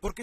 Porque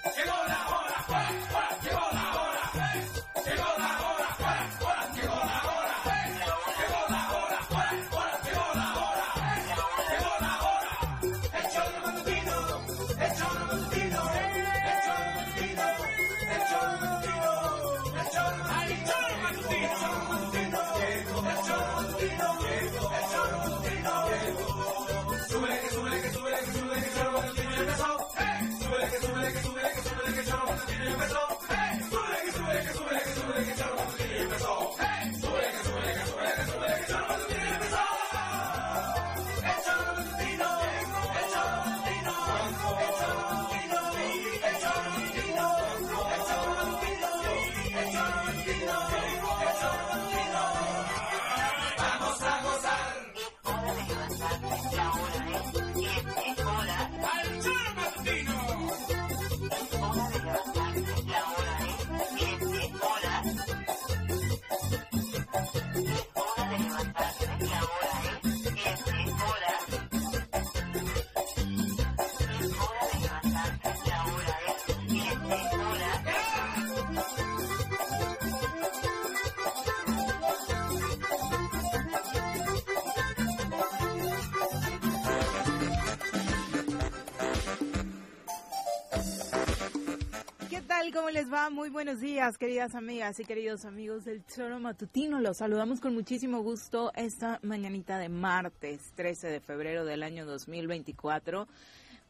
¿Cómo les va? Muy buenos días, queridas amigas y queridos amigos del Choro Matutino. Los saludamos con muchísimo gusto esta mañanita de martes 13 de febrero del año 2024.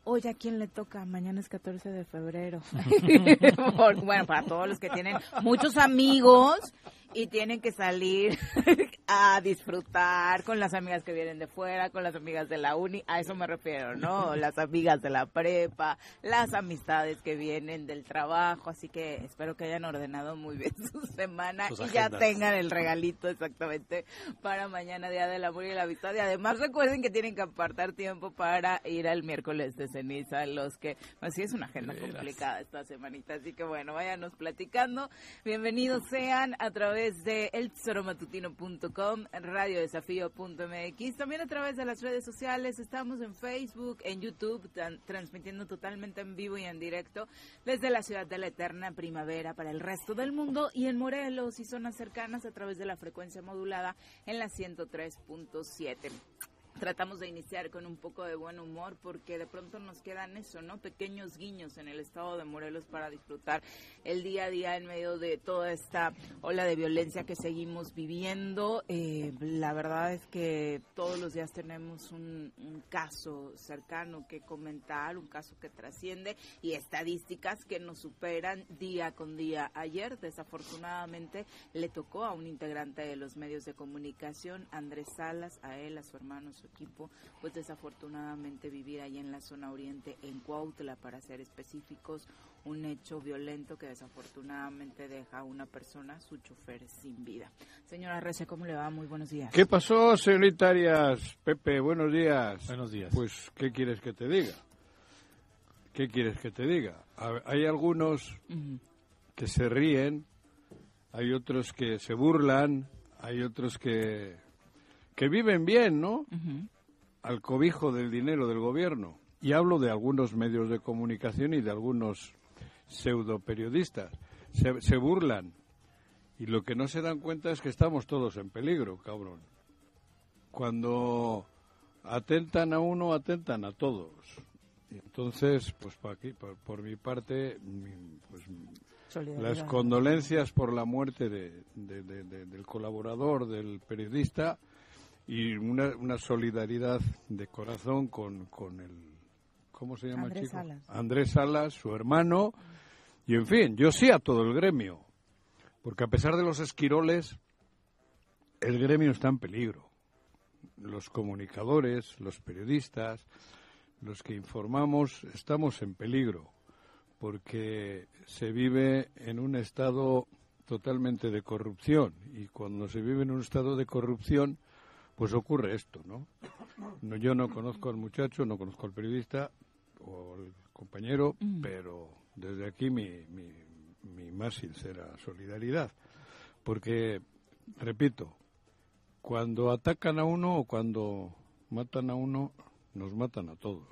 Oye, ¿a quién le toca? Mañana es 14 de febrero. bueno, para todos los que tienen muchos amigos y tienen que salir a disfrutar con las amigas que vienen de fuera, con las amigas de la uni, a eso me refiero, ¿no? Las amigas de la prepa, las amistades que vienen del trabajo, así que espero que hayan ordenado muy bien su semana Sus y agendas. ya tengan el regalito exactamente para mañana, Día del Amor y la Amistad. Y además recuerden que tienen que apartar tiempo para ir al miércoles de ceniza, los que, pues sí es una agenda Veras. complicada esta semanita, así que bueno, váyanos platicando. Bienvenidos sean a través de eltesoromatutino.com radiodesafío.mx, también a través de las redes sociales, estamos en Facebook, en YouTube, transmitiendo totalmente en vivo y en directo desde la ciudad de la eterna primavera para el resto del mundo y en Morelos y zonas cercanas a través de la frecuencia modulada en la 103.7 tratamos de iniciar con un poco de buen humor porque de pronto nos quedan eso, ¿no? Pequeños guiños en el estado de Morelos para disfrutar el día a día en medio de toda esta ola de violencia que seguimos viviendo. Eh, la verdad es que todos los días tenemos un, un caso cercano que comentar, un caso que trasciende y estadísticas que nos superan día con día. Ayer, desafortunadamente, le tocó a un integrante de los medios de comunicación, Andrés Salas, a él, a su hermano, su equipo, pues desafortunadamente vivir ahí en la zona oriente, en Cuautla para ser específicos, un hecho violento que desafortunadamente deja a una persona, su chofer, sin vida. Señora Reche, ¿cómo le va? Muy buenos días. ¿Qué pasó, señorita Arias? Pepe, buenos días. Buenos días. Pues, ¿qué quieres que te diga? ¿Qué quieres que te diga? A hay algunos uh -huh. que se ríen, hay otros que se burlan, hay otros que que viven bien, ¿no? Uh -huh. Al cobijo del dinero del gobierno. Y hablo de algunos medios de comunicación y de algunos pseudo periodistas. Se, se, burlan. Y lo que no se dan cuenta es que estamos todos en peligro, cabrón. Cuando atentan a uno, atentan a todos. Entonces, pues por, aquí, por, por mi parte, pues, las condolencias por la muerte de, de, de, del colaborador, del periodista, y una, una solidaridad de corazón con, con el... ¿Cómo se llama Andrés el chico? Salas. Andrés Salas, su hermano. Y en fin, yo sí a todo el gremio. Porque a pesar de los esquiroles, el gremio está en peligro. Los comunicadores, los periodistas, los que informamos, estamos en peligro. Porque se vive en un estado totalmente de corrupción. Y cuando se vive en un estado de corrupción, pues ocurre esto, ¿no? No, yo no conozco al muchacho, no conozco al periodista o al compañero, pero desde aquí mi, mi, mi más sincera solidaridad. Porque, repito, cuando atacan a uno o cuando matan a uno, nos matan a todos.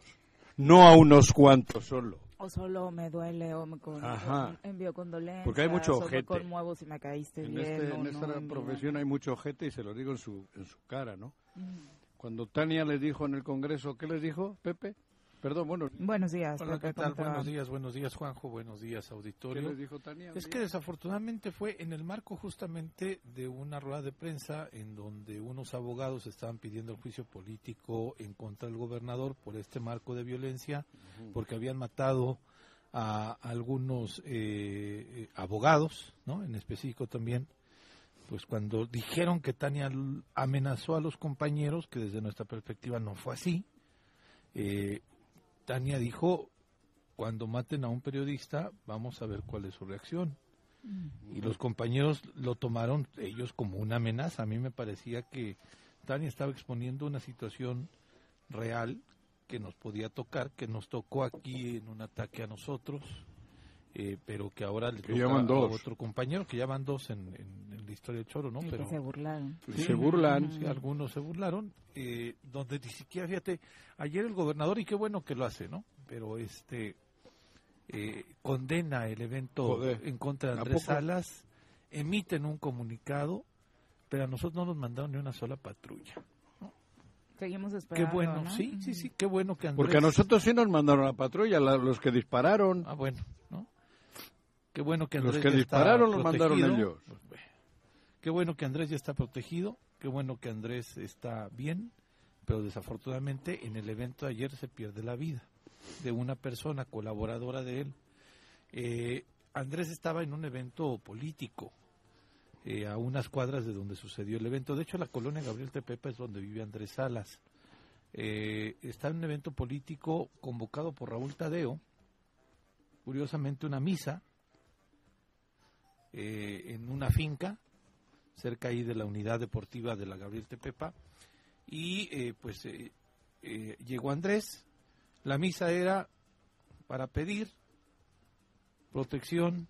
No a unos cuantos solo. O solo me duele, o me con- Ajá. envío condolencias. Porque hay mucho o me ojete. conmuevo si me caíste En, bien. este- o en no esta envío. profesión hay mucho ojete y se lo digo en su, en su cara, ¿no? Mm. Cuando Tania les dijo en el Congreso, ¿qué les dijo, Pepe? Perdón, bueno, Buenos días, Hola, Pepe, ¿qué ¿cómo tal? te va? Buenos días, buenos días, Juanjo, buenos días, ¿qué auditorio. les dijo Tania? Es que desafortunadamente fue en el marco justamente de una rueda de prensa en donde unos abogados estaban pidiendo el juicio político en contra del gobernador por este marco de violencia, porque habían matado a algunos eh, eh, abogados, ¿no? En específico también, pues cuando dijeron que Tania l- amenazó a los compañeros, que desde nuestra perspectiva no fue así, eh, Tania dijo, cuando maten a un periodista, vamos a ver cuál es su reacción. Y los compañeros lo tomaron ellos como una amenaza. A mí me parecía que Tania estaba exponiendo una situación real que nos podía tocar, que nos tocó aquí en un ataque a nosotros, eh, pero que ahora le Que toca ya van a dos. otro compañero, que ya van dos en, en- en la historia del Choro, ¿no? Y que Pero, se burlaron. Y se burlan. Sí, algunos se burlaron, eh, donde ni siquiera, fíjate, ayer el gobernador, y qué bueno que lo hace, ¿no? Pero este eh, condena el evento Joder. en contra de ¿A Andrés poco? Salas, emiten un comunicado, pero a nosotros no nos mandaron ni una sola patrulla. Seguimos Qué esperando. bueno, ¿no? sí, sí, sí, qué bueno que Andrés... Porque a nosotros sí nos mandaron a la patrulla, la- los que dispararon. Ah, bueno, ¿no? Qué bueno que Los Andrés que ya está dispararon los mandaron protegido. ellos. Pues, bueno. Qué bueno que Andrés ya está protegido, qué bueno que Andrés está bien, pero desafortunadamente en el evento de ayer se pierde la vida de una persona colaboradora de él. Eh, Andrés estaba en un evento político eh, a unas cuadras de donde sucedió el evento. De hecho, la colonia Gabriel Tepepa es donde vive Andrés Salas. Eh, está en un evento político convocado por Raúl Tadeo, curiosamente una misa eh, en una finca cerca ahí de la unidad deportiva de la Gabriel Tepepa y eh, pues eh, eh, llegó Andrés la misa era para pedir protección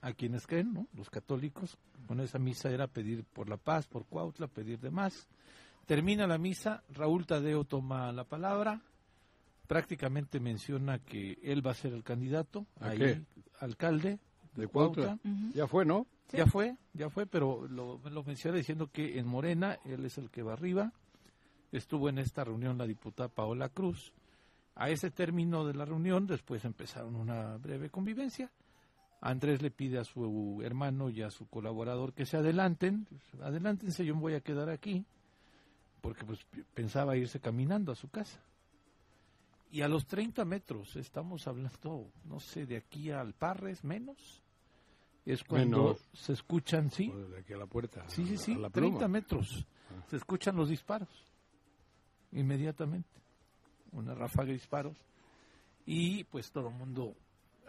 a quienes creen, ¿no? los católicos con esa misa era pedir por la paz por Cuautla, pedir demás termina la misa, Raúl Tadeo toma la palabra prácticamente menciona que él va a ser el candidato ¿A ahí, qué? alcalde ¿De Cuautla? Ujú. Ya fue, ¿no? ya fue, ya fue, pero lo, lo menciona diciendo que en Morena él es el que va arriba. Estuvo en esta reunión la diputada Paola Cruz. A ese término de la reunión, después empezaron una breve convivencia. Andrés le pide a su hermano y a su colaborador que se adelanten. Adelántense, yo me voy a quedar aquí. Porque pues, p- pensaba irse caminando a su casa. Y a los 30 metros, estamos hablando, no sé, de aquí al Parres, menos. Es cuando Menos. se escuchan, sí, Pues de aquí a la puerta. Sí, sí, a- sí, a la pluma. Ah. 30 metros. Se escuchan los disparos. Inmediatamente. Una ráfaga de disparos. Y pues todo el mundo,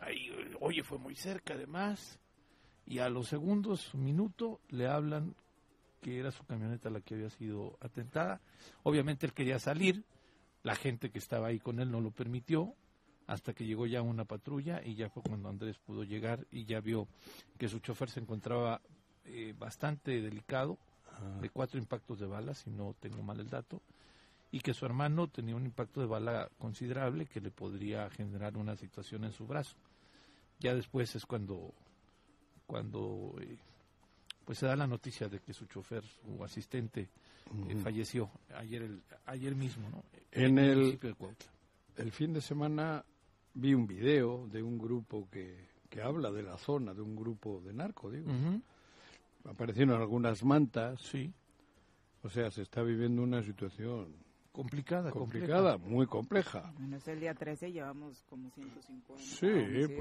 ahí, oye, fue muy cerca además. Y a los segundos, un minuto, le hablan que era su camioneta la que había sido atentada. Obviamente él quería salir. La gente que estaba ahí con él no lo permitió. Hasta que llegó ya una patrulla y ya fue cuando Andrés pudo llegar y ya vio que su chofer se encontraba eh, bastante delicado, de cuatro impactos de bala, si no tengo mal el dato, y que su hermano tenía un impacto de bala considerable que le podría generar una situación en su brazo. Ya después es cuando, cuando eh, pues se da la noticia de que su chofer, su asistente, eh, falleció ayer, el, ayer mismo, ¿no? En el- municipio de Cuautla. El fin de semana vi un video de un grupo que, que habla de la zona, de un grupo de narco, digo. Ujú, Aparecieron algunas mantas Sí, O sea, se está viviendo una situación Complicada, complicada, complicada. muy compleja. Bueno, es el día 13, llevamos como Ah, 150. Sí, por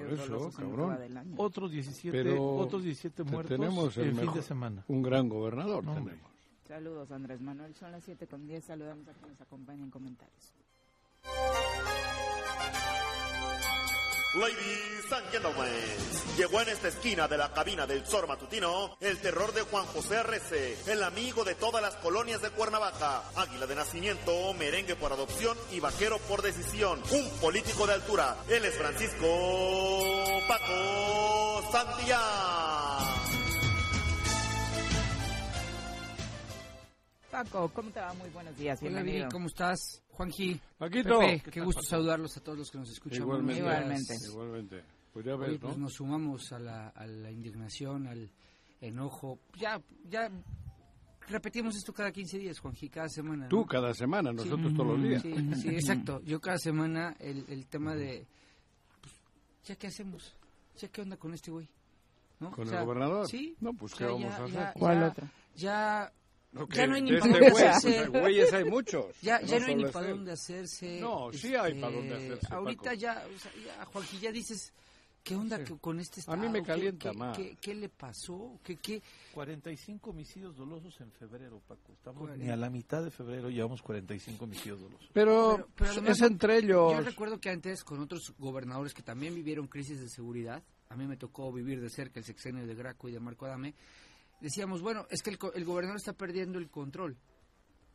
homicidios eso, dolosos en lo que cabrón. va del año. Otros 17, Pero otros 17 te- muertos tenemos el el, fin mejor- de semana. Un gran gobernador No, hombre. tenemos. Saludos, Andrés Manuel. Son las 7 con 10. Saludamos a quienes nos acompañan en comentarios. Ladies and gentlemen, llegó en esta esquina de la cabina del Zor Matutino el terror de Juan José R.C., el amigo de todas las colonias de Cuernavaca, águila de nacimiento, merengue por adopción y vaquero por decisión, un político de altura. Él es Francisco Paco Santillán. Paco, ¿cómo te va? Muy buenos días. Hola, Bienvenido. Viri, ¿cómo estás? Juanji, Paquito. Pepe, ¿Qué qué tal, gusto Paco? saludarlos a todos los que nos escuchan. Igualmente. Buenos días. Igualmente. Igualmente. Pues ya Oye, ves, pues ¿no? nos sumamos a la, a la indignación, al enojo. Ya, ya repetimos esto cada 15 días, Juanji, cada semana. ¿no? Tú cada semana, Sí. nosotros todos los días. Sí, sí, exacto. Yo cada semana el, el tema de, pues, ¿ya qué hacemos? ¿Ya qué onda con este güey? ¿No? ¿Con O el sea, gobernador? Sí. No, pues, O ¿qué sea, vamos a hacer? ¿Cuál ya- otro? Ya, Ya No, que no hay ni de para este dónde güey, hacerse. de güeyes hay muchos. Ya, ya no, hay ni solo es para él. dónde hacerse. este, No, sí hay pa' dónde hacerse, Ahorita Paco. ya, o sea, ya, Juanji, ya dices, ¿qué onda que- con este A estado? mí me ¿Qué- calienta qué, más. Qué, qué le pasó? ¿Qué, qué? 45 homicidios dolosos en febrero, Paco. Estamos Cuarenta. ni a la mitad de febrero llevamos 45 homicidios dolosos. Pero, Pero- pero además- es entre ellos. Yo recuerdo que antes, con otros gobernadores que también vivieron crisis de seguridad, a mí me tocó vivir de cerca el sexenio de Graco y de Marco Adame, decíamos, bueno, es que el, co- el gobernador está perdiendo el control.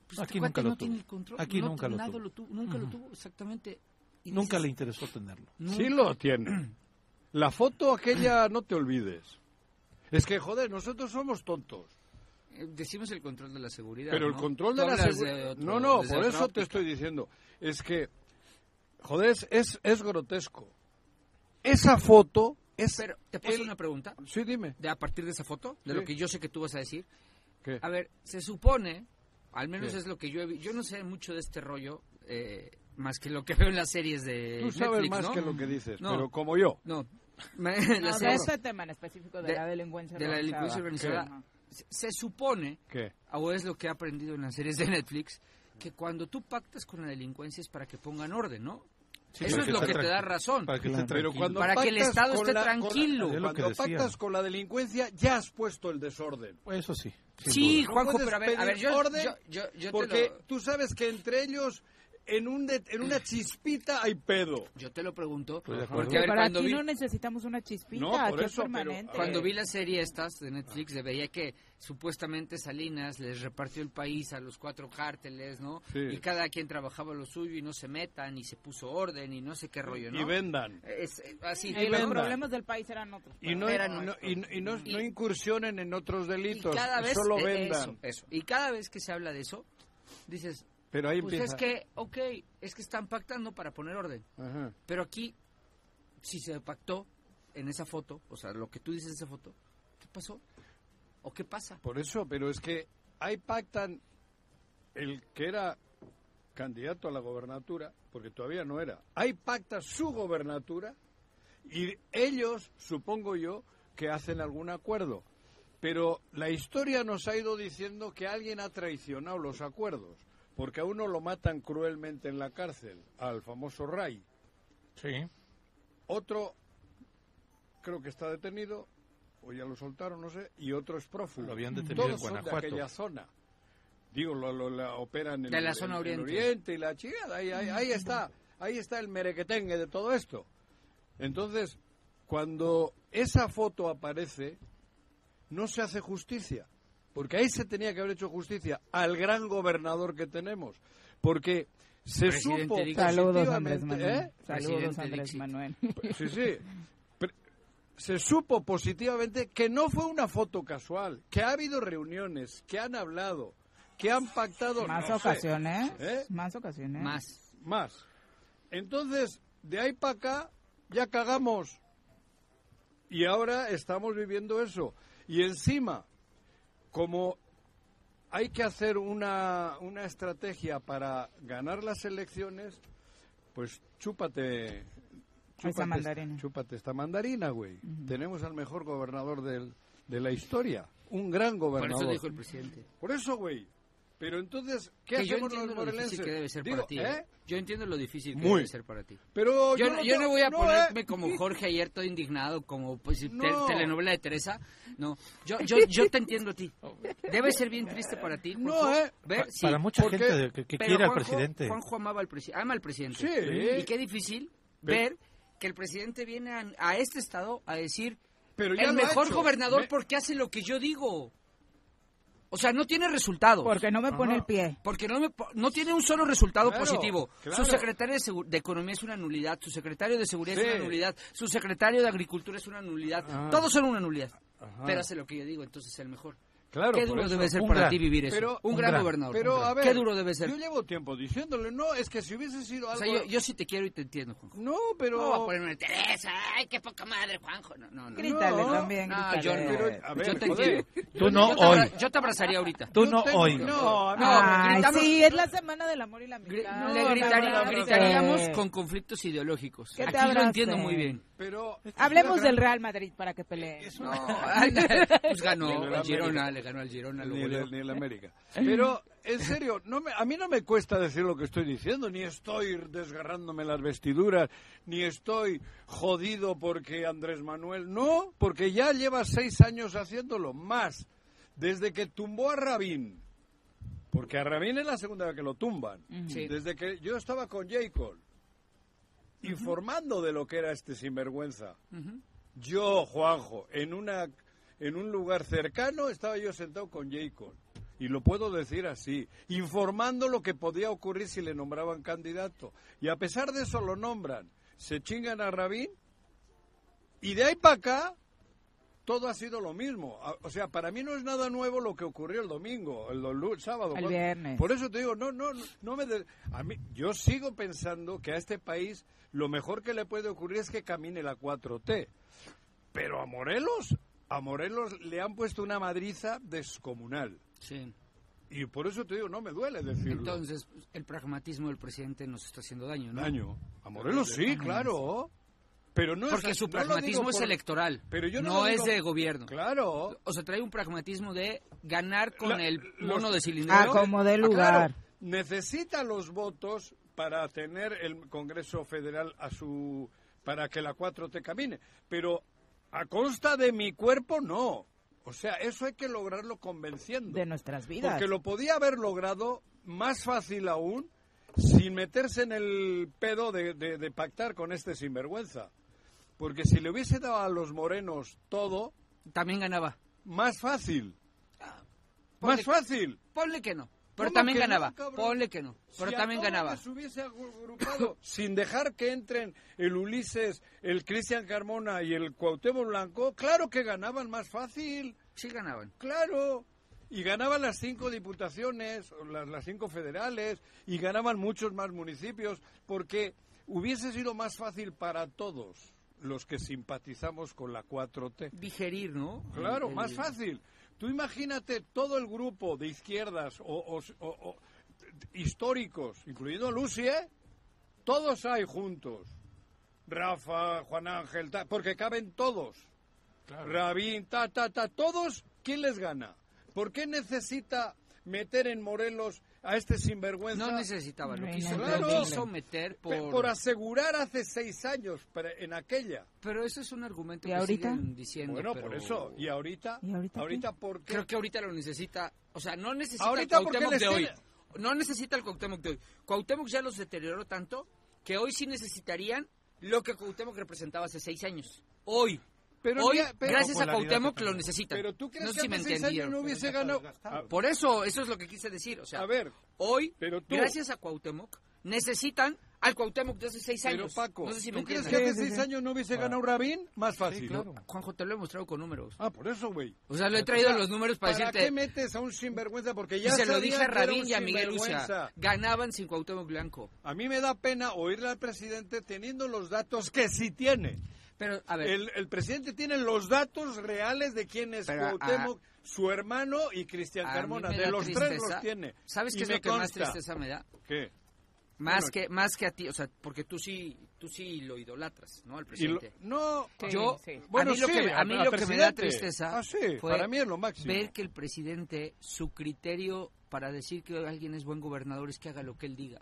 Pues Aquí este cuate nunca lo no tuvo. tiene el control. Aquí no- nunca lo nada tuvo. Nunca lo Ujú. tuvo, exactamente. Y Nunca le dices, interesó tenerlo. "No". Sí lo tiene. La foto aquella, no te olvides. Es que, joder, nosotros somos tontos. Eh, Decimos el control de la seguridad. Pero el ¿no? control Tú de la hablas de seguridad... otro- No, no, desde por otra eso te óptica. estoy diciendo. Es que, joder, es, es, es grotesco. Esa foto es... Pero, ¿te puedo hacer el- una pregunta? Sí, dime. De, a partir de esa foto, de Sí. lo que yo sé que tú vas a decir. ¿Qué? A ver, se supone, al menos Sí. es lo que yo he vi- Yo no sé mucho de este rollo, eh, más que lo que veo en las series de. Tú sabes Eh, Netflix, más ¿no? que lo que dices, No. pero como yo. No. Me- No, las de series este tema en específico de, De- la delincuencia de la delincuencia Ajá. organizada. Se, se supone, ¿Qué? o es lo que he aprendido en las series de Netflix, que cuando tú pactas con la delincuencia es para que pongan orden, ¿no? Eso para es que lo esté que te tranquilo. da razón. Para que esté Pero tranquilo. cuando Para que el pactas Estado con esté la- con- tranquilo. Es lo que cuando decía. pactas con la delincuencia, ya has puesto el desorden. Eso sí. sin Sí, duda. No Juanjo, puedes pero a ver, a ver, pedir yo, orden yo, yo, yo Porque te lo... tú sabes que entre ellos, en, un de- en una chispita hay pedo. Yo te lo pregunto, Estoy de acuerdo. porque a ver, Pero cuando, aquí vi, no necesitamos una chispita, No, por aquí es eso, pero- permanente. cuando vi la serie estas de Netflix, de- veía que supuestamente Salinas les repartió el país a los cuatro cárteles, ¿no? Sí. Y cada quien trabajaba lo suyo y no se metan y se puso orden y no sé qué rollo, ¿no? Y vendan. Es, eh, así, Y pero- los venda. problemas del país eran otros. Y no, Eran no- nuestros. y no- y no- no incursionen en otros y delitos, cada vez solo eh, vendan. eso, eso. Y cada vez que se habla de eso, dices, Pero ahí pues empieza. es que, ok, es que están pactando para poner orden. Ajá. Pero aquí, si se pactó en esa foto, o sea, lo que tú dices en esa foto, ¿qué pasó? ¿O qué pasa? Por eso, pero es que ahí pactan el que era candidato a la gobernatura, porque todavía no era. Ahí pacta su gobernatura y ellos, supongo yo, que hacen algún acuerdo. Pero la historia nos ha ido diciendo que alguien ha traicionado los acuerdos, porque a uno lo matan cruelmente en la cárcel, al famoso Ray. Sí. Otro creo que está detenido, o ya lo soltaron, no sé, y otro es prófugo. Lo habían detenido en Todos son de Guanajuato. aquella zona. Digo, lo, lo- la operan en De la el- zona en el oriente. y la chingada. Ahí, ahí, ahí está, ahí está el merequetengue de todo esto. Entonces, cuando esa foto aparece, no se hace justicia. Porque ahí se tenía que haber hecho justicia al gran gobernador que tenemos. Porque se Presidente supo Dixit. Saludos, Andrés Manuel. positivamente... ¿eh? Saludos, Presidente Andrés Dixit. Manuel. Sí, sí. Pero se supo positivamente que no fue una foto casual, que ha habido reuniones, que han hablado, que han pactado. Más no sé, ocasiones. ¿Eh? Más ocasiones. Más. más. Entonces, de ahí para acá, ya cagamos. Y ahora estamos viviendo eso. Y encima, como hay que hacer una, una estrategia para ganar las elecciones, pues chúpate. Esa mandarina. chúpate esta mandarina, güey. Tenemos al mejor gobernador del- de la historia. Un gran Por gobernador. eso dijo el presidente. Por eso, güey. Pero entonces, ¿qué Que yo hacemos entiendo los lo morelenses? difícil que debe ser Digo, para ti. ¿eh? ¿eh? Yo entiendo lo difícil que Muy. debe ser para ti. Pero Yo, yo, yo no voy a no, ponerme ¿eh? como Jorge ayer todo indignado, como pues, te- No. telenovela de Teresa. No, yo, yo, yo te entiendo a ti. Debe ser bien triste para ti. No, Juanjo, ¿eh? ver- Pa- sí, para mucha ¿por gente qué? de- que, que pero quiere al Juanjo- presidente. Juanjo amaba al presi- ama al presidente. Sí. Y qué difícil Ve- ver que el presidente viene a, a este estado a decir Pero ya el lo ha mejor hecho. gobernador Me- porque hace lo que yo digo. O sea, no tiene resultados. Porque no me pone el pie. Porque no, me po- no tiene un solo resultado Claro, positivo. claro. Su secretario de, Segu- de Economía es una nulidad, su secretario de Seguridad Sí. es una nulidad, su secretario de Agricultura es una nulidad. Ajá. Todos son una nulidad. Ajá. Pero hace lo que yo digo, entonces es el mejor. Claro, Qué por duro eso. debe ser un para gran- ti vivir eso. pero- un, un gran, gran. gobernador. Pero, un gran. a ver, Qué duro debe ser. Yo llevo tiempo diciéndole, no, es que si hubiese sido O algo... sea, yo, yo sí te quiero y te entiendo, Juanjo. No, pero... No, pues, va a ponerme Teresa, ay, qué poca madre, Juanjo. No, no, no. Grítale No, también, no, grítale. yo no. Pero, a ver, yo te joder. entiendo. Tú no yo, te hoy. abra- yo te abrazaría ahorita. Tú yo no tengo- hoy. No, a mí- Ay, gritamos- sí, es la semana del amor y la Gri- amistad. le No, gritaría- no, no, no, gritaríamos no, no. con conflictos ideológicos. Que te Aquí lo abracen. entiendo muy bien. pero... Hablemos del Real Madrid para que peleen. No, anda, pues ganó Ni la al Girona, le ganó al Girona, lo Ni goleó. el, ni el América. Pero, en serio, no me- a mí no me cuesta decir lo que estoy diciendo, ni estoy desgarrándome las vestiduras, ni estoy jodido porque Andrés Manuel. No, porque ya lleva seis años haciéndolo, más. Desde que tumbó a Rabín, porque a Rabín es la segunda vez que lo tumban. Sí. Desde que yo estaba con Jacob, informando de lo que era este sinvergüenza. Yo, Juanjo, en una en un lugar cercano estaba yo sentado con Jacob. Y lo puedo decir así, informando lo que podía ocurrir si le nombraban candidato. Y a pesar de eso lo nombran, se chingan a Rabín y de ahí para acá todo ha sido lo mismo. A- O sea, para mí no es nada nuevo lo que ocurrió el domingo, el, dolu- sábado. El cuando- viernes. Por eso te digo, no, no, no, no me... de- a mí, yo sigo pensando que a este país lo mejor que le puede ocurrir es que camine la 4T. Pero a Morelos, a Morelos le han puesto una madriza descomunal. Sí. Y por eso te digo, no me duele decirlo. Entonces, el pragmatismo del presidente nos está haciendo daño, ¿no? Daño. A Morelos sí, claro. Pero no es- Porque su no lo digo pragmatismo es por- electoral, Pero yo no no lo es digo- de gobierno. Claro. O sea, trae un pragmatismo de ganar con La- el los- mono de Ah, cilindrero. como de Ah, claro, lugar. necesita los votos para tener el Congreso Federal a su para que la 4 te camine, pero a consta de mi cuerpo no. O sea, eso hay que lograrlo convenciendo. De nuestras vidas. Porque lo podía haber logrado más fácil aún sin meterse en el pedo de, de- de pactar con este sinvergüenza. Porque si le hubiese dado a los morenos todo, También ganaba. más fácil. porque- Más fácil. Ponle que no. Pero ¿Cómo también que no, ganaba. cabrón? Ponle que no. Pero Si a también todos ganaba. les hubiese agrupado, sin dejar que entren el Ulises, el Cristian Carmona y el Cuauhtémoc Blanco, claro que ganaban más fácil, Sí ganaban. claro. Y ganaban las cinco diputaciones, o las, las cinco federales, y ganaban muchos más municipios, porque hubiese sido más fácil para todos los que simpatizamos con la 4T. Digerir, ¿no? Claro, El- más el- fácil. Tú imagínate todo el grupo de izquierdas o, o- o- o históricos, incluyendo a Lucy, ¿eh? todos hay juntos. Rafa, Juan Ángel, ta- porque caben todos. Rabín, ta, ta, ta, todos, ¿quién les gana? ¿Por qué necesita meter en Morelos a este sinvergüenza? No necesitaba. Lo No, quiso, no, lo no. quiso meter Pe- por... por asegurar hace seis años, pero en aquella. Pero eso es un argumento ¿Y que ahorita? siguen diciendo. Bueno, pero- por eso. ¿Y ahorita? ¿Y ahorita qué? ¿por qué? Creo que ahorita lo necesita. O sea, no necesita Ahorita el porque Cuauhtémoc les de hoy. tiene- No necesita el Cuauhtémoc de hoy. Cuauhtémoc ya los deterioró tanto que hoy sí necesitarían lo que Cuauhtémoc representaba hace seis años. Hoy. Pero hoy, mira, pero- gracias a Popularidad Cuauhtémoc, que lo tenía. necesitan. Pero tú crees no sé que si me hace seis años entendieron. no hubiese ganado. Ah, Por eso, eso es lo que quise decir. O sea, A ver, hoy, pero tú- gracias a Cuauhtémoc, necesitan al Cuauhtémoc de hace seis Pero años. Paco, no sé si me ¿tú crees que entiendan. hace seis años no hubiese ganado Rabín? Más fácil. Sí, ¿eh? claro. Ah. Juanjo, te lo he mostrado con números. Ah, por eso, güey. O sea, lo he traído O sea, los números para, decirte... qué metes a un sinvergüenza? Porque ya y se lo sabía dije que a era un Rabín y a Miguel Ucha. sinvergüenza. Ganaban sin Cuauhtémoc Blanco. A mí me da pena oírle al presidente teniendo los datos que sí tiene. Pero, a ver, El, el presidente tiene los datos reales de quién es Pero, ah, Cuauhtémoc, su hermano y Cristian a Carmona. mí me De da los tres tristeza. los tiene. ¿Sabes Y qué es me lo que más consta. tristeza me da? ¿Qué? Más Bueno. que más que a ti, o sea, porque tú sí tú sí lo idolatras, ¿no? Al Y lo- presidente. no, Sí, Yo, sí. Bueno, a mí lo sí, que, me- a mí al lo que me da presidente. tristeza Ah, sí, fue para mí es lo máximo. ver que el presidente, su criterio para decir que alguien es buen gobernador es que haga lo que él diga.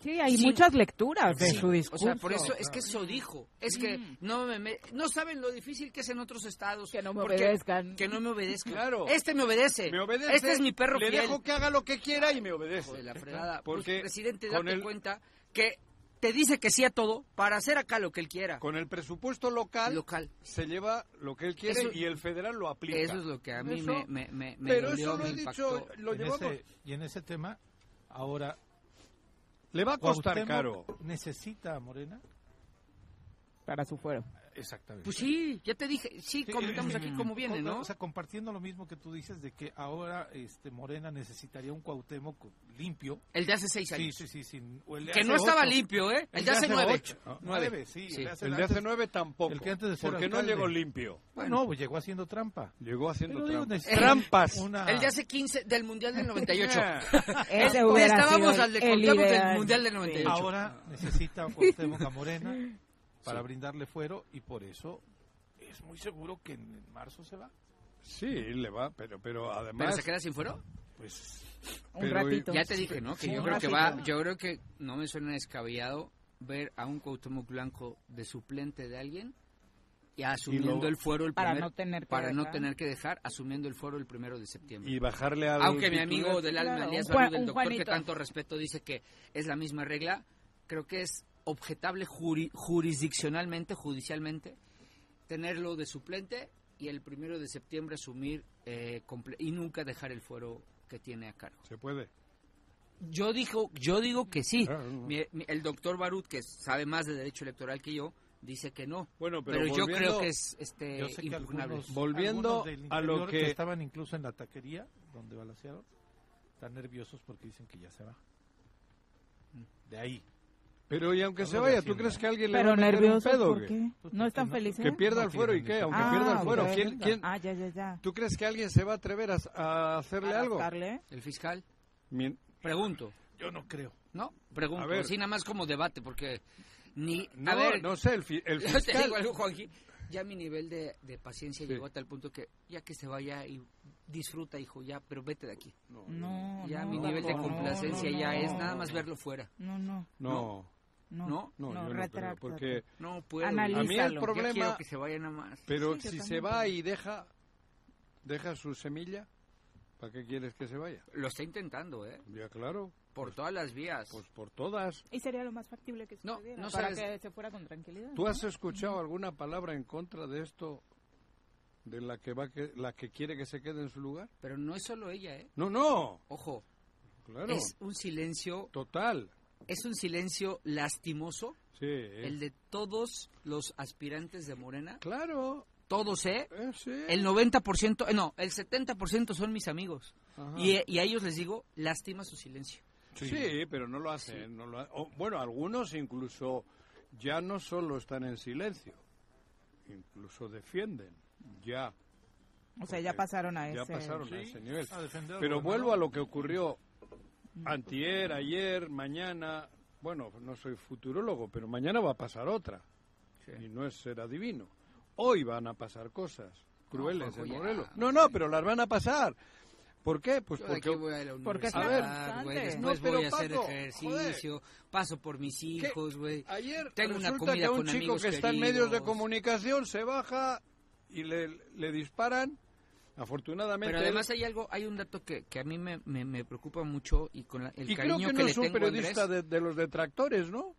Sí, hay Sí. muchas lecturas de Sí, su discurso. O sea, por eso es que eso dijo. Es que Mm. no me, me- no saben lo difícil que es en otros estados. Que no me porque- obedezcan. Que no me obedezcan. Claro. Este me obedece. Me obedece. Este es mi perro Le fiel. dejo que haga lo que quiera y me obedece. Hijo de la fregada. Pues, Porque presidente, con date el- cuenta que te dice que sí a todo para hacer acá lo que él quiera. Con el presupuesto local, Local. se lleva lo que él quiere Eso- y el federal lo aplica. Eso es lo que a mí Eso- me, me, me, me Pero dolió, eso lo me he dicho, impactó. lo En llevamos. ese- y en ese tema, ahora Le va a costar caro. Cuauhtémoc necesita a Morena. Para su fuero. Exactamente. Pues sí, ya te dije, sí, comentamos aquí cómo viene, ¿no? O sea, compartiendo lo mismo que tú dices de que ahora este Morena necesitaría un Cuauhtémoc limpio. El de hace seis Sí, años. sí, sí, sin- o el de Que hace no estaba ocho. limpio, ¿eh? El, El de hace nueve. ocho. Ah, Nueve, sí. Sí. El de hace, El de hace antes- nueve tampoco. el que antes de ser porque no alcalde. llegó limpio. No, pues llegó haciendo trampa. Llegó haciendo Pero digo, trampas. necesita Trampas. una- El de hace 15 del Mundial del 98. Ese Hoy hubiera Este, estábamos sido al de el Cuauhtémoc del ideal. Mundial del Sí. 98. Ahora necesita a Cuauhtémoc a Morena para brindarle fuero y por eso es muy seguro que en en marzo se va. Sí, le va, pero, pero ¿Pero además. se queda sin fuero? Pues Un Pero- ratito. Ya te dije, ¿no? Que Sí, yo un creo que ratito. va, yo creo que no me suena descabellado ver a un Cuauhtémoc Blanco de suplente de alguien y asumiendo el fuero el Para primer- no tener que para no dejar. tener que dejar, asumiendo el fuero el primero de septiembre. Y bajarle al. Aunque mi titular. amigo del alma, Claro, Elías un Juan- Barú, del un doctor que Juanito. tanto respeto, dice que es la misma regla, creo que es objetable juri- jurisdiccionalmente, judicialmente, tenerlo de suplente y el primero de septiembre asumir eh, comple- y nunca dejar el fuero que tiene a cargo. Se puede. Yo, dijo, yo digo que sí. Claro, no. Mi- mi- el doctor Barut, que sabe más de derecho electoral que yo, dice que no. Bueno, Pero, pero, yo volviendo- creo que es este, yo sé que impugnable. algunos, Volviendo algunos del a lo interior que- estaban incluso en la taquería donde balacearon están nerviosos porque dicen que ya se va. De ahí. Pero y aunque se Algo de vaya, ¿tú Hacienda. crees que alguien le va Pero a meter nervioso, un pedo? ¿por güey? qué? ¿No están Porque no- felices? Que pierda No el fuero y tienen qué, aunque defensa. pierda el Ah, fuero. ok. ¿Quién, quién, Ah, ya, ya, ya. ¿Tú crees que alguien se va a atrever a, a hacerle ¿A algo? rascarle? El fiscal, Mien- pregunto. Yo no creo. No, pregunto. A ver. Así nada más como debate, porque ni. No, a ver, no sé, el, fi- el yo te fiscal- digo algo, Juanji. Ya mi nivel de, de paciencia Sí. llegó a tal punto que ya que se vaya y disfruta, hijo, ya, pero vete de aquí. No, ya no, mi nivel de no, complacencia no, ya no, es no. nada más verlo fuera. No, no, No, no. No, no, yo no creo, retráctate. porque... no puedo. Analízalo. A mí el Yo problema- quiero que se vaya nada más. Pero Sí, yo si se también va creo. y deja, deja su semilla, ¿para qué quieres que se vaya? Lo está intentando, ¿eh? Ya claro, Por todas las vías. pues por todas. Y sería lo más factible que No, sucediera no para sabes- que se fuera con tranquilidad. ¿Tú has escuchado alguna palabra en contra de esto, de la que, va que, la que quiere que se quede en su lugar? Pero no es solo ella, ¿eh? No, no, Ojo, claro, es un silencio, total. es un silencio lastimoso Sí, eh. el de todos los aspirantes de Morena. claro, Todos, ¿eh? eh, sí. El 90%, eh, no, el 70% son mis amigos. Ajá. Y, eh, y a ellos les digo, lástima su silencio. Sí, pero no lo hacen. no lo ha- o, bueno, algunos incluso ya no solo están en silencio, incluso defienden. Ya, O sea, ya pasaron a ya ese... pasaron a ese nivel. a defender al Pero gobernador. vuelvo a lo que ocurrió antier, ayer, mañana. Bueno, no soy futurólogo, pero mañana va a pasar otra. Y no es ser adivino. Hoy van a pasar cosas crueles Juanjo, en ya. Morelos. No, no, pero las van a pasar. ¿Por qué? Pues Yo de porque aquí voy a la porque es universidad, constante. güey, después No, pero voy a hacer Paco, ejercicio, paso por mis hijos, güey. Ayer Tengo una resulta comida que un con chico amigos que está en medios de queridos. comunicación se baja y le, le disparan. Afortunadamente. Pero él- además hay algo, hay un dato que, que a mí me, me- me preocupa mucho y con la- el y creo cariño que, que no le es un tengo a Andrés. periodista de, de los detractores, ¿no?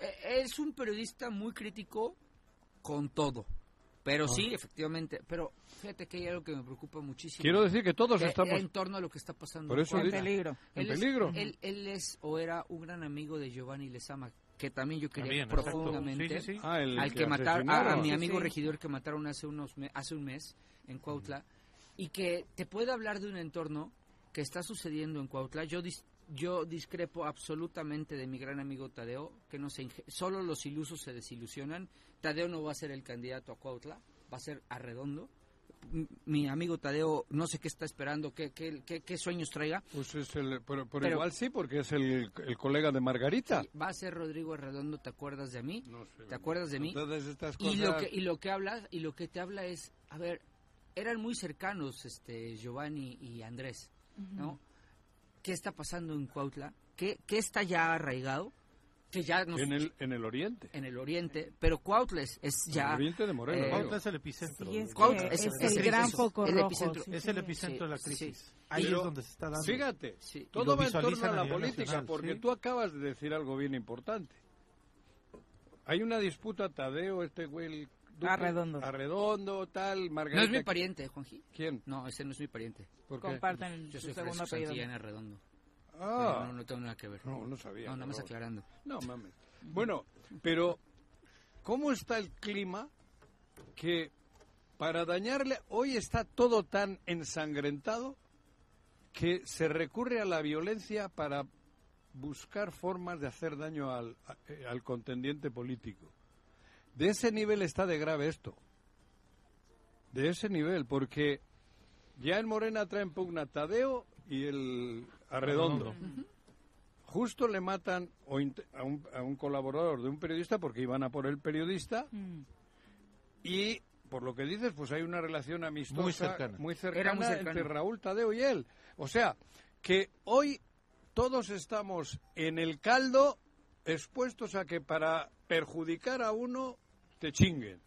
Eh, Es un periodista muy crítico con todo. Pero sí, efectivamente. Pero fíjate que hay algo que me preocupa muchísimo. Quiero decir que todos Que estamos. En torno a lo que está pasando. Por eso en En digo. Puebla. peligro. en él es- peligro. él, él es o era un gran amigo de Giovanni Lezama, que también yo quería También, exacto. profundamente. Sí, sí, sí. Ah, el al que, mataron, a, a asesinaron. mi amigo sí. regidor que mataron hace unos me- hace un mes en Cuautla y que te puede hablar de un entorno que está sucediendo en Cuautla. Yo dis- yo discrepo absolutamente de mi gran amigo Tadeo, que no se inge- solo los ilusos se desilusionan. Tadeo no va a ser el candidato a Cuautla, va a ser Arredondo. M- Mi amigo Tadeo no sé qué está esperando, qué, qué, qué- qué sueños traiga. Pues es el- pero, pero Pero- igual sí, porque es el, el colega de Margarita. Va a ser Rodrigo Arredondo, ¿te acuerdas de mí? No sé. ¿Te acuerdas de mí? Entonces estas y cosas. lo que y lo que hablas y lo que te habla es a ver eran muy cercanos este Giovanni y Andrés no qué está pasando en Cuautla, qué, qué está ya arraigado, que ya nos- En el, en el oriente. en el oriente, pero Cuautla es, es En el ya... oriente de Morelos. eh, digo. Cuautla es el epicentro. Sí, es Cuautla que es- es, es el el gran epicentro, foco el rojo. epicentro. sí, Es el sí. epicentro de la crisis. sí. Ahí Pero- es donde se está dando. Fíjate, Sí. Y lo todo va en torno visualizan a a la nivel política, nacional, porque sí. tú acabas de decir algo bien importante. Hay una disputa, Tadeo, este güey... el Duque, Arredondo. Arredondo, tal, Margarita... No es mi pariente, Juanji. ¿Quién? No, ese no es mi pariente. ¿Por qué? Compartan Yo su soy segundo Francisco apellido. Santillana Redondo. Ah, Pero No, no tengo nada que ver. no, no sabía. No, nada más cabrón. aclarando. No mames. Bueno, pero ¿cómo está el clima que para dañarle hoy está todo tan ensangrentado que se recurre a la violencia para buscar formas de hacer daño al, a- eh, al contendiente político? De ese nivel está de grave esto. De ese nivel, porque ya en Morena traen pugna Tadeo y el Arredondo justo le matan o int- a, un, a un colaborador de un periodista porque iban a por el periodista y por lo que dices pues hay una relación amistosa Muy cercana. muy cercana Era muy cercana. entre Raúl Tadeo y él o sea que hoy todos estamos en el caldo expuestos a que para perjudicar a uno te chinguen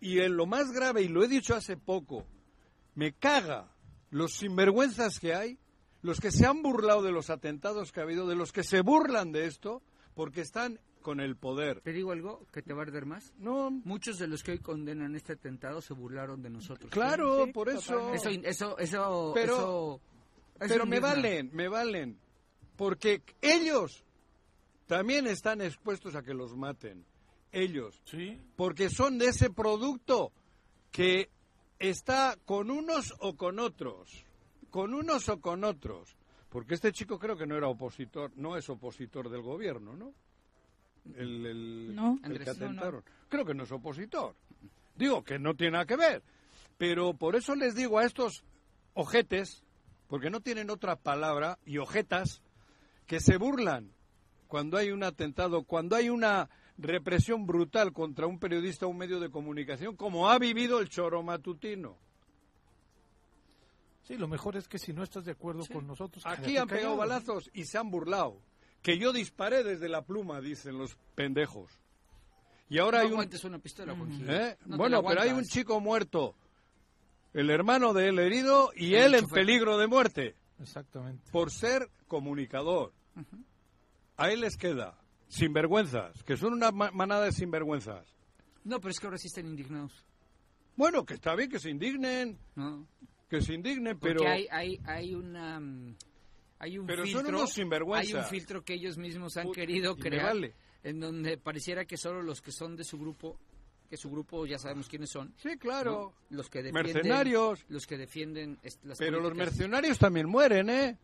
y en lo más grave y lo he dicho hace poco me caga los sinvergüenzas que hay, los que se han burlado de los atentados que ha habido, de los que se burlan de esto, porque están con el poder. ¿Te digo algo que te va a arder más? No, Muchos de los que hoy condenan este atentado se burlaron de nosotros. claro, por eso. Eso, eso, eso, Pero- eso- eso Pero me indigna. valen, me valen, porque ellos también están expuestos a que los maten. Ellos, Sí. porque son de ese producto que está con unos o con otros, con unos o con otros, porque este chico creo que no era opositor, no es opositor del gobierno, ¿no? El, el- No. el Andrés, no, que no. atentaron. Creo que no es opositor. Digo que no tiene nada que ver, pero por eso les digo a estos ojetes, porque no tienen otra palabra, y ojetas, que se burlan cuando hay un atentado, cuando hay una represión brutal contra un periodista o un medio de comunicación, como ha vivido el choro matutino. Sí, lo mejor es que si no estás de acuerdo con nosotros. Aquí quédate han pegado callado. balazos y se han burlado. Que yo disparé desde la pluma, dicen los pendejos. Y ahora No hay un... aguantes una pistola, Juanji. ¿Eh? No te la bueno, pero hay un aguantas. chico muerto, el hermano de él herido y El él en chofer. peligro de muerte. Exactamente. por ser comunicador. A él les queda sinvergüenzas, que son una ma- manada de sinvergüenzas. No, pero es que ahora sí están indignados. Bueno, que está bien que se indignen, No, que se indignen, Porque pero hay, hay, hay una... mm, Hay un Pero son filtro, unos sinvergüenzas. Hay un filtro que ellos mismos han Pu- querido y me crear. vale. En donde pareciera que solo los que son de su grupo, que su grupo ya sabemos quiénes son. sí, claro. ¿no? Los que defienden... Mercenarios. Los que defienden est- las Pero los políticas. mercenarios también mueren, ¿eh?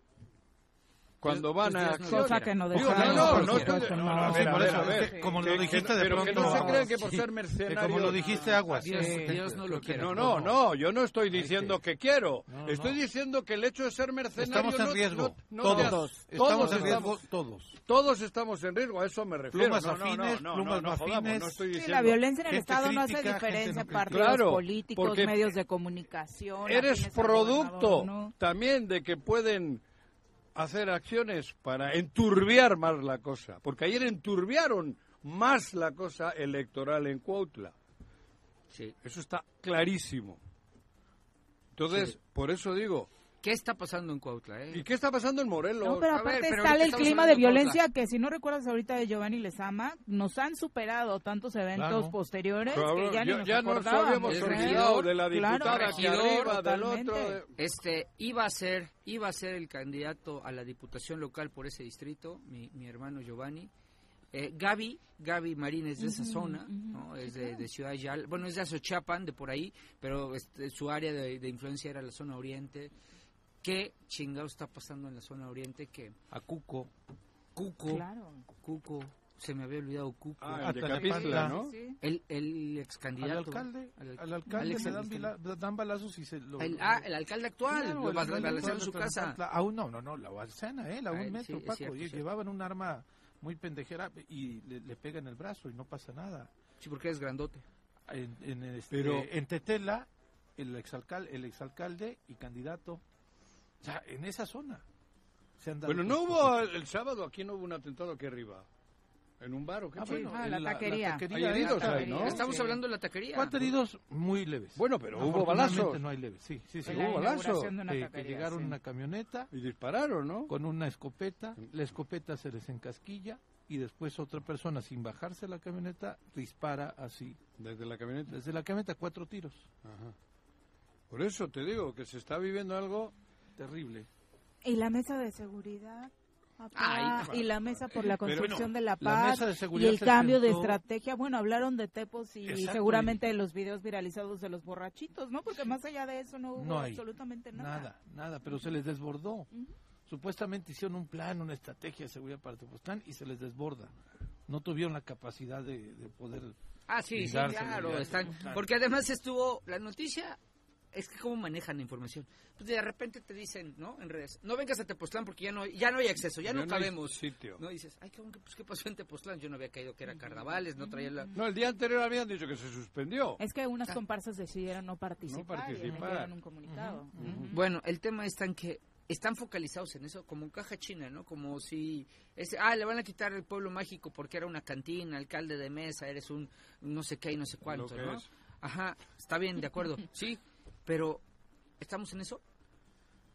Cuando Pues- van pues Dios a no lo acciones. quiera. Cosa que no Digo, dejaron, no, por no, no, estoy- supuesto, no, no. a ver, a ver, a ver. Sí, como lo Que- dijiste que- de pero que pronto- no se crean que por Sí. ser Eh, mercenarios... como lo dijiste, aguas. Dios, Sí. Dios no lo quiera. No, no, no, yo no estoy diciendo que quiero. No, estoy no. diciendo que el hecho de ser mercenario... Estamos en no- riesgo. no- no te todos. hace- Estamos en riesgo todos. Todos estamos en riesgo, a eso me refiero. Plumas no, no, afines, no, no, plumas no, más jodamos, fines. no estoy Sí, diciendo- la violencia en el Gente Estado no crítica, hace gente diferencia. no crítica. partidos Claro, políticos, porque medios de comunicación. Eres afines al gobernador, producto ¿no? también de que pueden hacer acciones para enturbiar más la cosa, porque ayer enturbiaron más la cosa electoral en Cuautla. Sí. Eso está clarísimo. Entonces, por eso digo, ¿Qué está pasando en Cuautla? Eh? ¿y qué está pasando en Morelos? No, pero A ver, aparte pero sale ahorita el estamos clima de hablando de violencia que si no recuerdas ahorita de Giovanni Lezama, nos han superado tantos eventos Claro. posteriores Cabrón, que ya ni yo- nos ya nos acordábamos, habíamos ¿eh? El regidor, olvidado de la claro, diputada aquí regidor, arriba, del totalmente. otro. eh. de- Este, iba a ser, iba a ser el candidato a la diputación local por ese distrito, mi, mi hermano Giovanni. Eh, Gaby, Gaby Marín es de esa zona, ¿no? es de, de Ciudad Yal, bueno, es de Azochapan, de por ahí, pero este, su área de, de influencia era la zona oriente. ¿Qué chingado está pasando en la zona oriente? Que A Cuco. Cuco, Claro. Cuco, se me había olvidado Cuco. Ah, el de Atlacapantla, Capitla, ¿no? Sí, sí. el, el ex Al candidato. alcalde, al alcalde Alex le dan, Agustín. vila- dan balazos y se lo... El, ah, el alcalde actual, Claro, lo el va alcalde a en actual su de casa. Tlaxcala. Aún no, no, no, la balsana, ¿eh? La Ah, un sí, metro, es Paco. cierto, y cierto. Llevaban un arma muy pendejera y le, le pega en el brazo y no pasa nada. Sí, porque es grandote. En, en, este, Pero- en Tetela, el exalcalde, el exalcalde y candidato, o sea, en esa zona. se han dado Bueno, no otras hubo el sábado, aquí no hubo un atentado aquí arriba. ¿En un bar o qué? Ah, bueno, Ah, en la taquería. Hay heridos esta- ahí, ¿no? Estamos Sí. hablando de la taquería. Cuatro heridos muy leves. Bueno, pero hubo Afortunadamente balazos. No hay leves, sí, sí, sí. En la Hubo inauguración balazos. de una que- que taquería, llegaron sí. una camioneta Y dispararon, ¿no? con una escopeta, la escopeta se les encasquilla y después otra persona sin bajarse la camioneta dispara así. Desde la camioneta. Desde la camioneta cuatro tiros. Ajá. Por eso te digo que se está viviendo algo. Terrible. ¿Y la mesa de seguridad? papá? Ay, y la mesa por la Pero construcción bueno, de la la paz mesa de y seguridad el se cambio de sentó- estrategia. Bueno, hablaron de Tepos y Exacto, seguramente de los videos viralizados de los borrachitos, ¿no? Porque más allá de eso no hubo No hay absolutamente nada. Nada, nada, pero se les desbordó. Supuestamente hicieron un plan, una estrategia de seguridad para Tepoztlán y se les desborda. No tuvieron la capacidad de, de poder. Ah, sí, sí, Darse, claro. darse, están- claro. porque además estuvo la noticia. Es que cómo manejan la información. Pues de repente te dicen, ¿no? En redes, no vengas a Tepoztlán porque ya no, hay- ya no hay acceso, ya Ya no, no hay cabemos. sitio. No dices, ay, cabrón, ¿qué, pues, ¿qué pasó en Tepoztlán? Yo no había caído que era carnavales, no traía la... No, el día anterior habían dicho que se suspendió. Es que Ah. unas comparsas decidieron no participar, y participar. emitieron un comunicado. Bueno, el tema es tan que están focalizados en eso, como en caja china, ¿no? Como si, es, ah, le van a quitar el pueblo mágico porque era una cantina, alcalde de mesa, eres un no sé qué y no sé cuánto, Lo que ¿no? es. Ajá, está bien, de acuerdo, sí, pero ¿estamos en eso?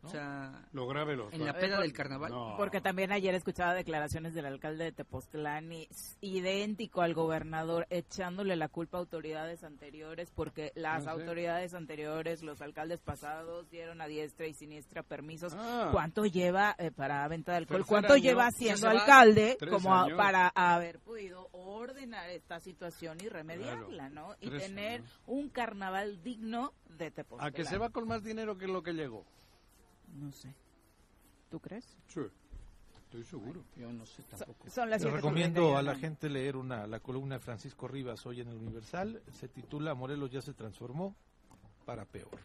O No. sea, Lo grave los. en la peda del carnaval. No. Porque también ayer escuchaba declaraciones del alcalde de Tepoztlán y- idéntico al gobernador, echándole la culpa a autoridades anteriores, porque las Ah, sí. autoridades anteriores, los alcaldes pasados, dieron a diestra y siniestra permisos. Ah. ¿Cuánto lleva eh, para venta de alcohol? Tercer ¿Cuánto año. lleva Ya siendo se va alcalde tres como a- años. para haber podido ordenar esta situación y remediarla, ¿no? Y Tres tener años. un carnaval digno de Tepoztlán. A que se va con más dinero que lo que llegó. No sé. ¿Tú crees? Sí. Estoy seguro. Yo no sé tampoco. Son las Les siete recomiendo a la 49. gente leer una, la columna de Francisco Rivas hoy en el Universal. Se titula Morelos ya se transformó para peor.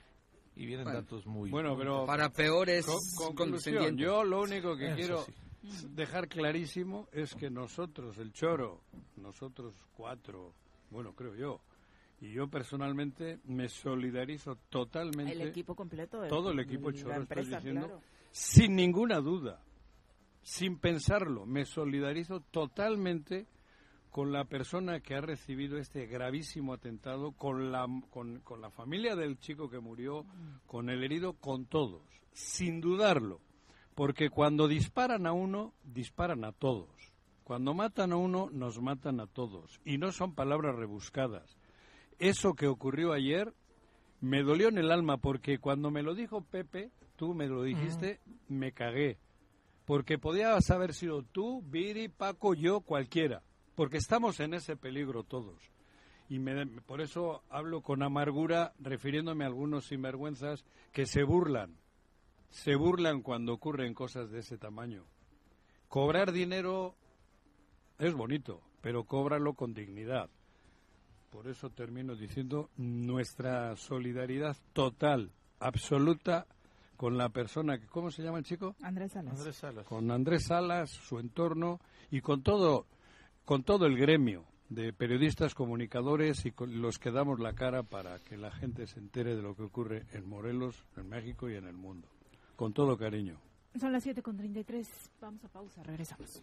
Y vienen Bueno. datos muy. Bueno, pero. Para peores Co- conclusión, condescendientes. yo lo único que Eso quiero sí. dejar clarísimo es que nosotros, el Choro, nosotros cuatro, bueno, creo yo, y yo personalmente me solidarizo totalmente, El equipo completo. de- todo el equipo de la Choro, estoy empresa, diciendo, claro. sin ninguna duda, sin pensarlo, me solidarizo totalmente con la persona que ha recibido este gravísimo atentado, con la, con, con la familia del chico que murió, con el herido, con todos, sin dudarlo. Porque cuando disparan a uno, disparan a todos. Cuando matan a uno, nos matan a todos. Y no son palabras rebuscadas. Eso que ocurrió ayer me dolió en el alma porque cuando me lo dijo Pepe, tú me lo dijiste, me cagué. Porque podías haber sido tú, Viri, Paco, yo, cualquiera. Porque estamos en ese peligro todos. Y me- por eso hablo con amargura refiriéndome a algunos sinvergüenzas que se burlan. Se burlan cuando ocurren cosas de ese tamaño. Cobrar dinero es bonito, pero cóbralo con dignidad. Por eso termino diciendo nuestra solidaridad total, absoluta, con la persona que, ¿cómo se llama el chico? Andrés Salas. Andrés Salas. Con Andrés Salas, su entorno y con todo, con todo el gremio de periodistas, comunicadores y con los que damos la cara para que la gente se entere de lo que ocurre en Morelos, en México y en el mundo. Con todo cariño. Son las 7 con 33. Vamos a pausa, regresamos.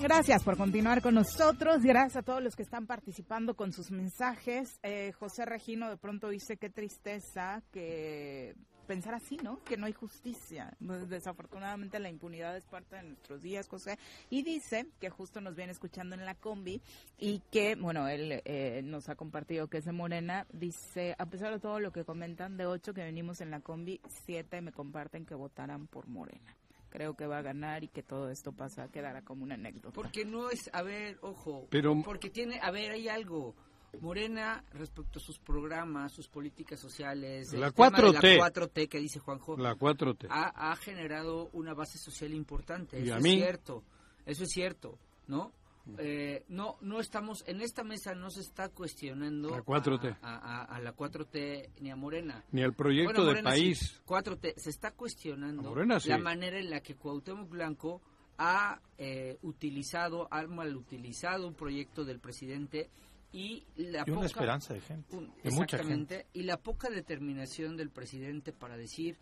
Gracias por continuar con nosotros. Gracias a todos los que están participando con sus mensajes. Eh, José Regino de pronto dice qué tristeza que pensar así, ¿no? Que no hay justicia. Desafortunadamente la impunidad es parte de nuestros días, José. Y dice que justo nos viene escuchando en la combi y que, bueno, él eh, nos ha compartido que es de Morena. Dice, a pesar de todo lo que comentan, de ocho que venimos en la combi, siete me comparten que votarán por Morena. Creo que va a ganar y que todo esto pasa, quedará como una anécdota. Porque no es, a Pues, ver, ojo, Pero- porque tiene, a ver, hay algo. Morena, respecto a sus programas, sus políticas sociales, La el tema de 4T. la 4T que dice Juanjo, La 4T. Ha, ha generado una base social importante. Y eso a es mí. Mm. cierto, eso es cierto, ¿no? Eh, no, no estamos, en esta mesa no se está cuestionando La 4T. A, a- a- a la 4T ni a Morena. Ni al proyecto Bueno, de Morena sí, país. 4T, se está cuestionando A Morena sí. la manera en la que Cuauhtémoc Blanco ha eh, utilizado, ha mal utilizado un proyecto del presidente y la Y una poca- esperanza de gente, un- de mucha exactamente, y la poca determinación del presidente para decir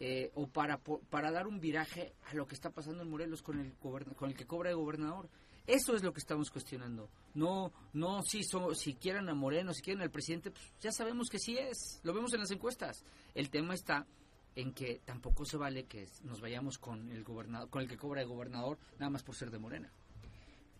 eh, o para po- para dar un viraje a lo que está pasando en Morelos con el goberna- con el que cobra el gobernador. Eso es lo que estamos cuestionando. No, no si so- si quieran a Moreno, si quieren al presidente, pues ya sabemos que sí es. Lo vemos en las encuestas. El tema está en que tampoco se vale que nos vayamos con el gobernador, con el que cobra el gobernador, nada más por ser de Morena.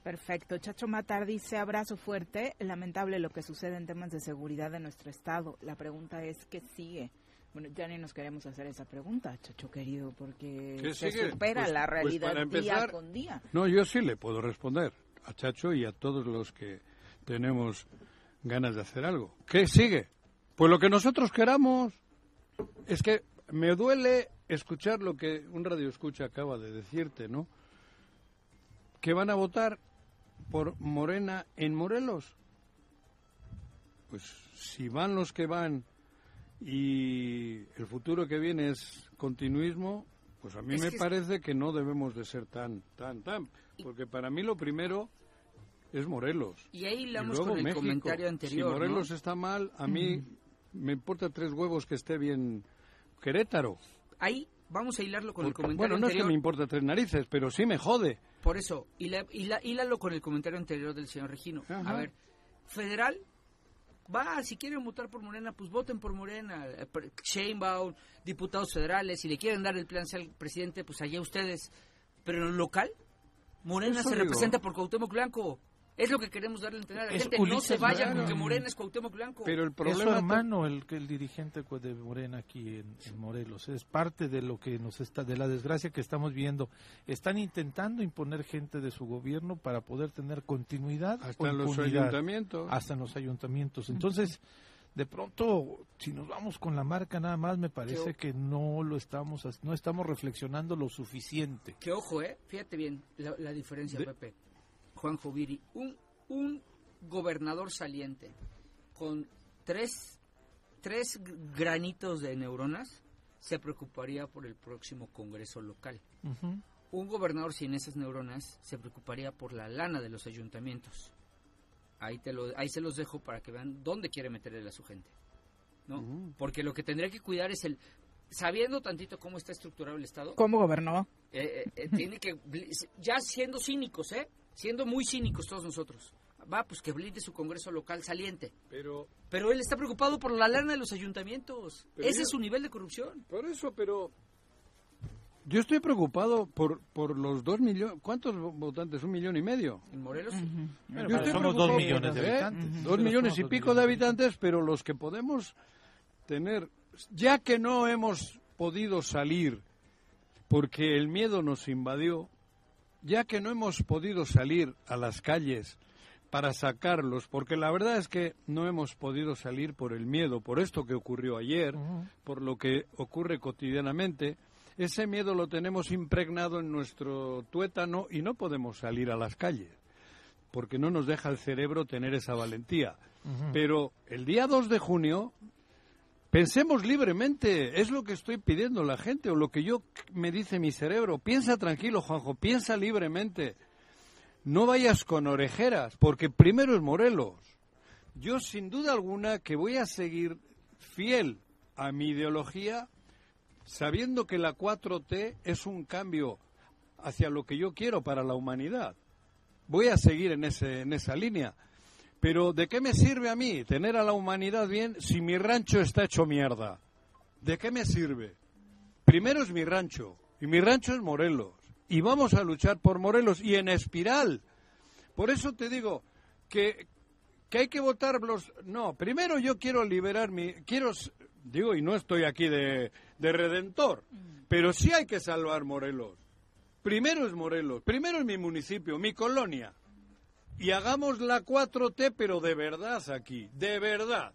Perfecto. Chacho Matar dice, abrazo fuerte. Lamentable lo que sucede en temas de seguridad de nuestro Estado. La pregunta es, ¿qué sigue? Bueno, ya ni nos queremos hacer esa pregunta, Chacho querido, porque ¿Qué se sigue? supera Pues- la pues realidad para día empezar- con día. No, yo sí le puedo responder a Chacho y a todos los que tenemos ganas de hacer algo. ¿Qué sigue? Pues lo que nosotros queramos. Es que me duele escuchar lo que un radio escucha acaba de decirte, ¿no? Que van a votar por Morena en Morelos. Pues si van los que van y el futuro que viene es continuismo, pues a mí Es me que es- parece que no debemos de ser tan, tan, tan. Porque para mí lo primero es Morelos. Y ahí hilamos luego con el México. comentario anterior, Si Morelos ¿no? está mal, a mí me importa tres huevos que esté bien Querétaro. Ahí vamos a hilarlo con el Porque- comentario bueno, no es que anterior. me importa tres narices, pero sí me jode. Por eso, hila- hila- hílalo con el comentario anterior del señor Regino. A ver, federal, va, si quieren votar por Morena, pues voten por Morena. Eh, per- Sheinbaum, diputados federales, si le quieren dar el plan al presidente, pues allá ustedes. Pero en lo local, Morena Eso se digo. representa por Cuauhtémoc Blanco. Es lo que queremos darle a entender a la Es gente. no Ulises se vayan Blanco. porque Morena es Cuauhtémoc Blanco. Es su hermano el, que- el dirigente pues, de Morena aquí en, en Morelos. Es parte de lo que nos está, de la desgracia que estamos viendo. Están intentando imponer gente de su gobierno para poder tener continuidad. Hasta en los impunidad. ayuntamientos. Hasta en los ayuntamientos. Entonces, de pronto, si nos vamos con la marca nada más, me parece Yo- que no lo estamos, as- no estamos reflexionando lo suficiente. Que ojo, ¿eh? Fíjate bien la, la diferencia, De- Pepe. Juan Joviri, un, un gobernador saliente con tres, tres gr- granitos de neuronas se preocuparía por el próximo Congreso local. Ujú. Un gobernador sin esas neuronas se preocuparía por la lana de los ayuntamientos. Ahí, te lo, ahí se los dejo para que vean dónde quiere meterle a su gente. ¿no? Porque lo que tendría que cuidar es el... Sabiendo tantito cómo está estructurado el pues, Estado, ¿Cómo gobernó? eh, eh, eh, tiene que, bli- ya siendo cínicos, ¿eh? Siendo muy cínicos todos nosotros. Va, pues que blinde su Congreso local saliente. Pero, Pero él está preocupado por la lana de los ayuntamientos. Pero Ese yo- es su nivel de corrupción. Por eso, pero... Yo estoy preocupado por, por los dos millones... ¿Cuántos votantes? ¿Un millón y medio? En Morelos. Bueno, Yo pero estoy preocupado somos dos por millones de eso, ¿eh? habitantes. Ujú. Dos Pero millones y somos dos pico de habitantes, pero los que podemos tener, ya que no hemos podido salir porque el miedo nos invadió, ya que no hemos podido salir a las calles para sacarlos, porque la verdad es que no hemos podido salir por el miedo, por esto que ocurrió ayer, por lo que ocurre cotidianamente, ese miedo lo tenemos impregnado en nuestro tuétano y no podemos salir a las calles, porque no nos deja el cerebro tener esa valentía. Pero el día 2 de junio, pensemos libremente, es lo que estoy pidiendo a la gente o lo que yo me dice mi cerebro. Piensa tranquilo, Juanjo, piensa libremente. No vayas con orejeras, porque primero es Morelos. Yo sin duda alguna que voy a seguir fiel a mi ideología, sabiendo que la 4T es un cambio hacia lo que yo quiero para la humanidad. Voy a seguir en, ese, en esa línea. Pero ¿de qué me sirve a mí tener a la humanidad bien si mi rancho está hecho mierda? ¿De qué me sirve? Primero es mi rancho, y mi rancho es Morelos, y vamos a luchar por Morelos, y en espiral. Por eso te digo que, que hay que votar los... No, primero yo quiero liberar mi... Quiero, s- digo, y no estoy aquí de, de redentor, pero sí hay que salvar Morelos. Primero es Morelos, primero es mi municipio, mi colonia. y hagamos la 4T, pero de verdad aquí, de verdad.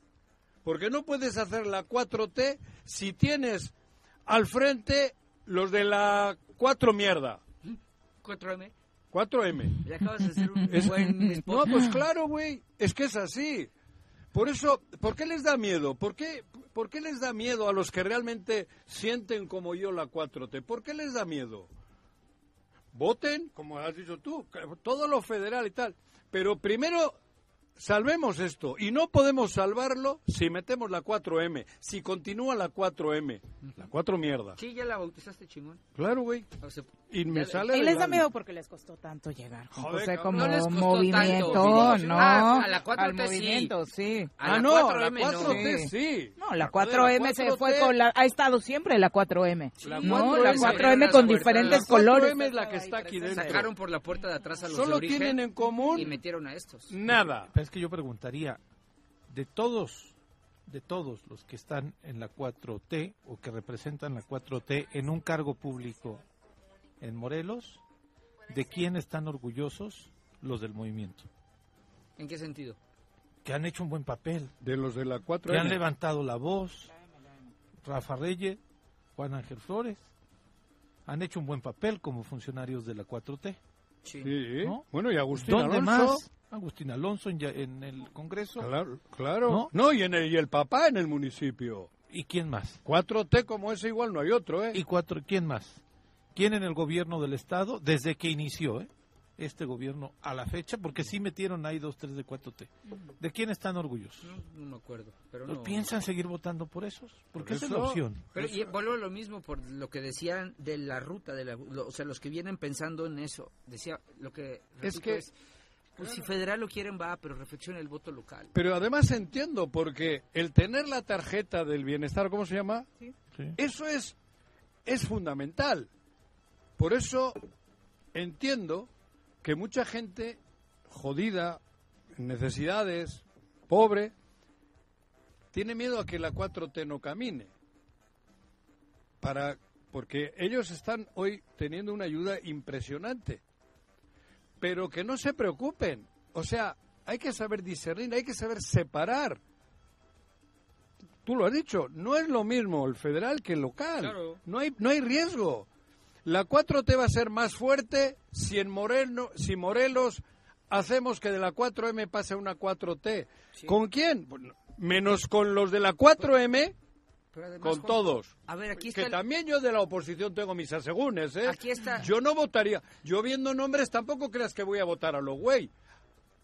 Porque no puedes hacer la 4T si tienes al frente los de la 4 mierda. 4M. 4M. Le acabas de hacer un Es- buen no, spot. pues claro, güey. Es que es así. Por eso, ¿por qué les da miedo? ¿Por qué, ¿Por qué les da miedo a los que realmente sienten como yo la 4T? ¿Por qué les da miedo? Voten, como has dicho tú, todo lo federal y tal. Pero primero, salvemos esto. Y no podemos salvarlo si metemos la 4M, si continúa la 4M. La 4 mierda. Sí, ya la bautizaste chingón. Claro, güey. O sea, Y me Ya- sale Y les da adelante. miedo porque les costó tanto llegar. Joder, o sea, cabrón. como No les costó movimiento, tanto, sí. ¿no? Ah, a la 4T Al sí. movimiento, sí. A ah, la no, 4M la no. 4T sí. No, la Joder, 4M se fue 4T. con la... Ha estado siempre la 4M. La no, 4M la era 4M la con puerta de diferentes los colores. 4M es la que está aquí dentro. Sacaron por la puerta de atrás a los de Solo origen tienen en y común metieron a estos. nada. Pero es que yo preguntaría, de todos, de todos los que están en la 4T o que representan la 4T en un cargo público en Morelos, ¿de quién están orgullosos los del movimiento? ¿En qué sentido? Que han hecho un buen papel, De los de la que han 4M. levantado la voz. Rafa Reyes, Juan Ángel Flores, han hecho un buen papel como funcionarios de la 4T. Sí. Sí, ¿No? Bueno, y Agustín ¿Dónde Alonso. más? Agustín Alonso en, ya- en el Congreso. Claro, claro. ¿No? ¿No? y, en el, y el papá en el municipio. ¿Y quién más? 4T como ese igual no hay otro, ¿eh? ¿Y cuatro? ¿Quién más? ¿Quién en el gobierno del Estado desde que inició eh, este gobierno a la fecha? Porque sí metieron ahí dos, tres de 4T. ¿De quién están orgullosos? No, no me acuerdo. Pero ¿No no. ¿Piensan seguir votando por esos? Porque Por esa es la eso. opción. Pero y vuelvo a lo mismo por lo que decían de la ruta, de la, lo- o sea, los que vienen pensando en eso. Decía, lo que repito que- es, pues si federal lo quieren va, pero reflexiona el voto local. Pero además entiendo, porque el tener la tarjeta del bienestar, ¿cómo se llama? Sí. Eso es, es fundamental. Por eso entiendo que mucha gente jodida, en necesidades, pobre, tiene miedo a que la 4T no camine. Para, porque ellos están hoy teniendo una ayuda impresionante. Pero que no se preocupen. O sea, hay que saber discernir, hay que saber separar tú lo has dicho, no es lo mismo el federal que el local. Claro. No hay no hay riesgo. La 4T va a ser más fuerte si en Moreno, si Morelos hacemos que de la 4M pase a una 4T. Sí. ¿Con quién? Pues no, Menos con los de la 4M, Pero además, con Juan- todos. A ver, aquí que está, el- también yo de la oposición tengo mis asegúnes, ¿eh? aquí está. Yo no votaría. Yo viendo nombres tampoco creas que voy a votar a los güey.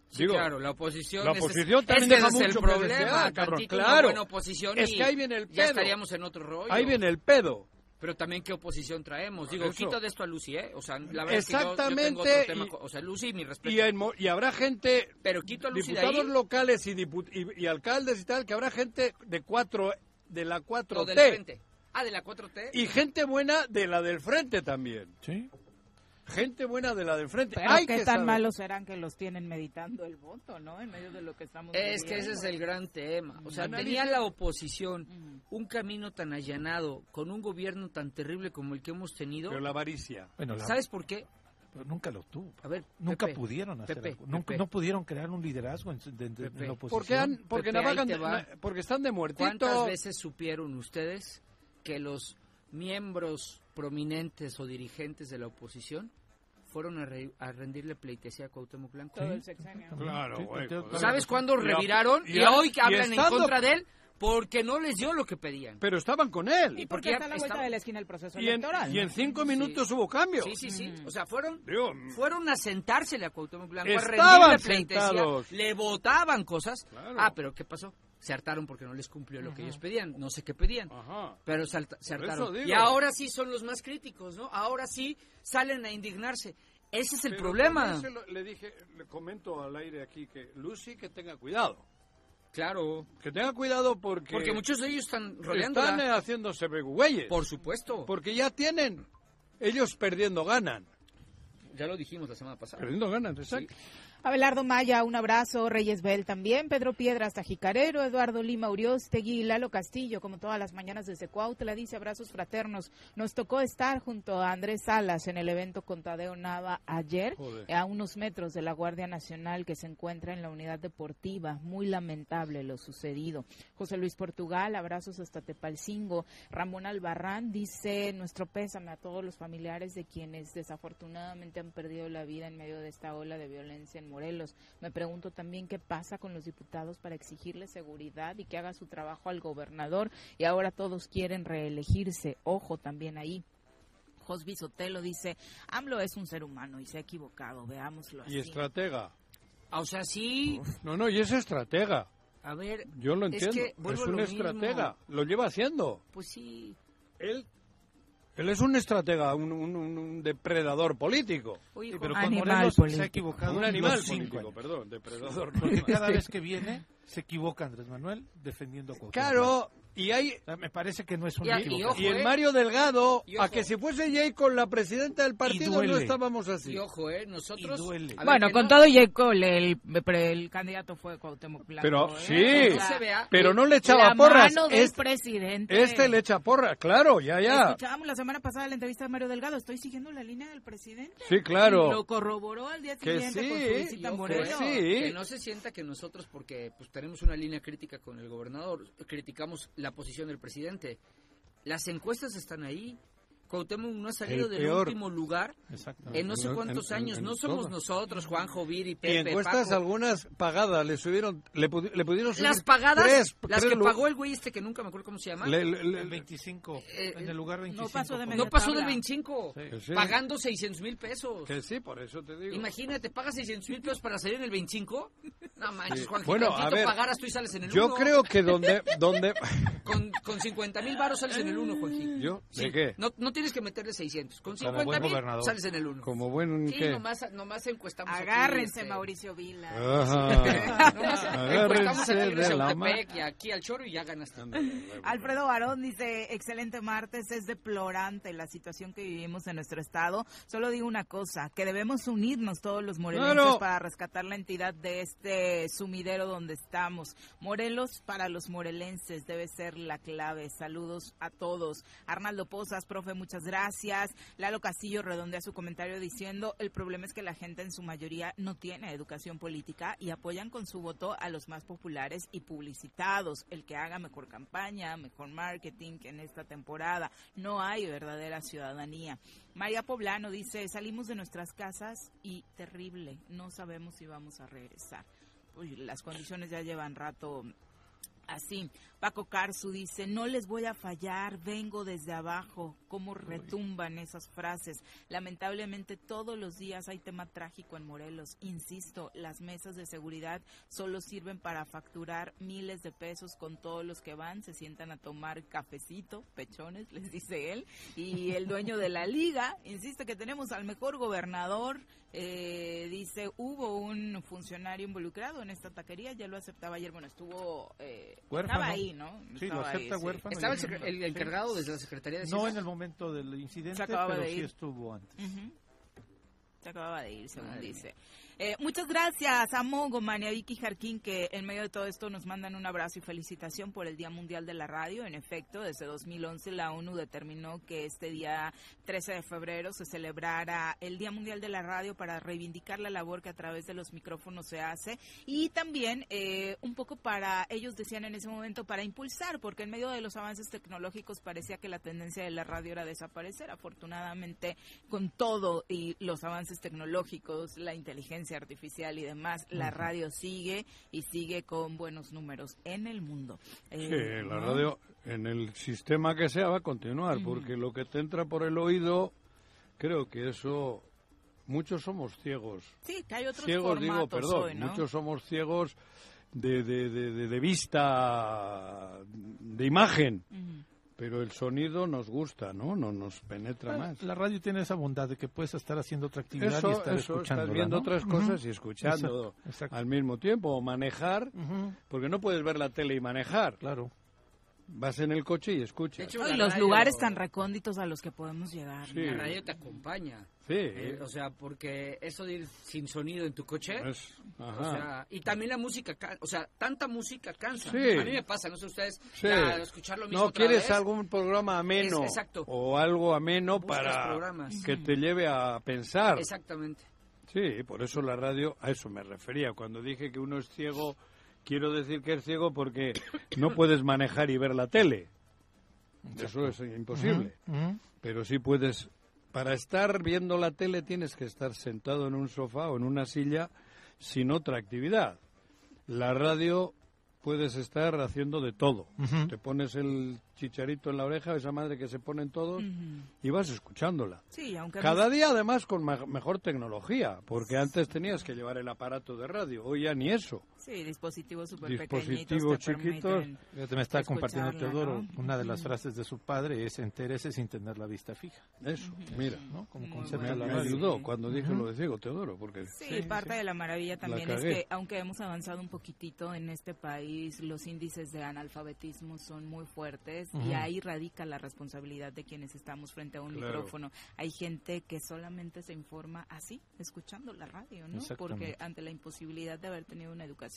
Sí, digo, claro, la oposición. la ese es- oposición también ese deja este es el mucho que problema, desear, cabrón, tantito una claro. buena oposición Es y que ahí viene el Ya pedo. estaríamos en otro rollo. Ahí viene el pedo. Pero también qué oposición traemos. Digo, eso. quito de esto a Lucy, ¿eh? O sea, la verdad es que yo- yo, tengo Exactamente, otro tema. y- co- o sea, Lucy, mi respeto. Y, en Mo- y habrá gente pero quito a Lucy de ahí. diputados locales y, dipu- y, y alcaldes y tal, que habrá gente de cuatro de la o del 4T frente. Ah, de la 4T. y gente buena de la del frente también. Sí. Gente buena de la del frente. Pero Hay qué que tan saber. malos serán que los tienen meditando el voto, ¿no? En medio de lo que estamos Es que ese viviendo. es el gran tema. O sea, tenía la oposición un camino tan allanado, con un gobierno tan terrible como el que hemos tenido. Pero la avaricia. Bueno, la- ¿Sabes por qué? pero nunca lo tuvo. A ver, Nunca Pepe, pudieron hacer Pepe, algo. Nunca- Pepe. no pudieron crear un liderazgo en, de- de- en Pepe. la oposición. Porque, han, porque, Pepe, ahí navegan- te va. na- porque están de muertito. ¿Cuántas veces supieron ustedes que los miembros prominentes o dirigentes de la oposición fueron a, re- a rendirle pleitesía a Cuauhtémoc Blanco? Todo el sexenio. Claro, güey, te- joder. ¿Sabes cuándo Y a- reviraron? y Y, a- hoy y que hablan en estando- contra de él porque no les dio lo que pedían. Pero estaban con Y él. porque Porque está a la está- vuelta de la esquina el proceso Y en, electoral. y en cinco minutos hubo cambio. Sí, sí, sí. O sea, fueron, Digo, mm. fueron a sentársele a Cuauhtémoc Blanco, a Estaban rendirle pleitesía, sentados. le votaban cosas. Claro. Ah, pero ¿qué pasó? Se hartaron porque no les cumplió lo que ellos pedían. No sé qué pedían. Ajá. Pero salta- se Por eso hartaron. digo. Y ahora sí son los más críticos, ¿no? Ahora sí salen a indignarse. Ese es el Pero problema. también se lo- le dije, le comento al aire aquí que Lucy que tenga cuidado. Claro. Que tenga cuidado porque, Porque muchos de ellos están rodeándola. están eh, haciéndose güeyes. Por supuesto. Porque ya tienen. Ellos perdiendo ganan. Ya lo dijimos la semana pasada. Ah, Perdiendo ganan, exacto. Abelardo Maya, un abrazo. Reyes Bell también. Pedro Piedras, Tajicarero. Eduardo Lima Uriostegui. Lalo Castillo, como todas las mañanas desde Cuautla, dice abrazos fraternos. Nos tocó estar junto a Andrés Salas en el evento con Tadeo Nava ayer, Joder. a unos metros de la Guardia Nacional que se encuentra en la unidad deportiva. Muy lamentable lo sucedido. José Luis Portugal, abrazos hasta Tepalcingo. Ramón Albarrán dice nuestro pésame a todos los familiares de quienes desafortunadamente han perdido la vida en medio de esta ola de violencia en Morelos. Me pregunto también qué pasa con los diputados para exigirle seguridad y que haga su trabajo al gobernador y ahora todos quieren reelegirse. Ojo también ahí. Josby Sotelo dice, AMLO es un ser humano y se ha equivocado, veámoslo así. Y estratega. Ah, o sea, sí. No, no, y es estratega. A ver. Yo lo es entiendo. que Es, vuelvo a un lo mismo. estratega. Lo lleva haciendo. Pues sí. Él. Él es un estratega, un, un- un- un depredador político. Oye, Sí, pero con Morelos se ha equivocado Un animal los cinco político, años. perdón, depredador. Porque político. cada vez que viene se equivoca Andrés Manuel defendiendo a Cuauhtémoc. Claro, y hay... Me parece que no es un Y, equivocación. el Mario Delgado, a que si fuese Jay con la presidenta del Y partido duele. no estábamos así. Y ojo, ¿eh? Nosotros. a ver, Bueno, que con no- todo y el cole, el, el candidato fue Cuauhtémoc Blanco. Pero ¿eh? sí, O sea, pero no le echaba ¿ah? la porras. mano del Este, presidente. este le echa porras, claro, ya, ya. Escuchábamos la semana pasada la entrevista de Mario Delgado. Estoy siguiendo la línea del presidente. Sí, claro. Lo corroboró al día Que siguiente sí, con su visita a Ojo, Morelos. ¿eh? sí. Que no se sienta que nosotros, porque pues tenemos una línea crítica con el gobernador, criticamos la posición del presidente. Las encuestas están ahí. Cuauhtémoc no ha salido El del peor. último lugar Exactamente. en no sé En- cuántos en- en- años. en no somos todas. nosotros, Juanjo, Viri, Y Pepe, encuestas Paco. algunas pagadas le subieron, le, pudi- le pudieron subir Las pagadas, tres- las tres que lu- pagó el güey este que nunca me acuerdo cómo se llama. Le- le- le- El 25, Eh, en el lugar 25. no pasó, por- no pasó del 25, Que sí. pagando 600 mil pesos. Que sí, por eso te digo. Imagínate, pagas 600 mil pesos para salir en el 25. No manches, Sí. Juanjito, Bueno, a tantito ver, pagaras tú y sales en el 1. yo creo que donde, donde, Con, con 50 mil baros sales en el 1, Juanjito. ¿Yo? Sí. ¿De qué? No, no tienes que meterle 600. Con Como 50 buen mil gobernador. sales en el 1. como buen Sí, qué. nomás, nomás encuestamos aquí, Agárrense, este, Mauricio Vila. Ajá. nomás encuestamos Agárrense aquí en de la mano. Chapultepec y aquí al Choro y ya ganaste. Alfredo Barón dice, excelente martes, es deplorante la situación que vivimos en nuestro estado. Solo digo una cosa, que debemos unirnos todos los morelenses Claro. para rescatar la entidad de este sumidero donde estamos. Morelos para los morelenses debe ser la clave. Saludos a todos. Arnaldo Pozas, profe, muchas gracias. Lalo Castillo redondea su comentario diciendo, el problema es que la gente en su mayoría no tiene educación política y apoyan con su voto a los más populares y publicitados, el que haga mejor campaña, mejor marketing que en esta temporada. No hay verdadera ciudadanía. María Poblano dice, salimos de nuestras casas y terrible, no sabemos si vamos a regresar. Uy, las condiciones ya llevan rato Así, Paco Carzu dice, no les voy a fallar, vengo desde abajo. ¿Cómo retumban esas frases? Lamentablemente todos los días hay tema trágico en Morelos. Insisto, las mesas de seguridad solo sirven para facturar miles de pesos con todos los que van, se sientan a tomar cafecito, pechones, les dice él. Y el dueño de la liga insiste que tenemos al mejor gobernador. eh, dice, hubo un funcionario involucrado en esta taquería, ya lo aceptaba ayer. Bueno, estuvo... eh, Huérfano. estaba ahí, ¿no? Sí, lo Estaba ahí, acepta sí. huérfano. Estaba el, Sí. secre- el encargado desde la Secretaría de No Hacienda. en el momento del incidente, Se acababa pero de sí ir. estuvo antes. Ujú. Se acababa de ir, según Madre dice. Eh, muchas gracias a Mogo, Mania, Vicky Jarquín, que en medio de todo esto nos mandan un abrazo y felicitación por el Día Mundial de la Radio. En efecto, desde 2011 la ONU determinó que este día 13 de febrero se celebrara el Día Mundial de la Radio para reivindicar la labor que a través de los micrófonos se hace y también eh, un poco para, ellos decían en ese momento, para impulsar, porque en medio de los avances tecnológicos parecía que la tendencia de la radio era desaparecer. Afortunadamente, con todo y los avances tecnológicos, la inteligencia artificial y demás, la Ujú. radio sigue y sigue con buenos números en el mundo. Eh, Sí, la ¿no? radio en el sistema que sea va a continuar, Ujú. porque lo que te entra por el oído, creo que eso, muchos somos ciegos. Sí, que hay otros ciegos, digo, formatos perdón, hoy, ¿no? muchos somos ciegos de, de- de- de- de vista, de imagen, Ujú. pero el sonido nos gusta, ¿no? No nos penetra Bueno, más. La radio tiene esa bondad de que puedes estar haciendo otra actividad Eso- y estar eso, escuchando. estás viendo otras cosas y escuchando Exacto, exacto. al mismo tiempo, o manejar, porque no puedes ver la tele y manejar. Claro. Vas en el coche y escuchas. De hecho, No, y la los radio- lugares tan recónditos a los que podemos llegar. Sí. La radio te acompaña. Sí. Eh, o sea, porque eso de ir sin sonido en tu coche. ajá. O sea, y también la música, ca- o sea, tanta música cansa. Sí. A mí me pasa, no sé ustedes, Sí. ya, escuchar lo mismo. no, otra quieres vez. algún programa ameno. Es- exacto. O algo ameno Buscas para programas. que te lleve a pensar. Exactamente. Sí, por eso la radio, a eso me refería. Cuando dije que uno es ciego, quiero decir que es ciego porque no puedes manejar y ver la tele. Eso es imposible. Pero sí puedes, para estar viendo la tele tienes que estar sentado en un sofá o en una silla sin otra actividad. La radio puedes estar haciendo de todo. Ujú. Te pones el chicharito en la oreja, esa madre que se ponen todos, y vas escuchándola. Sí, aunque Cada día además con ma- mejor tecnología, porque antes tenías que llevar el aparato de radio, hoy ya ni eso. Sí, dispositivos súper Dispositivos chiquitos. Fíjate, me está compartiendo Este, escucharla, Teodoro. ¿no? Una de las frases de su padre es entérese sin tener la vista fija. Eso, mira. ¿no? Como Muy concepto Me, de la me radio. ayudó cuando dije Ujú. lo de ciego, Teodoro, porque... Sí, parte de la maravilla también es cagué. que, aunque hemos avanzado un poquitito en este país, los índices de analfabetismo son muy fuertes y Ujú. ahí radica la responsabilidad de quienes estamos frente a un Claro. micrófono. Hay gente que solamente se informa así, escuchando la radio, ¿no? Porque Exactamente. ante la imposibilidad de haber tenido una educación,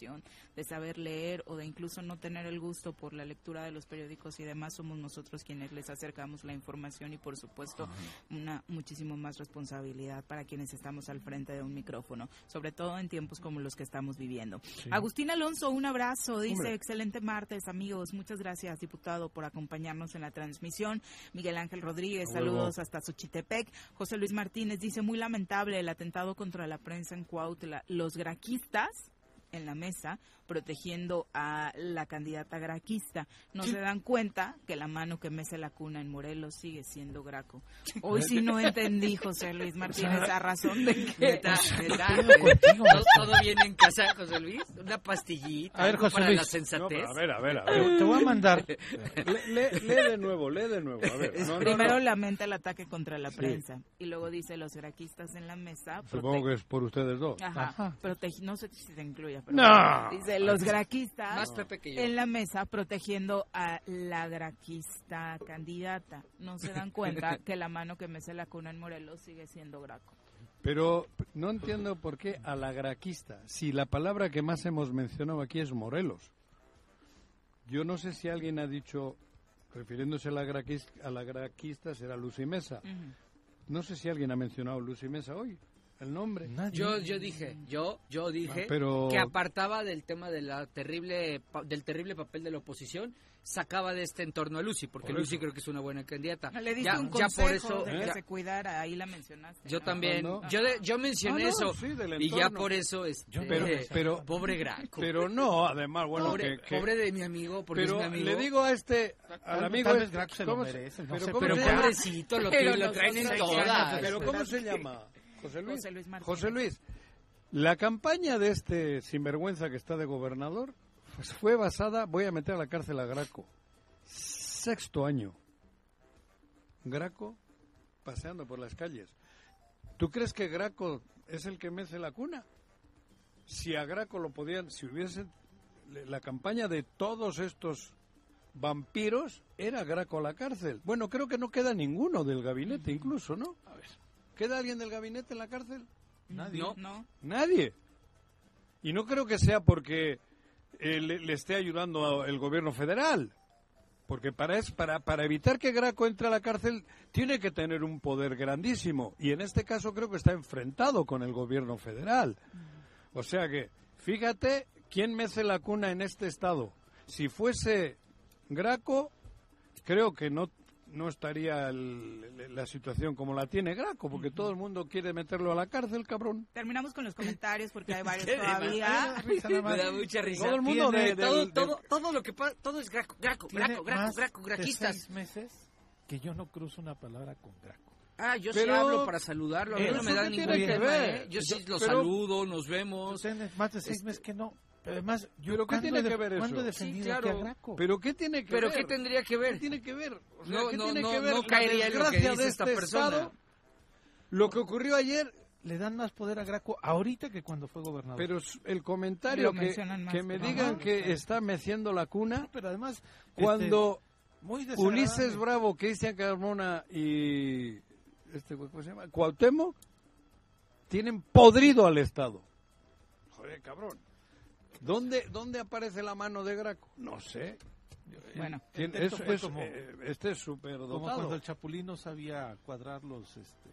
de saber leer o de incluso no tener el gusto por la lectura de los periódicos y demás, somos nosotros quienes les acercamos la información y, por supuesto, una muchísimo más responsabilidad para quienes estamos al frente de un micrófono, sobre todo en tiempos como los que estamos viviendo. Agustín Alonso, un abrazo. Dice, Hombre. excelente martes, amigos. Muchas gracias, diputado, por acompañarnos en la transmisión. Miguel Ángel Rodríguez, A huevo. saludos hasta Xochitepec. José Luis Martínez dice, muy lamentable el atentado contra la prensa en Cuautla. Los graquistas en la mesa protegiendo a la candidata graquista. No se dan cuenta que la mano que mece la cuna en Morelos sigue siendo graco. Hoy sí ¿eh? no entendí, José Luis Martínez, a razón de que... Neta, neta, eh, ¿todo, todo bien en casa, José Luis? Una pastillita A ver, ¿no? José para Luis. la sensatez. No, pero a ver, a ver, a Te, ver. te voy a mandar. Le- le- lee de nuevo, lee de nuevo. A ver. No, no, no. Primero lamenta el ataque contra la Sí. prensa y luego dice los graquistas en la mesa Supongo que es por ustedes dos. Ajá. Protegi- no sé si se incluye, pero No. bueno, dice los Ay, graquistas más Pepe que yo. en la mesa protegiendo a la graquista candidata. No se dan cuenta que la mano que mece la cuna en Morelos sigue siendo graco. Pero no entiendo por qué a la graquista, si la palabra que más hemos mencionado aquí es Morelos. Yo no sé si alguien ha dicho, refiriéndose a la graquista, a la graquista será Lucy Mesa. No sé si alguien ha mencionado Lucy Mesa hoy, el nombre. Yo, yo dije, yo, yo dije Ah, pero- que apartaba del tema de la terrible, pa- del terrible papel de la oposición, sacaba de este entorno a Lucy, porque Por Lucy creo que es una buena candidata. Ah, Le diste Ya- un ya consejo por eso, de que ya- se cuidara, ahí la mencionaste. yo ¿no? también, yo, de- yo mencioné Ah, no, eso, sí, del y ya entorno. por eso, este, pero, pero- pobre Graco. Pero no, además, bueno, pobre, que- que- pobre de mi amigo, porque es pero mi amigo. le digo a este, Tal- al amigo, tal vez este, Graco se lo ¿cómo se- merece, no pero sé, ¿cómo pero se ya- llama? Pobrecito, lo tiene- lo traen en todas. Pero ¿cómo se llama? ah, José Luis. José Luis, la campaña de este sinvergüenza que está de gobernador pues, fue basada, voy a meter a la cárcel a Graco, sexto año. Graco paseando por las calles. ¿Tú crees que Graco es el que mece la cuna? Si a Graco lo podían, si hubiese le- la campaña de todos estos vampiros, era Graco a la cárcel. Bueno, creo que no queda ninguno del gabinete incluso, ¿no? ¿Queda alguien del gabinete en la cárcel? Nadie. No. No. Nadie. Y no creo que sea porque eh, le, le esté ayudando a- el gobierno federal. Porque para, es, para, para evitar que Graco entre a la cárcel tiene que tener un poder grandísimo. Y en este caso creo que está enfrentado con el gobierno federal. O sea que, fíjate quién mece la cuna en este estado. Si fuese Graco, creo que no, no estaría el- la situación como la tiene Graco, porque todo el mundo quiere meterlo a la cárcel, cabrón. Terminamos con los comentarios porque hay varios Qué todavía. Me da mucha risa. Todo el mundo Tiene- de- del- todo, del- todo, todo lo que pasa, todo es Graco, Graco, Tiene Graco, Graco, más Graco, de Graquistas. seis meses que yo no cruzo una palabra con Graco. Ah, yo Pero- sí hablo para saludarlo, a mí Pero no me eso da qué ningún tiene que problema, ver. ¿eh? Yo sí Yo- lo pero- saludo, nos vemos. Tienes más de seis Este- meses que no. Pero además, yo ¿Pero qué ¿cuándo tiene he de- que ver eso? ¿cuándo he Sí, defendido claro. aquí a Graco? Pero ¿qué tiene que ¿Pero ver? qué tendría que ver? ¿Qué tiene que ver? O sea, No, ¿qué no, tiene no, que ver no la este caería en lo que desgracia dice de esta este persona. estado? Lo que ocurrió ayer le dan más poder a Graco ahorita que cuando fue gobernador. Pero s- el comentario que, que me digan que está meciendo la cuna, pero además este, cuando muy desagradable. Ulises Bravo, Cristian Carmona y este güey, ¿cómo se llama? Cuauhtémoc tienen podrido al Estado. Joder, cabrón. ¿Dónde, ¿Dónde aparece la mano de Graco? No sé. Bueno. Tien- Esto Eh, es- fue es- como- eh, este es súper Como cuando dotado. el Chapulín no sabía cuadrar los... Este...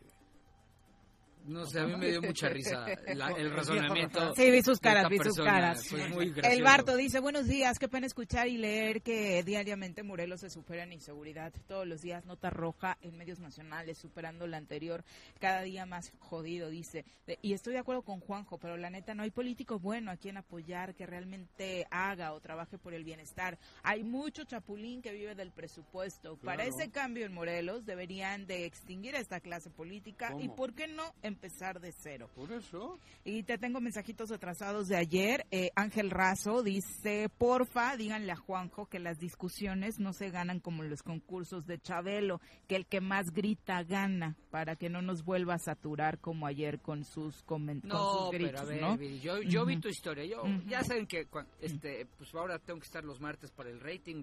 No sé, a mí me dio mucha risa la- el razonamiento. Sí, vi sus de esta caras, vi sus persona, caras. fue muy gracioso. El Barto dice, buenos días, qué pena escuchar y leer que diariamente Morelos se supera en inseguridad. Todos los días nota roja en medios nacionales, superando la anterior, cada día más jodido, dice. De- Y estoy de acuerdo con Juanjo, pero la neta, no hay político bueno a quien apoyar que realmente haga o trabaje por el bienestar. Hay mucho chapulín que vive del presupuesto. Para Claro. ese cambio en Morelos deberían de extinguir a esta clase política y, ¿Cómo? ¿por qué no, empezar de cero? Por eso... Y te tengo mensajitos atrasados de ayer. Eh, Ángel Razo dice, porfa, díganle a Juanjo que las discusiones no se ganan como los concursos de Chabelo, que el que más grita gana, para que no nos vuelva a saturar como ayer con sus, comen- con No, sus gritos, pero a ver, ¿no? Viri, yo, yo vi Ujú. tu historia. Yo, Ujú. Ya saben que cuan- este, pues ahora tengo que estar los martes para el rating,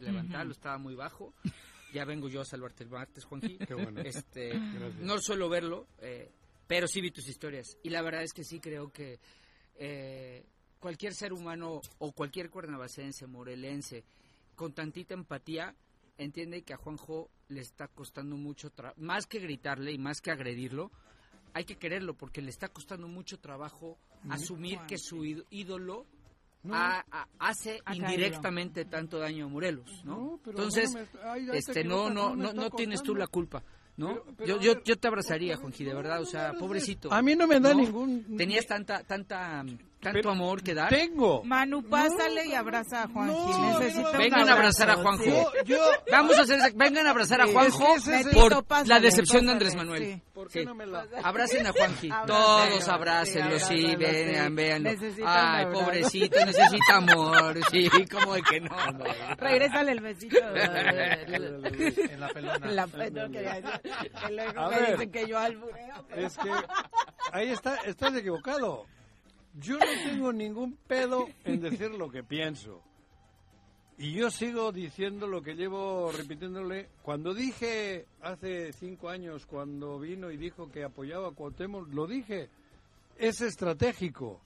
Ujú. levantarlo, estaba muy bajo. Ya vengo yo a salvarte el martes, Juanqui. Qué bueno. Este, Gracias. no suelo verlo, eh, pero sí vi tus historias. Y la verdad es que sí creo que eh, cualquier ser humano o cualquier cuernavacense, morelense, con tantita empatía, entiende que a Juanjo le está costando mucho, tra- más que gritarle y más que agredirlo, hay que quererlo porque le está costando mucho trabajo Muy asumir que su íd- ídolo No. ha- ha- Ah, hace Ha caído. indirectamente tanto daño a Morelos, ¿no? No, pero Entonces, bueno, me- ahí- ahí te este, no, equivocas, no, no me no, está no tienes tú costando. la culpa, ¿no? Pero- pero, yo, a yo, ver, yo te abrazaría, Juanji, de verdad, o sea, pobrecito. A mí no me da ningún- Tenías tanta, tanta, tanto Pero amor que dar. Tengo. Manu, pásale y abraza a Juan Gil. Necesito un Vengan a abrazar a abrazo, Juanjo. sí. Vamos a hacer, vengan a abrazar a Sí, Juanjo es que ese es el- por Pásale, la decepción de pásale, Andrés sí. Manuel. ¿Por qué Sí. no me la- Abracen a Juanji. Abrácenlo, Todos abrácenlo, sí, sí, abrácenlo, vean, sí. vean. Necesita un Ay, abrazo. pobrecito, necesita amor. Sí, como de que no. Regrésale el besito. En la pelona. La pelona que decir. Que luego A me ver. dicen que yo albureo. pero- Es que ahí está, estás equivocado. Yo no tengo ningún pedo en decir lo que pienso. Y yo sigo diciendo lo que llevo repitiéndole. Cuando dije hace cinco años, cuando vino y dijo que apoyaba a Cuauhtémoc, lo dije. Es estratégico.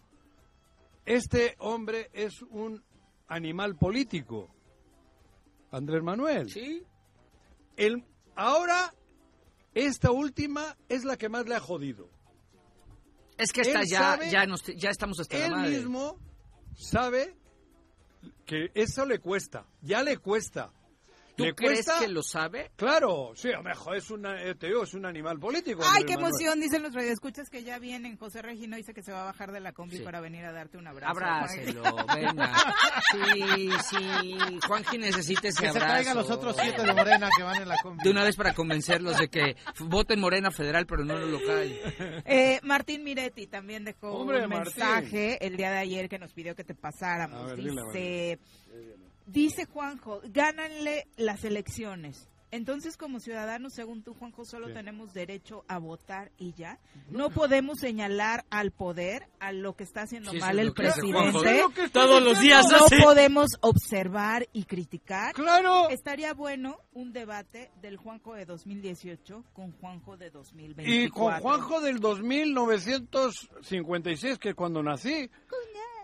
Este hombre es un animal político. Andrés Manuel. Sí. El, ahora, esta última es la que más le ha jodido. Es que hasta Él ya, sabe- ya, nos, ya estamos hasta la Él madre. mismo sabe que eso le cuesta, ya le cuesta. ¿Tú ¿Le crees cuesta? que lo sabe? Claro, sí, a lo mejor es, una, eh, te digo, es un animal político. Ay, Andrés qué Manuel. emoción, dicen los radioescuchas que ya vienen. José Regino dice que se va a bajar de la combi Sí. para venir a darte un abrazo. Abrácelo, venga. Sí, sí. Juanji necesita ese Que se abrazo. traiga los otros siete de Morena que van en la combi. De una vez para convencerlos de que voten Morena Federal, pero no lo local. Eh, Martín Miretti también dejó Hombre, un Martín. mensaje el día de ayer que nos pidió que te A pasáramos. ver, dile, dice, dice Juanjo, gánanle las elecciones. Entonces, como ciudadanos, según tú, Juanjo, solo Sí. tenemos derecho a votar y ya. No podemos señalar al poder, a lo que está haciendo Sí, eso mal es el lo que hace presidente. Juanjo. Es lo que está Todos los diciendo. días No hace. podemos observar y criticar. Claro. Estaría bueno un debate del Juanjo de 2018 con Juanjo de 2024. Y con Juanjo del 2956, que es cuando nací.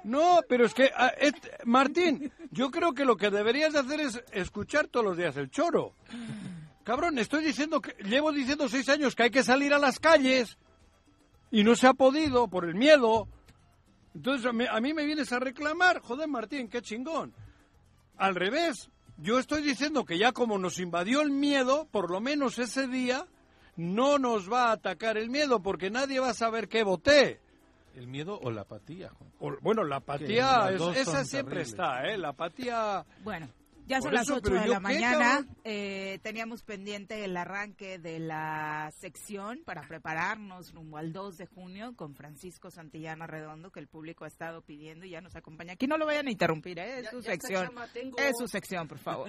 No, pero es que, ah, et- Martín, yo creo que lo que deberías de hacer es escuchar todos los días el choro. Cabrón, estoy diciendo que llevo diciendo seis años que hay que salir a las calles y no se ha podido por el miedo. Entonces a mí, a mí me vienes a reclamar, joder Martín, qué chingón. Al revés, yo estoy diciendo que ya como nos invadió el miedo, por lo menos ese día no nos va a atacar el miedo porque nadie va a saber qué voté. El miedo o la apatía, Juan. O- bueno, la Que apatía, las es- dos esa son siempre terribles. está, ¿eh? La apatía... Bueno, ya son Por las eso, 8 pero de yo la qué, mañana. cabrón. Eh, teníamos pendiente el arranque de la sección para prepararnos rumbo al 2 de junio con Francisco Santillana Redondo, que el público ha estado pidiendo y ya nos acompaña. Aquí no lo vayan a interrumpir, ¿eh? es Ya- su ya esta sección. chama tengo. Es su sección, por favor.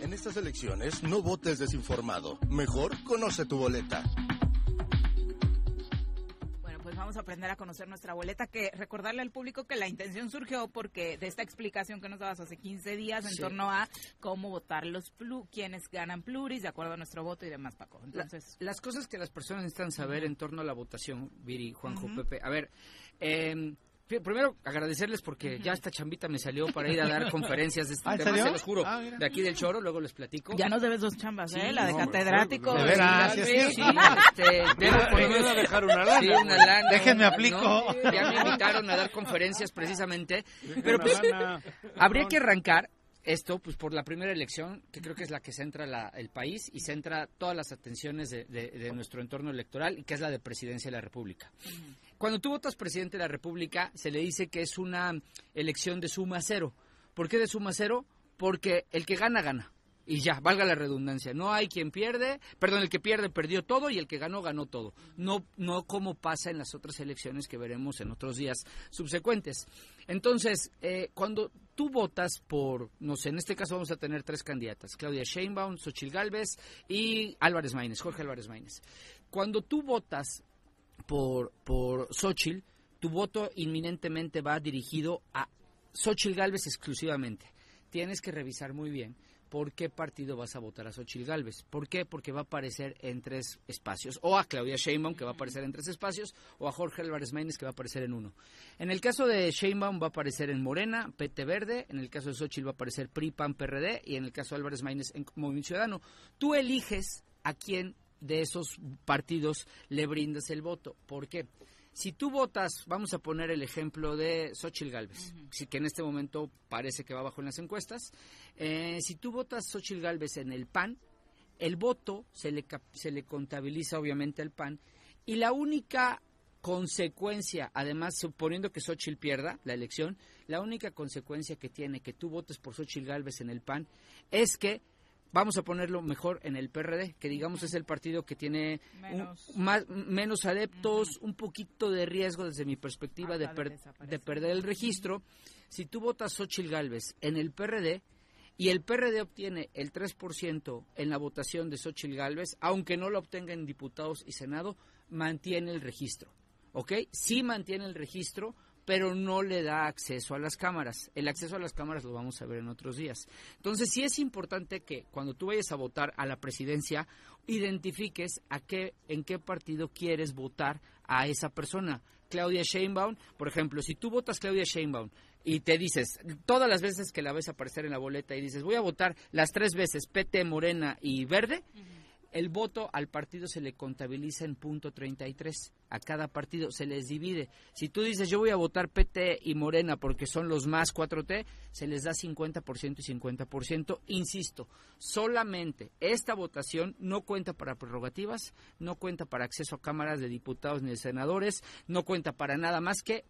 En estas elecciones no votes desinformado. Mejor conoce tu boleta. Bueno, pues vamos a aprender a conocer nuestra boleta, que recordarle al público que la intención surgió porque de esta explicación que nos dabas hace 15 días en Sí. torno a cómo votar los plu, quienes ganan pluris, de acuerdo a nuestro voto y demás, Paco. La- Entonces, las cosas que las personas necesitan saber en torno a la votación, Viri, Juanjo, Ujú. Pepe. A ver, eh, pri- primero agradecerles porque ya esta chambita me salió para ir a dar conferencias de este Ah, ¿en tema, serio? se los juro. Ah, mira. de aquí del Choro, luego les platico. ya nos debes dos chambas, Sí, ¿eh? La de no, catedrático. de veras, Sí, sí es sí, cierto. este, Debo por lo debes- menos Sí, una lana, una- ¿no? Ya me invitaron a dar conferencias precisamente. Pero una pues, lana. habría que arrancar esto pues por la primera elección, que creo que es la que centra la- el país y centra todas las atenciones de, de- de nuestro entorno electoral, y que es la de presidencia de la República. Cuando tú votas presidente de la República, se le dice que es una elección de suma cero. ¿Por qué de suma cero? Porque el que gana, gana. Y ya, valga la redundancia. No hay quien pierde, perdón, el que pierde perdió todo y el que ganó, ganó todo. No, no como pasa en las otras elecciones que veremos en otros días subsecuentes. Entonces, eh, cuando tú votas por, no sé, en este caso vamos a tener tres candidatas, Claudia Sheinbaum, Xochil Gálvez y Álvarez Maínez, Jorge Álvarez Maínez. Cuando tú votas por, por Xochitl, tu voto inminentemente va dirigido a Xochitl Galvez exclusivamente. Tienes que revisar muy bien por qué partido vas a votar a Xochitl Galvez. ¿Por qué? Porque va a aparecer en tres espacios. O a Claudia Sheinbaum, que va a aparecer en tres espacios, o a Jorge Álvarez Maínez, que va a aparecer en uno. En el caso de Sheinbaum va a aparecer en Morena, PT Verde, en el caso de Xochitl va a aparecer PRI, PAN, PRD, y en el caso de Álvarez Maínez en Movimiento Ciudadano. Tú eliges a quién de esos partidos le brindas el voto. ¿Por qué? Si tú votas, vamos a poner el ejemplo de Xochitl Galvez, sí, que en este momento parece que va abajo en las encuestas. Eh, si tú votas Xochitl Galvez en el PAN, el voto se le, cap- se le contabiliza obviamente al PAN y la única consecuencia, además suponiendo que Xochitl pierda la elección, la única consecuencia que tiene que tú votes por Xochitl Galvez en el PAN es que vamos a ponerlo mejor en el PRD, que digamos es el partido que tiene un- Menos. más, menos adeptos, un poquito de riesgo desde mi perspectiva de, Hasta de per- Ah, desaparecer. de perder el registro. Si tú votas Xochitl Galvez en el PRD, y el PRD obtiene el 3% en la votación de Xochitl Gálvez, aunque no lo obtenga en diputados y Senado, mantiene el registro. ¿Ok? Sí mantiene el registro, pero no le da acceso a las cámaras. El acceso a las cámaras lo vamos a ver en otros días. Entonces, sí es importante que cuando tú vayas a votar a la presidencia, identifiques a qué, en qué partido quieres votar a esa persona. Claudia Sheinbaum, por ejemplo, si tú votas Claudia Sheinbaum y te dices, todas las veces que la ves aparecer en la boleta y dices, voy a votar las tres veces PT, Morena y Verde, el voto al partido se le contabiliza en punto 33. A cada partido se les divide. Si tú dices, yo voy a votar PT y Morena porque son los más 4T, se les da 50% y 50%. Insisto, solamente esta votación no cuenta para prerrogativas, no cuenta para acceso a cámaras de diputados ni de senadores, no cuenta para nada más que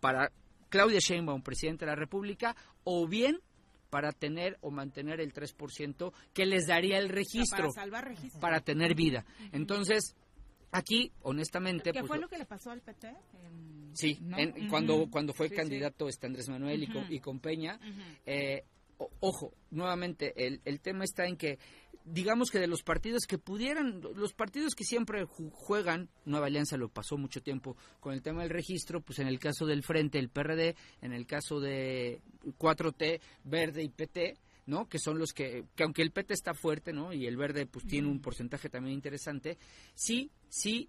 para Claudia Sheinbaum, presidente de la República, o bien para tener o mantener el 3% que les daría el Para registro salvar registro. para tener vida. Entonces, aquí, honestamente, ¿Qué pues, fue lo- lo que le pasó al PT? En- sí, ¿no? en- Ujú. cuando, cuando fue Sí, sí. candidato este Andrés Manuel y, con, Ujú. y con Peña, Ujú. eh, o- ojo, nuevamente, el, el tema está en que, digamos que de los partidos que pudieran, los partidos que siempre ju- juegan, Nueva Alianza lo pasó mucho tiempo con el tema del registro, pues en el caso del Frente, el PRD, en el caso de 4T, Verde y PT, ¿no? Que son los que, que aunque el PT está fuerte, ¿no? Y el Verde pues tiene un porcentaje también interesante, sí, sí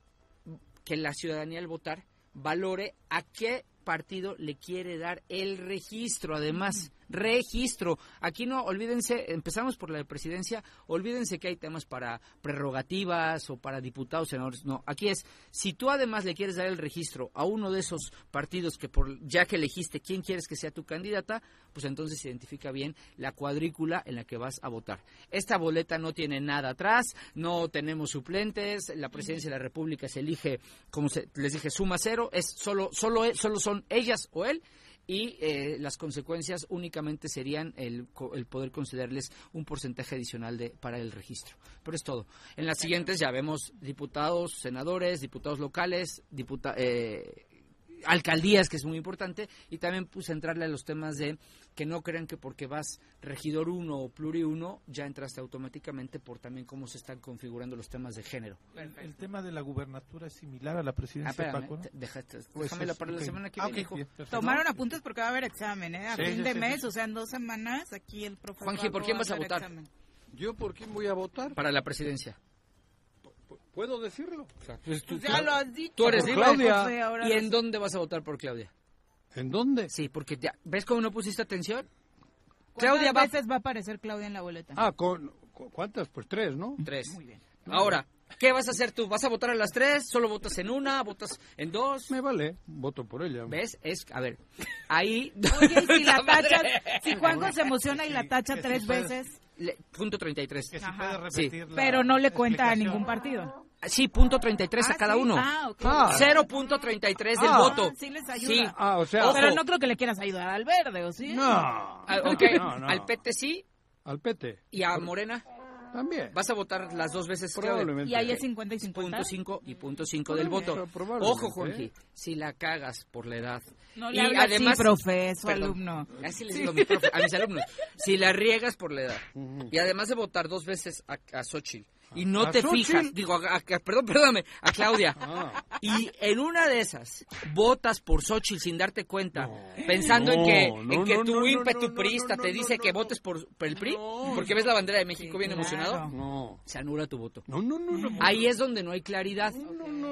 que la ciudadanía al votar valore a qué partido le quiere dar el registro, además, registro. Aquí no, olvídense, empezamos por la de presidencia, olvídense que hay temas para prerrogativas o para diputados, senadores, no, aquí es, si tú además le quieres dar el registro a uno de esos partidos que por ya que elegiste quién quieres que sea tu candidata, pues entonces identifica bien la cuadrícula en la que vas a votar. Esta boleta no tiene nada atrás, no tenemos suplentes, la presidencia de la República se elige, como se- les dije, suma cero, es solo, solo, e- solo son ellas o él. Y eh, las consecuencias únicamente serían el, co- el poder concederles un porcentaje adicional de, para el registro. Pero es todo. En las siguientes ya vemos diputados, senadores, diputados locales, diputa- eh, alcaldías, que es muy importante, y también pues entrarle a los temas de que no crean que porque vas regidor uno o pluri uno, ya entraste automáticamente por también cómo se están configurando los temas de género. El, el tema de la gubernatura es similar a la presidencia Ah, espérame, de Paco, ¿no? te- dejaste- Pues déjamela es- para ok. la semana que Ah, viene, ok, hijo. bien, perfecto. Tomaron apuntes porque va a haber examen, ¿eh? A Sí, fin sí, de sí, mes, sí. o sea, en dos semanas, aquí el profesor. Juanji, ¿por Pablo quién va vas a hacer votar? examen. ¿Yo por quién voy a votar? Para la presidencia. ¿Puedo decirlo? tú, Ya lo has dicho. tú eres Por libre. Claudia. ahora ¿Y lo en dónde vas a votar por Claudia? ¿En dónde? Sí, porque ya- ¿ves cómo no pusiste atención? ¿Cuántas Claudia va- veces va a aparecer Claudia en la boleta? Ah, con, con- ¿cuántas? Pues tres, ¿no? Tres. Muy bien. Ahora, ¿qué vas a hacer tú? ¿Vas a votar a las tres? ¿Solo votas en una? ¿Votas en dos? Me vale, voto por ella. ¿Ves? Es, a ver, ahí... Oye, y si la Madre. tachas, si Juanjo se emociona y la tacha que sí tres puedes. veces, Le- punto 33. Que si Ajá. puede repetir la pero no le cuenta a explicación. ningún partido. Sí, punto 33 a Ah, cada sí. uno. Ah, ok. Ah. 0.33 del Ah. voto. Sí les ayuda. Sí. Ah, o sea, Pero Ojo. no creo que le quieras ayudar al verde, ¿o sí? No. Ah, ok. No, no. Al PT sí Al PT. y a Morena. También. Vas a votar las dos veces. Claudia? Probablemente. Y ahí es 50 y 50. Punto 5 y punto 5 del Probable, voto. probablemente, Ojo, Juanji, ¿eh? si la cagas por la edad. No le y hable así, además, profe, su Perdón. alumno. Así les digo a mis, profe- a mis alumnos. Si la riegas por la edad. Ujú. Y además de votar dos veces a, a Xochitl. Y no ¿A te Xochitl? fijas, digo, a- a- perdón, perdóname, a Claudia. Ah. Y en una de esas, votas por Xochitl sin darte cuenta, Eh, pensando en No, que, no, en que no, tu no, no, ímpetu no, no, priista no, te no, dice no, que no. votes por, por el PRI, No. porque ves la bandera de México bien claro. emocionado, No. se anula tu voto. No, no, no, no. Ahí es donde no hay claridad.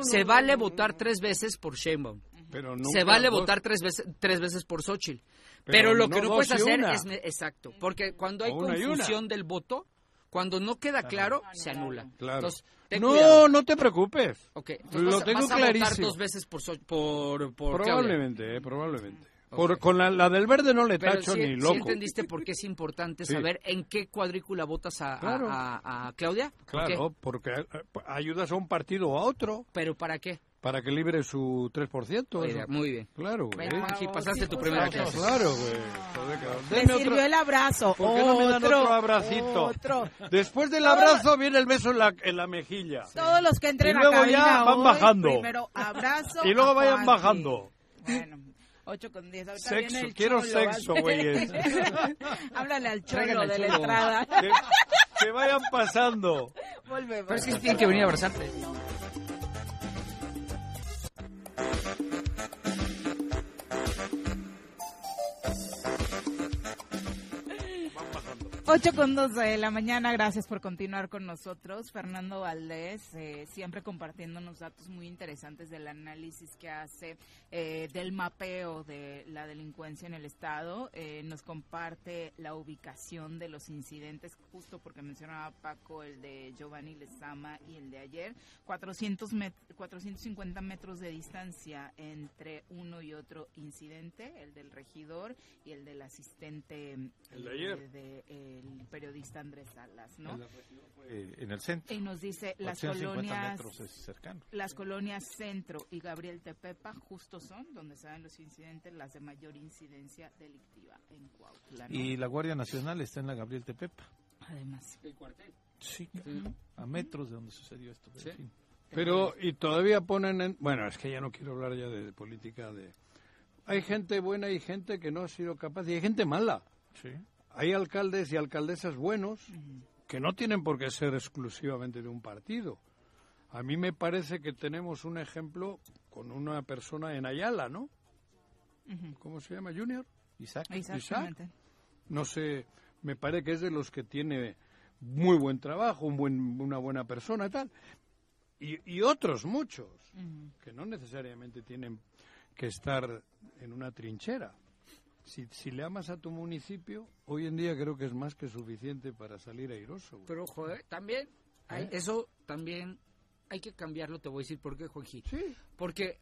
se vale votar tres veces por Sheinbaum. Pero nunca Se vale dos. votar tres veces, tres veces por Xochitl. Pero Pero, lo no que no dos puedes y hacer una. es... ne- Exacto. Porque cuando hay O una y una. confusión del voto, cuando no queda claro, se anula. Claro. Entonces, ten no, cuidado. no te preocupes. Ok, entonces Lo vas, a- tengo vas a votar clarísimo. dos veces por... Xoch- por, por Claudia. Probablemente, eh, probablemente. Ok. Por, con la, la del verde no le Pero tacho sí- ni sí loco. entendiste por qué es importante Sí. saber en qué cuadrícula votas a, a- Claro. a- a Claudia. ¿Por qué? Claro, porque eh, ayudas a un partido o a otro ¿Pero para qué? para que libre su 3%. Oye, eso. Muy bien. Claro, güey. Ven, Juanji, pasaste tu primera Claro, clase. Claro, güey. Joder, cabrón. Le Denme pues, sirvió otro- el abrazo. ¿Por qué no me dan otro abracito? otro. Después del abrazo viene el beso en la, en la mejilla. Todos los que entren Y luego a cabina ya van hoy, bajando. Primero abrazo. Y luego a vayan Juanji. bajando. Bueno, 8 con 10. Ahorita Sexo, viene el quiero cholo, sexo, ¿vale? güeyes. Háblale al Traigan cholo al de la cholo. entrada. Que, que vayan pasando. Volvemos. Pero es que sí tienen que venir a abrazarte. Ocho con 12 de la mañana, gracias por continuar con nosotros. Fernando Valdés, eh, siempre compartiéndonos datos muy interesantes del análisis que hace eh, del mapeo de la delincuencia en el Estado. Eh, nos comparte la ubicación de los incidentes, justo porque mencionaba Paco el de Giovanni Lezama y el de ayer. 400 met- 450 metros de distancia entre uno y otro incidente, el del regidor y el del asistente El de eh, ayer. de- el periodista Andrés Salas, ¿no? Eh, en el centro. Y nos dice las 150 colonias metros es cercano. las colonias Centro y Gabriel Tepepa justo son donde se dan los incidentes, las de mayor incidencia delictiva en Cuautla, ¿no? Y la Guardia Nacional está en la Gabriel Tepepa. Además, Sí, a metros de donde sucedió esto. pero en Sí. fin. Pero, y todavía ponen en... Bueno, es que ya no quiero hablar ya de política de... Hay gente buena y gente que no ha sido capaz, y hay gente mala. Hay alcaldes y alcaldesas buenos que no tienen por qué ser exclusivamente de un partido. A mí me parece que tenemos un ejemplo con una persona en Ayala, ¿no? Ujú. ¿Cómo se llama? Junior. Isaac. exactamente. No sé, me parece que es de los que tiene muy buen trabajo, un buen, una buena persona, tal. Y, y otros muchos Ujú. que no necesariamente tienen que estar en una trinchera. Si, si le amas a tu municipio, hoy en día creo que es más que suficiente para salir airoso. güey. Pero ojo, ¿eh? también, hay- eso también hay que cambiarlo, te voy a decir por qué, Juanji. Sí, Porque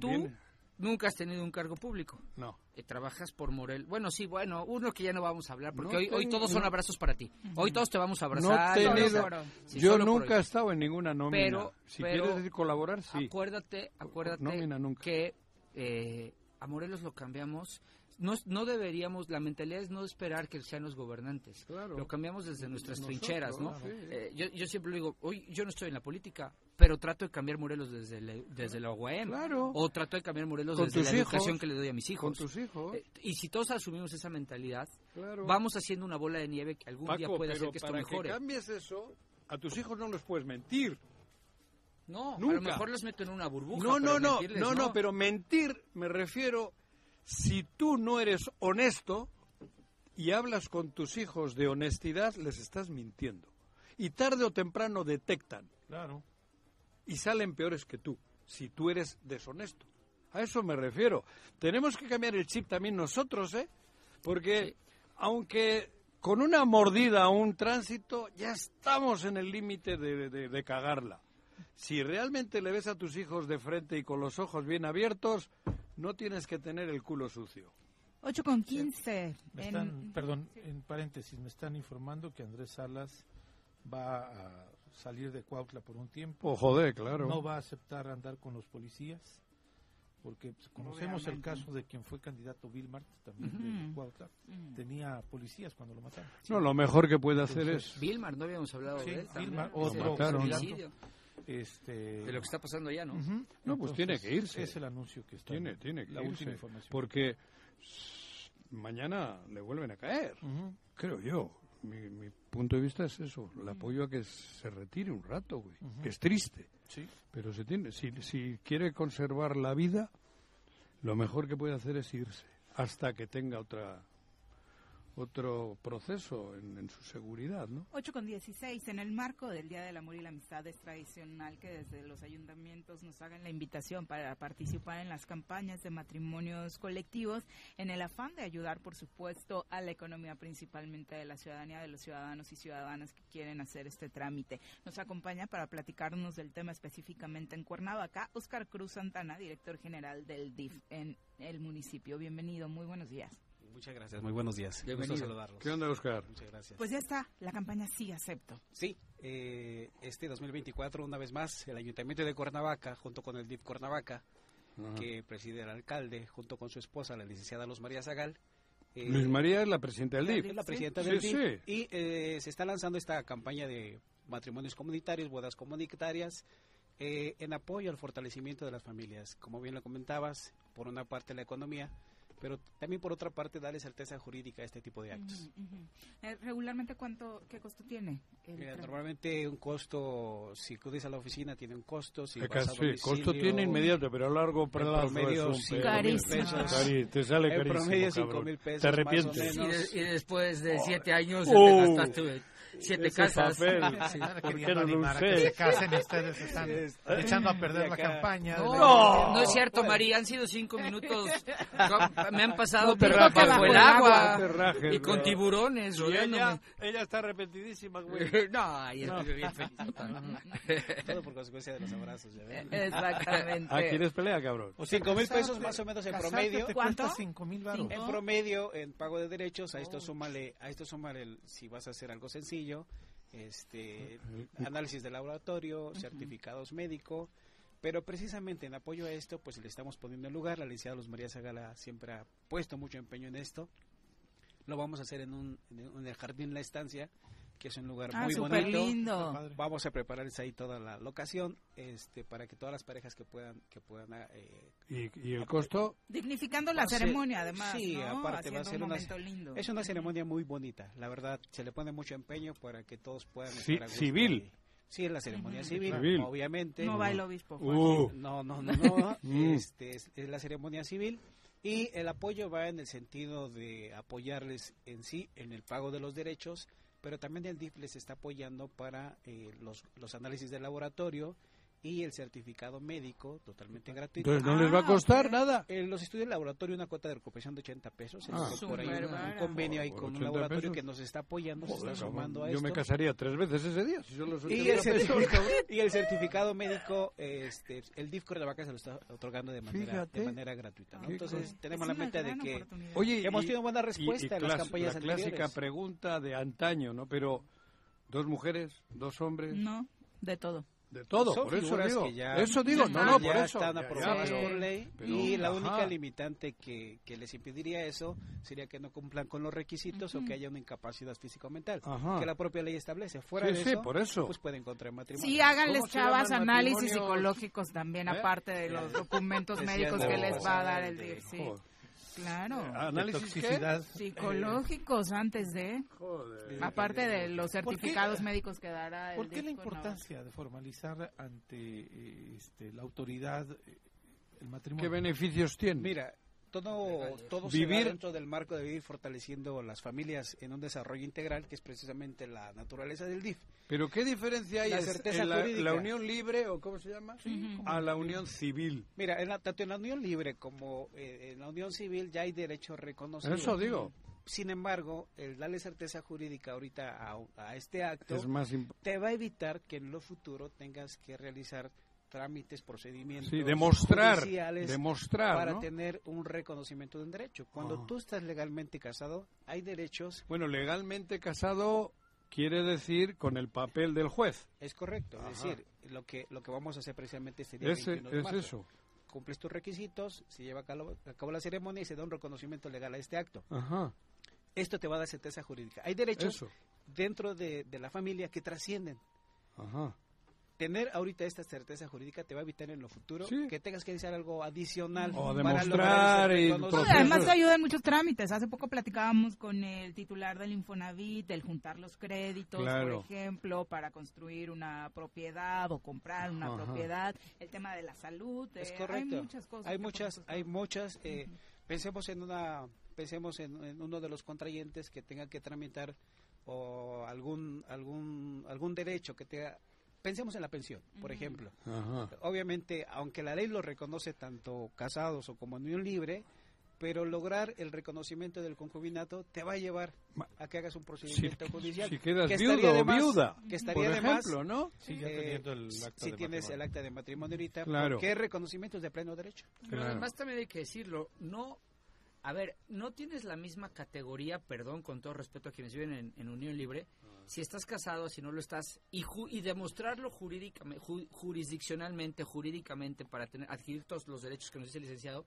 tú Bien. nunca has tenido un cargo público. no. Eh, trabajas por Morel. Bueno, sí, bueno, uno que ya no vamos a hablar, porque No hoy, hoy tengo- todos son no. abrazos para ti. Hoy todos te vamos a No abrazar. he y tenido- abrazar. Sí, Yo solo por nunca he hoy. estado en ninguna nómina. Pero- si pero- quieres decir colaborar, sí. Acuérdate, acuérdate nómina nunca. que eh, a Morelos lo cambiamos no, es- no deberíamos, la mentalidad es no esperar que sean los gobernantes. Lo cambiamos desde nuestras Nosotros, trincheras, ¿no? claro. Sí. Eh, yo, yo siempre digo, hoy yo no estoy en la política, pero trato de cambiar Morelos desde, la- desde la UAM. Claro. O trato de cambiar Morelos Con desde tus la hijos. educación que le doy a mis hijos. Con tus hijos. Eh, y si todos asumimos esa mentalidad, Claro. vamos haciendo una bola de nieve que algún día Paco, puede hacer pero que esto para mejore. que cambies eso, a tus hijos no los puedes mentir. No, Nunca. a lo mejor los meto en una burbuja. No, no, pero no, mentirles no, no, pero mentir me refiero si tú no eres honesto y hablas con tus hijos de honestidad, les estás mintiendo. Y tarde o temprano detectan Claro. y salen peores que tú, si tú eres deshonesto. A eso me refiero. Tenemos que cambiar el chip también nosotros, ¿eh? Porque aunque con una mordida a un tránsito, ya estamos en el límite de, de- de cagarla. Si realmente le ves a tus hijos de frente y con los ojos bien abiertos, no tienes que tener el culo sucio. 8 con 15. Me en- están, perdón, en paréntesis, me están informando que Andrés Salas va a salir de Cuautla por un tiempo. Oh, joder, claro. No va a aceptar andar con los policías, porque pues, conocemos el Obviamente. caso de quien fue candidato Bill Mart, también de Ujú. Cuautla. Tenía policías cuando lo mataron. No, lo mejor que puede hacer Entonces, es... Vilmar, no habíamos hablado Sí, de él. también. Vilmar, Ese otro mataron. homicidio. Este, De lo que está pasando ya, ¿no? ujú. No, pues Entonces, tiene que irse. Es el anuncio que está. Tiene, tiene que la irse, última información. Porque s- mañana le vuelven a caer, Ujú. creo yo. Mi, mi punto de vista es eso. Le apoyo a que se retire un rato, güey. Ujú. Que es triste. Sí. Pero se tiene, si, si quiere conservar la vida, lo mejor que puede hacer es irse. Hasta que tenga otra otro proceso en, en su seguridad, ¿no? 8 con 16. En el marco del Día del Amor y la Amistad es tradicional que desde los ayuntamientos nos hagan la invitación para participar en las campañas de matrimonios colectivos en el afán de ayudar, por supuesto, a la economía principalmente de la ciudadanía, de los ciudadanos y ciudadanas que quieren hacer este trámite. Nos acompaña para platicarnos del tema específicamente en Cuernavaca, Óscar Cruz Santana, director general del DIF en el municipio. Bienvenido, muy buenos días. Muchas gracias, muy buenos días. Bienvenido. Gusto saludarlos. ¿Qué onda, Oscar? Muchas gracias. Pues ya está, la campaña sí acepto. Sí, eh, este 2024, una vez más, el Ayuntamiento de Cuernavaca, junto con el DIF Cuernavaca, que preside el alcalde, junto con su esposa, la licenciada Luz María Zagal. eh, Luis María es la presidenta del DIF. es la presidenta Sí, del sí. DIF. Y eh, se está lanzando esta campaña de matrimonios comunitarios, bodas comunitarias, eh, en apoyo al fortalecimiento de las familias. Como bien lo comentabas, por una parte la economía, pero también por otra parte darle certeza jurídica a este tipo de actos. Ujú, ujú. Eh, regularmente, ¿cuánto, qué costo tiene? el Mira, trámite? normalmente un costo, si acudes a la oficina, tiene un costo. Si Eh, vas a sí, costo domicilio, tiene inmediato, pero a largo plazo promedio es un cinco pedo. mil pesos. Cari- te sale En carísimo, promedio cabrón. cinco mil pesos, Te más o arrepientes. menos. Y, de- y después de siete años Oh. te gastaste siete Ese casas. papel. Sí. ¿Por qué Queriendo no lo animar a que usé? se casen ustedes están echando a perder Y la acá- campaña. No, No. no es cierto, María, han sido cinco minutos. No, Me han pasado No te por rajes, bajo el agua no te rajes, y con bro. tiburones. Y ella, rodeándome. ella está arrepentidísima, güey. Ah, No, ay, estuve bien feliz. Todo por consecuencia de los abrazos, ya ven. Exactamente. Ah, ¿quieres pelea, cabrón? O cinco mil pesos más o menos en Casarte promedio. te ¿Cuánto? cuesta cinco mil varos. Oh. En promedio, en pago de derechos, a esto súmale, a esto súmale, el- si vas a hacer algo sencillo, este, análisis de laboratorio, certificados médico, pero precisamente en apoyo a esto, pues le estamos poniendo en lugar. La licenciada Luz María Zagala siempre ha puesto mucho empeño en esto. Lo vamos a hacer en, un, en el jardín La Estancia, que es un lugar Ah, muy súper bonito. lindo. Vamos a prepararles ahí toda la locación, este, para que todas las parejas que puedan, que puedan eh, ¿Y, y el costo? Dignificando la Va a ser- ceremonia, además. sí, ¿no? aparte va a Haciendo ser un una- momento lindo. Es una ceremonia muy bonita, la verdad, se le pone mucho empeño para que todos puedan Sí, estar a gusto civil. ahí. Sí, es la ceremonia civil, Civil. obviamente. No va el obispo. Juan. Uh, No, no, no, no, Mm. este, es, es la ceremonia civil y el apoyo va en el sentido de apoyarles en sí, en el pago de los derechos, pero también el DIF les está apoyando para eh, los, los análisis de laboratorio y el certificado médico totalmente gratuito. entonces no les Ah, va a costar nada. Eh, los estudios de laboratorio, una cuota de recuperación de 80 pesos. Se Ah. hizo por ahí Súper un- un barato. convenio ahí Por con un 80 laboratorio pesos. que nos está apoyando, se Joder, está sumando a cabrón, Yo esto. me casaría tres veces ese día. Si son los y, 80 el pesos, certificado, cabrón. y el certificado médico, este, el DIF Cuernavaca se lo está otorgando de manera, Fíjate. de manera gratuita. ¿no? Qué Entonces, cosa. tenemos Es la una meta de gran que oportunidad. Oye, hemos y- tenido buena respuesta en las clas- campañas la clásica anteriores. pregunta de antaño, ¿no? Pero, ¿dos mujeres? ¿Dos hombres? No, de todo. de todo, Son por eso figuras digo. que ya- eso digo, no, no, ya por eso. están ya, ya, aprobadas pero- por ley pero- y la única ajá. limitante que, que les impediría eso sería que no cumplan con los requisitos o que haya una incapacidad físico-mental Ajá. que la propia ley establece. Fuera Sí, de sí, eso, por eso. pues pueden contraer matrimonio. Sí, háganles, ¿Cómo se chavas, llaman análisis matrimonios? psicológicos también, ¿Eh? aparte de los documentos Decías médicos de- que les va a dar el Joder. DIF. Sí. Claro. Ah, Eh, ¿análisis De toxicidad. qué? Psicológicos antes de. Aparte de los ¿Por qué- certificados médicos que dará el ¿Por qué DIF la con la- importancia de formalizar ante eh, este, la autoridad eh, el matrimonio? ¿Qué beneficios tiene? Mira, todo, todo se Vivir- da dentro del marco de vivir fortaleciendo las familias en un desarrollo integral, que es precisamente la naturaleza del DIF. Pero ¿qué diferencia hay La es- certeza en la, jurídica. la unión libre o cómo se llama? A la unión civil. Mira, en la, tanto en la unión libre como eh, en la unión civil ya hay derechos reconocidos. Eso digo. Sin embargo, el darle certeza jurídica ahorita a, a este acto Es más imp- te va a evitar que en lo futuro tengas que realizar trámites, procedimientos, Sí, demostrar, judiciales demostrar, para ¿no? tener un reconocimiento de un derecho. Cuando Ah. tú estás legalmente casado, hay derechos. Bueno, legalmente casado quiere decir con el papel del juez. Es correcto, Ajá. es decir, lo que lo que vamos a hacer precisamente este día Ese- 21 de es marzo. eso. Cumples tus requisitos, se lleva a cabo, a cabo la ceremonia y se da un reconocimiento legal a este acto. Ajá. Esto te va a dar certeza jurídica. Hay derechos Eso. dentro de, de la familia que trascienden. Ajá. Tener ahorita esta certeza jurídica te va a evitar en lo futuro Sí. que tengas que realizar algo adicional. O para demostrar lograr ese y No, reconocimiento. Además te ayuda en muchos trámites. Hace poco platicábamos con el titular del Infonavit, del juntar los créditos, Claro. por ejemplo, para construir una propiedad o comprar una Ajá. propiedad, el tema de la salud. Es eh, correcto. Hay muchas cosas. Hay que muchas, hay muchas, eh, pensemos en una, pensemos en, en uno de los contrayentes que tenga que tramitar o algún, algún, algún derecho que tenga. Pensemos en la pensión, por ejemplo. Ajá. Obviamente, aunque la ley lo reconoce tanto casados o como en unión libre, pero lograr el reconocimiento del concubinato te va a llevar a que hagas un procedimiento judicial. si quedas que viudo estaría de o más- viuda, que estaría por de más, ejemplo, ¿no? Sí, ya eh, teniendo el si- acta si de tienes el matrimonio. acta de matrimonio ahorita, Claro. porque hay reconocimientos de pleno derecho. Pero además también hay que decirlo, no, a ver, no tienes la misma categoría, perdón, con todo respeto a quienes viven en, en unión libre, Ah. si estás casado, si no lo estás, y, ju- y demostrarlo jurídicamente, jurisdiccionalmente, jurídicamente, para tener, adquirir todos los derechos que nos dice el licenciado,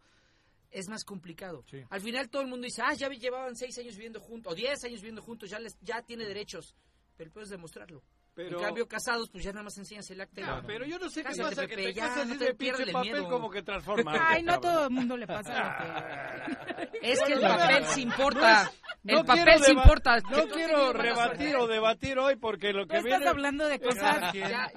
es más complicado. Al final todo el mundo dice, ah, ya vi- llevaban seis años viviendo juntos, o diez años viviendo juntos, ya, les, ya tiene derechos, pero puedes demostrarlo. Pero- En cambio, casados, pues ya nada más enseñas el acta. y- Ya, pero yo no sé qué Cásate, pasa, que Pepe, te ya, casas no y te de pierdas pinche el papel miedo. como que transforma. Ay, no a todo el mundo le pasa lo que... Es que el papel se No importa. es- El no papel quiero se deba- importa. No quiero rebatir o debatir hoy porque lo que estás viene... hablando de cosas ya,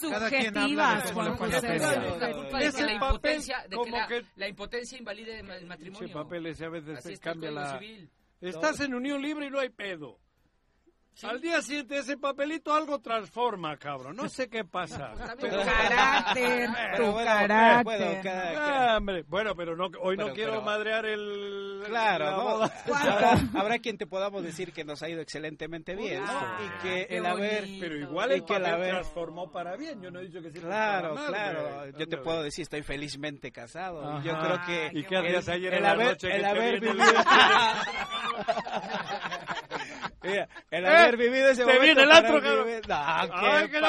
subjetivas, Juan José. Es Ese la papel impotencia, de que como la, que- la impotencia invalide el ma- el matrimonio. Ese papel ese a veces Así te está el cambia Código la... Civil. Estás Todo. en unión libre y no hay pedo. Al día siguiente ese papelito algo transforma, cabrón. No sé qué pasa. Pues, Tu carácter, Pero tu bueno, carácter. bueno, cada- Ah, cada- hombre. Bueno, pero no, hoy no Pero- quiero pero- madrear el... Claro, la ¿no? Pues, boda. habrá, habrá quien te podamos decir que nos ha ido excelentemente bien, ¿no? Ah, y que qué el haber, bonito. Pero igual el y que el papel haber- transformó para bien. Yo no he dicho que siempre Claro, para mal, claro. güey. Yo te puedo decir, estoy felizmente casado. Ajá. Yo creo que. ¿Y qué hacías el- ayer el en la haber- noche que El te haber viene el- vivido. Mira, el haber ¿Eh? vivido ese Te momento. viene el para antro, mí- cabrón. No, ¿qué Ay, que no.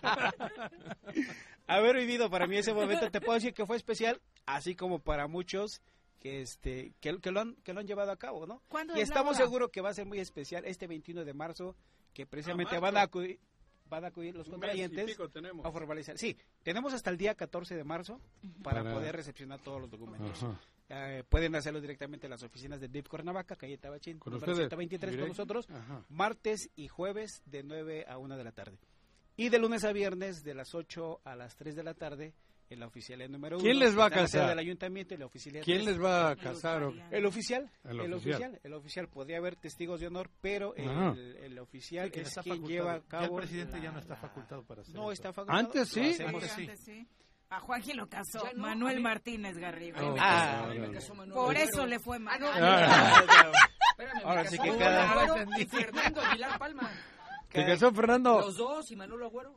pasó? haber vivido para mí ese momento, te puedo decir que fue especial, así como para muchos que este que, que lo han que lo han llevado a cabo, ¿no? ¿Cuándo y es la estamos boda? seguros que va a ser muy especial este 21 de marzo, que precisamente Ah, marzo. van a acudir van a acudir los Un mes y contrayentes pico tenemos. a formalizar. Sí, tenemos hasta el día 14 de marzo para, Para- poder recepcionar todos los documentos. Ajá. Eh, pueden hacerlo directamente en las oficinas de DIP Cuernavaca, calle Tabachín, ¿Con número ustedes? 123 con ¿Directo? nosotros, Ajá. martes y jueves de 9 a 1 de la tarde. Y de lunes a viernes de las 8 a las 3 de la tarde en la oficialía número 1. ¿Quién les va a casar? Del ayuntamiento y la oficialía ¿Quién tres. les va a casar? o- El oficial, El oficial. el, oficial. el oficial, podría haber testigos de honor, pero el, Ajá. el oficial Sí, que no es está quien facultado. lleva a Ya el cabo presidente ya no está la- facultado para hacer No eso. está facultado. Antes lo sí. hacemos. Antes sí. Antes sí. A Juanji lo casó Ya no, a Manuel mí- Martínez Garrido. Ay, me Ah, casó, me no. casó Manuel. Por Pero- eso le fue mal. Ah, no, Ah, ah, no, no. Espérame, me Ahora casó sí que Manuel cada- Agüero Ahora y Fernando Aguilar Palma. ¿Te casó Fernando? Los dos y Manolo Agüero.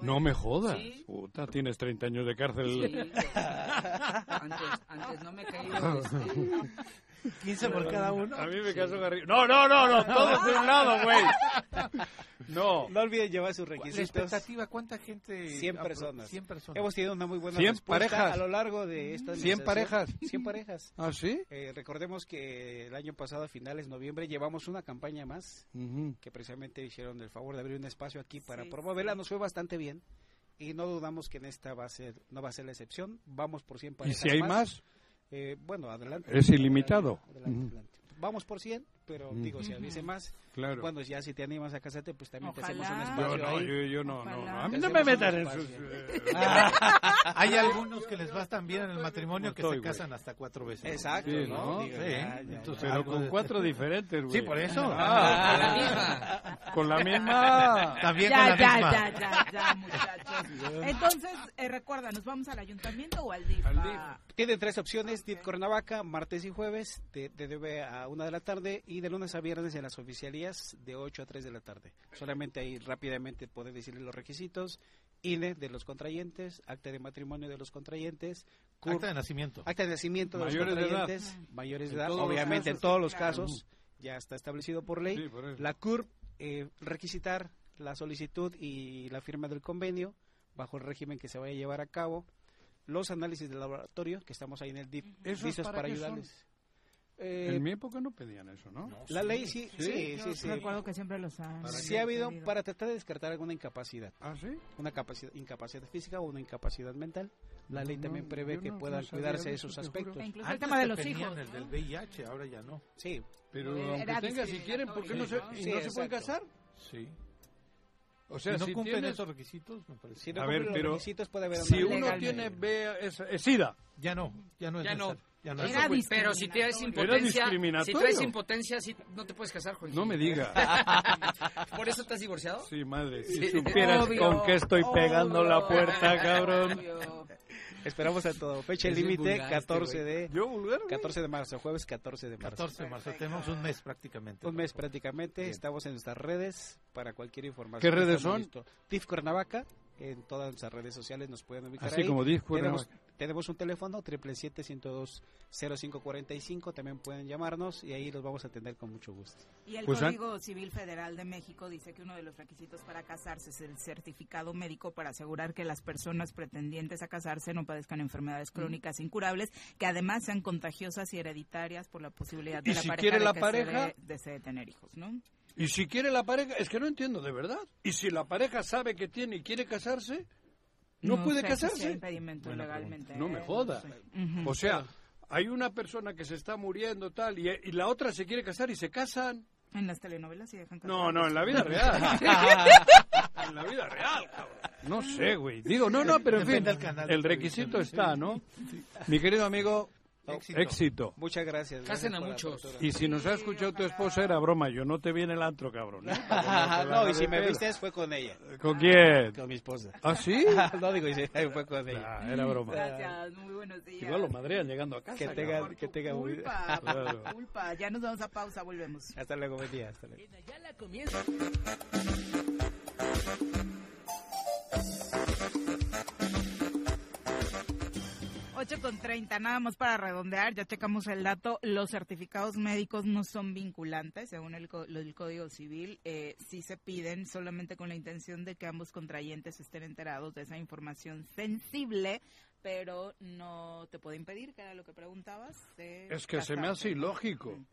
No me jodas. Sí. Puta, tienes 30 años de Sí, cárcel. antes, antes no me he caído. este, 15 por cada uno. A mí me casó Garrido. No, no, no, no, todos de un lado, güey. No. No olviden llevar sus La requisitos. expectativa, ¿cuánta gente? este, 100 apro- personas. 100 personas. Hemos tenido una muy buena 100 respuesta parejas. a lo largo de esta 100 administración. parejas. 100 parejas. ¿Ah, sí? Eh, recordemos que el año pasado, a finales de noviembre, llevamos una campaña más Ujú. que precisamente hicieron el favor de abrir un espacio aquí para Sí, promoverla. Nos fue bastante bien y no dudamos que en esta va a ser, no va a ser la excepción. Vamos por 100 parejas. si hay más? Eh, bueno, adelante. Es ilimitado. Adelante, Ujú. adelante. Vamos por 100, pero Mm. digo, si avise más, Claro. cuando ya si te animas a casarte, pues también te hacemos un Ojalá. espacio Yo no, ahí. yo, yo no, no, no. A mí Te no me hacemos metan un en sus... espacio. Ah, eh, Hay algunos que les va tan bien en el matrimonio que estoy, se güey. casan hasta cuatro veces. Exacto, Sí, ¿no? ¿no? Digo, Sí, ya, ya, entonces, Pero algo con de- cuatro diferentes, güey. Sí, por eso. Ah, con la misma. También ya, con la ya, misma. ya, ya, ya, muchachos. Entonces, eh, recuerda, ¿nos vamos al ayuntamiento o al DIFA? Tiene tres opciones, DIF Cuernavaca, martes y jueves, de, de 9 a 1 de la tarde, y de lunes a viernes en las oficialías, de 8 a 3 de la tarde. Solamente ahí rápidamente poder decirle los requisitos, INE de los contrayentes, acta de matrimonio de los contrayentes, CUR- Acta de nacimiento. acta de nacimiento de Mayores de los edad. contrayentes, mayores de En edad, todos los obviamente en casos, todos los claro. casos, ya está establecido por ley. Sí, por eso. La CURP, eh, requisitar la solicitud y la firma del convenio bajo el régimen que se vaya a llevar a cabo. Los análisis de laboratorio, que estamos ahí en el DIP, ¿Esos listos para para, qué son? ayudarles. Eh, En mi época no pedían eso, ¿no? la ley sí, Sí, sí, Yo sí. sí. recuerdo que siempre los han. Para Sí qué? ha habido para tratar de descartar alguna incapacidad, ¿Ah, sí? una capacidad, incapacidad física o una incapacidad mental. La ley No, también no, prevé yo que no- no puedan sabía cuidarse de de eso, esos te juro. aspectos. Incluso el Antes tema de los dependían hijos. el del VIH, ahora ya no. Sí, Pero Era aunque tengan, si discriminatorio, quieren, ¿por qué no se, y ¿no? Sí, no se pueden exacto. casar? Sí. O sea, si no si cumplen tienes- esos requisitos, me parece. si no A cumplen ver, los pero requisitos puede haber Si uno una- Legalmente. tiene B, es, es SIDA. Ya no, ya no es Ya no. necesario, ya no es Era necesario. Pero si traes discriminatorio. impotencia, Era si discriminatorio. traes impotencia, sí, no te puedes casar, Juan. No me digas. ¿Por eso estás divorciado? Sí, madre. Si Sí. supieras Obvio, con qué estoy pegando la obvio, puerta, cabrón. Obvio. Esperamos a todo. Fecha Es bien límite vulgar este 14 de Yo vulgar. güey? 14 de marzo, jueves 14 de marzo. 14 de marzo, tenemos un mes prácticamente. Un mes prácticamente, Bien. estamos en nuestras redes para cualquier información. ¿Qué redes Estamos son? listos. TIF Cuernavaca, en todas nuestras redes sociales nos pueden ubicar Así ahí. como dijo. tenemos, tenemos un teléfono 777-102-0545, también pueden llamarnos y ahí los vamos a atender con mucho gusto. Y el Pues, an- Código Civil Federal de México dice que uno de los requisitos para casarse es el certificado médico para asegurar que las personas pretendientes a casarse no padezcan enfermedades Mm. crónicas incurables, que además sean contagiosas y hereditarias por la posibilidad de Y la si pareja quiere de la que pareja- se de- desee tener hijos, ¿no? Y si quiere la pareja, es que no entiendo, de verdad. Y si la pareja sabe que tiene y quiere casarse, no, puede sé si sea casarse. impedimento legalmente. No me ¿eh? joda. Sí. Ujú. O sea, hay una persona que se está muriendo tal y, y la otra se quiere casar y se casan. En las telenovelas sí dejan casar No, a no, los- en la vida real. en la vida Ah, real, cabrón. No sé, güey. Digo, no, no, pero en fin, Depende del canal de el requisito televisión. está, ¿no? Mi querido amigo, Éxito. éxito. Muchas gracias. Casen gracias a por la muchos. apertura. Y si nos ha escuchado tu esposa, era broma. Yo no te vi en el antro, cabrón. ¿eh? no, y si me viste fue con ella, ¿Con quién? con mi esposa. ¿Ah, sí? no digo, y si- fue con ella. Ah, era broma. Gracias, muy buenos días. Igual lo madrean llegando a casa. Que tenga- cabrón. Por que tu tenga muy- culpa, por tu Claro. culpa. Ya nos vamos a pausa, volvemos. Hasta luego, buen día. Hasta luego. Ocho con 30, nada más para redondear, ya checamos el dato, los certificados médicos no son vinculantes, según el, co- lo- el Código Civil, eh, sí se piden solamente con la intención de que ambos contrayentes estén enterados de esa información sensible, pero no te puede impedir, que era lo que preguntabas. eh, de Es que se me hace casarte, ¿no? ilógico.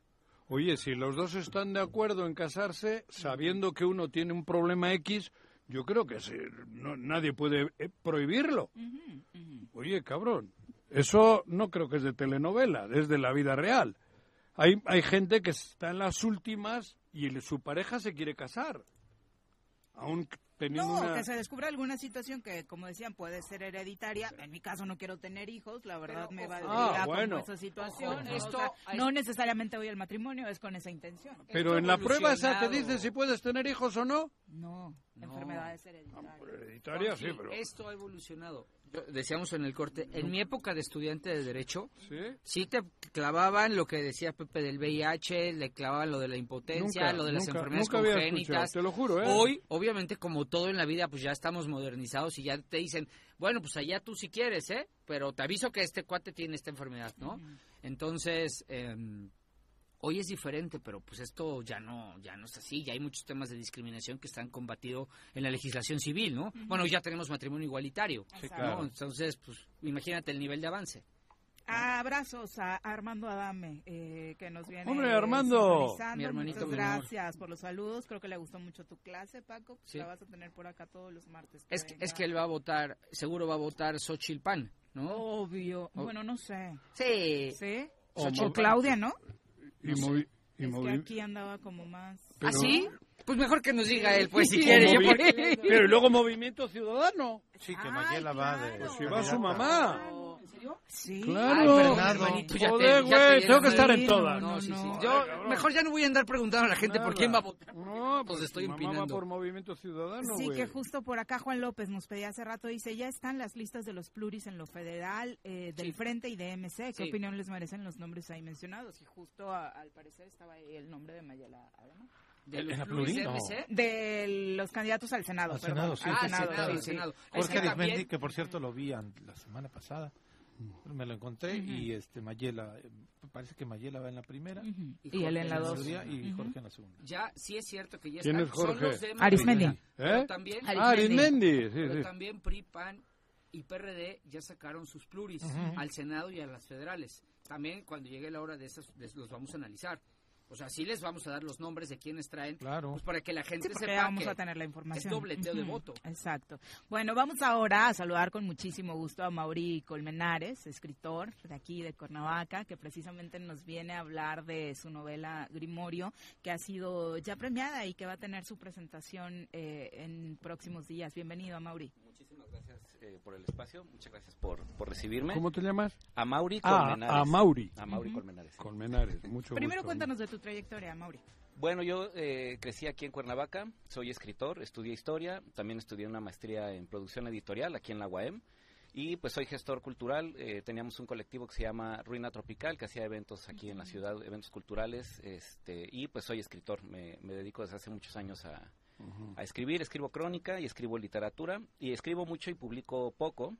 Oye, si los dos están de acuerdo en casarse, sabiendo que uno tiene un problema X, yo creo que se- no- nadie puede eh, prohibirlo. Ujú, ujú. Oye, cabrón, eso no creo que es de telenovela, es de la vida real. Hay, hay gente que está en las últimas y el- su pareja se quiere casar. Aún teniendo No, una... que se descubra alguna situación que, como decían, puede ser hereditaria. En mi caso no quiero tener hijos, la verdad me va a Ah, dedicar bueno. esa situación. Ojo, ¿no? O esto- sea, no necesariamente voy al matrimonio, es con esa intención. Pero en la prueba esa te evolucionado. dice si puedes tener hijos o no. No, enfermedades hereditarias. Hereditaria, sí, pero... Esto ha evolucionado. Yo- decíamos en el corte, en mi época de estudiante de Derecho, ¿Sí? sí te clavaban lo que decía Pepe del VIH, le clavaban lo de la impotencia, Nunca, lo de las nunca, enfermedades nunca había congénitas. escuchado, te lo juro, ¿eh? Hoy, obviamente, como todo en la vida, pues ya estamos modernizados y ya te dicen, bueno, pues allá tú si quieres, ¿eh? Pero te aviso que este cuate tiene esta enfermedad, ¿no? Entonces, eh, hoy es diferente, pero pues esto ya no, ya no es así. Ya hay muchos temas de discriminación que están combatidos en la legislación civil, ¿no? Ujú. Bueno, ya tenemos matrimonio igualitario, Sí, ¿no? claro. Entonces, pues imagínate el nivel de avance. Ah, Abrazos a Armando Adame, eh, que nos viene. ¡Hombre, Armando! sintonizando. Mi hermanito, Muchas mi amor. gracias por los saludos. Creo que le gustó mucho tu clase, Paco. Pues Sí. La vas a tener por acá todos los martes. Es que, es que él va a votar, seguro va a votar Xochitl Pan, ¿no? Obvio. O- Bueno, no sé. Sí. ¿Sí? O- O, o Claudia, ¿no? Y movi- y Es que movi- aquí andaba como más. Pero- ¿Ah, sí? Pues mejor que nos diga él, pues, si O quiere. yo movi- por- Pero y luego Movimiento Ciudadano. Sí, que Mayela va de. Pues si va su mamá. ¿En serio? Sí. Claro. Ay, perdón, hermanito, ya te- Joder, ya te güey, dieron, tengo que estar ¿no? en todas. No, sí, sí. no. Yo Ay, cabrón. mejor ya no voy a andar preguntando a la gente por Nada. quién va a votar. No, pues pues estoy su mamá va opinando. por Movimiento Ciudadano, Sí, güey. que justo por acá Juan López nos pedía hace rato, dice, ya están las listas de los pluris en lo federal, eh, del Sí. Frente y de MC. ¿Qué Sí. opinión les merecen los nombres ahí mencionados? Y justo a- al parecer estaba ahí el nombre de Mayela Adame. ¿De los ¿En la pluris pluri? de No. MC? De los candidatos al Senado. Al perdón. Senado, sí. Al Ah, Senado, Senado, sí, al sí. Senado. Jorge Es que Arismendi, también- que por cierto lo vi an- la semana pasada. Me lo encontré y este Mayela, eh, parece que Mayela va en la primera. Y él en la dos. seguridad Y Ujú. Jorge en la segunda. Ya, sí es cierto que ya ¿Quién están. es Jorge? Son los de Morena, Arismendi. ¿Eh? Pero también, Ah, Arismendi, sí, Pero sí. también PRI, PAN y PRD ya sacaron sus pluris Ujú. al Senado y a las federales. También cuando llegue la hora de esas de- los vamos a analizar. O sea, sí les vamos a dar los nombres de quienes traen Claro. pues para que la gente Sí, porque sepa vamos que a tener la información. Es dobleteo de Ujú, voto. Exacto. Bueno, vamos ahora a saludar con muchísimo gusto a Mauri Colmenares, escritor de aquí de Cuernavaca, que precisamente nos viene a hablar de su novela Grimorio, que ha sido ya premiada y que va a tener su presentación eh, en próximos días. Bienvenido, Mauri. Muchísimas gracias eh, por el espacio, muchas gracias por, por recibirme. ¿Cómo te llamas? A Mauri Ah, Colmenares. a Mauri. A Mauri Ujú. Colmenares. Colmenares, mucho Primero gusto. cuéntanos de tu trayectoria, Mauri. Bueno, yo eh, crecí aquí en Cuernavaca, soy escritor, estudié historia, también estudié una maestría en producción editorial aquí en la UAM y pues soy gestor cultural, eh, teníamos un colectivo que se llama Ruina Tropical que hacía eventos aquí en la ciudad, eventos culturales este, y pues soy escritor, me, me dedico desde hace muchos años a, a escribir, escribo crónica y escribo literatura y escribo mucho y publico poco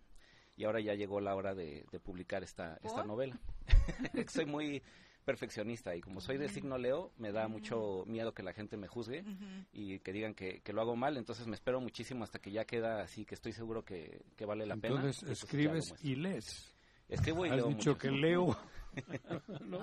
y ahora ya llegó la hora de, de publicar esta, esta ¿Por? novela. soy muy perfeccionista y como soy del signo Leo me da mucho miedo que la gente me juzgue Ujú. y que digan que, que lo hago mal, entonces me espero muchísimo hasta que ya queda así que estoy seguro que, que vale la pena. Entonces, Entonces, ya escribes lo muestro. y lees. Escribo y Has leo dicho mucho. que leo. ¿No?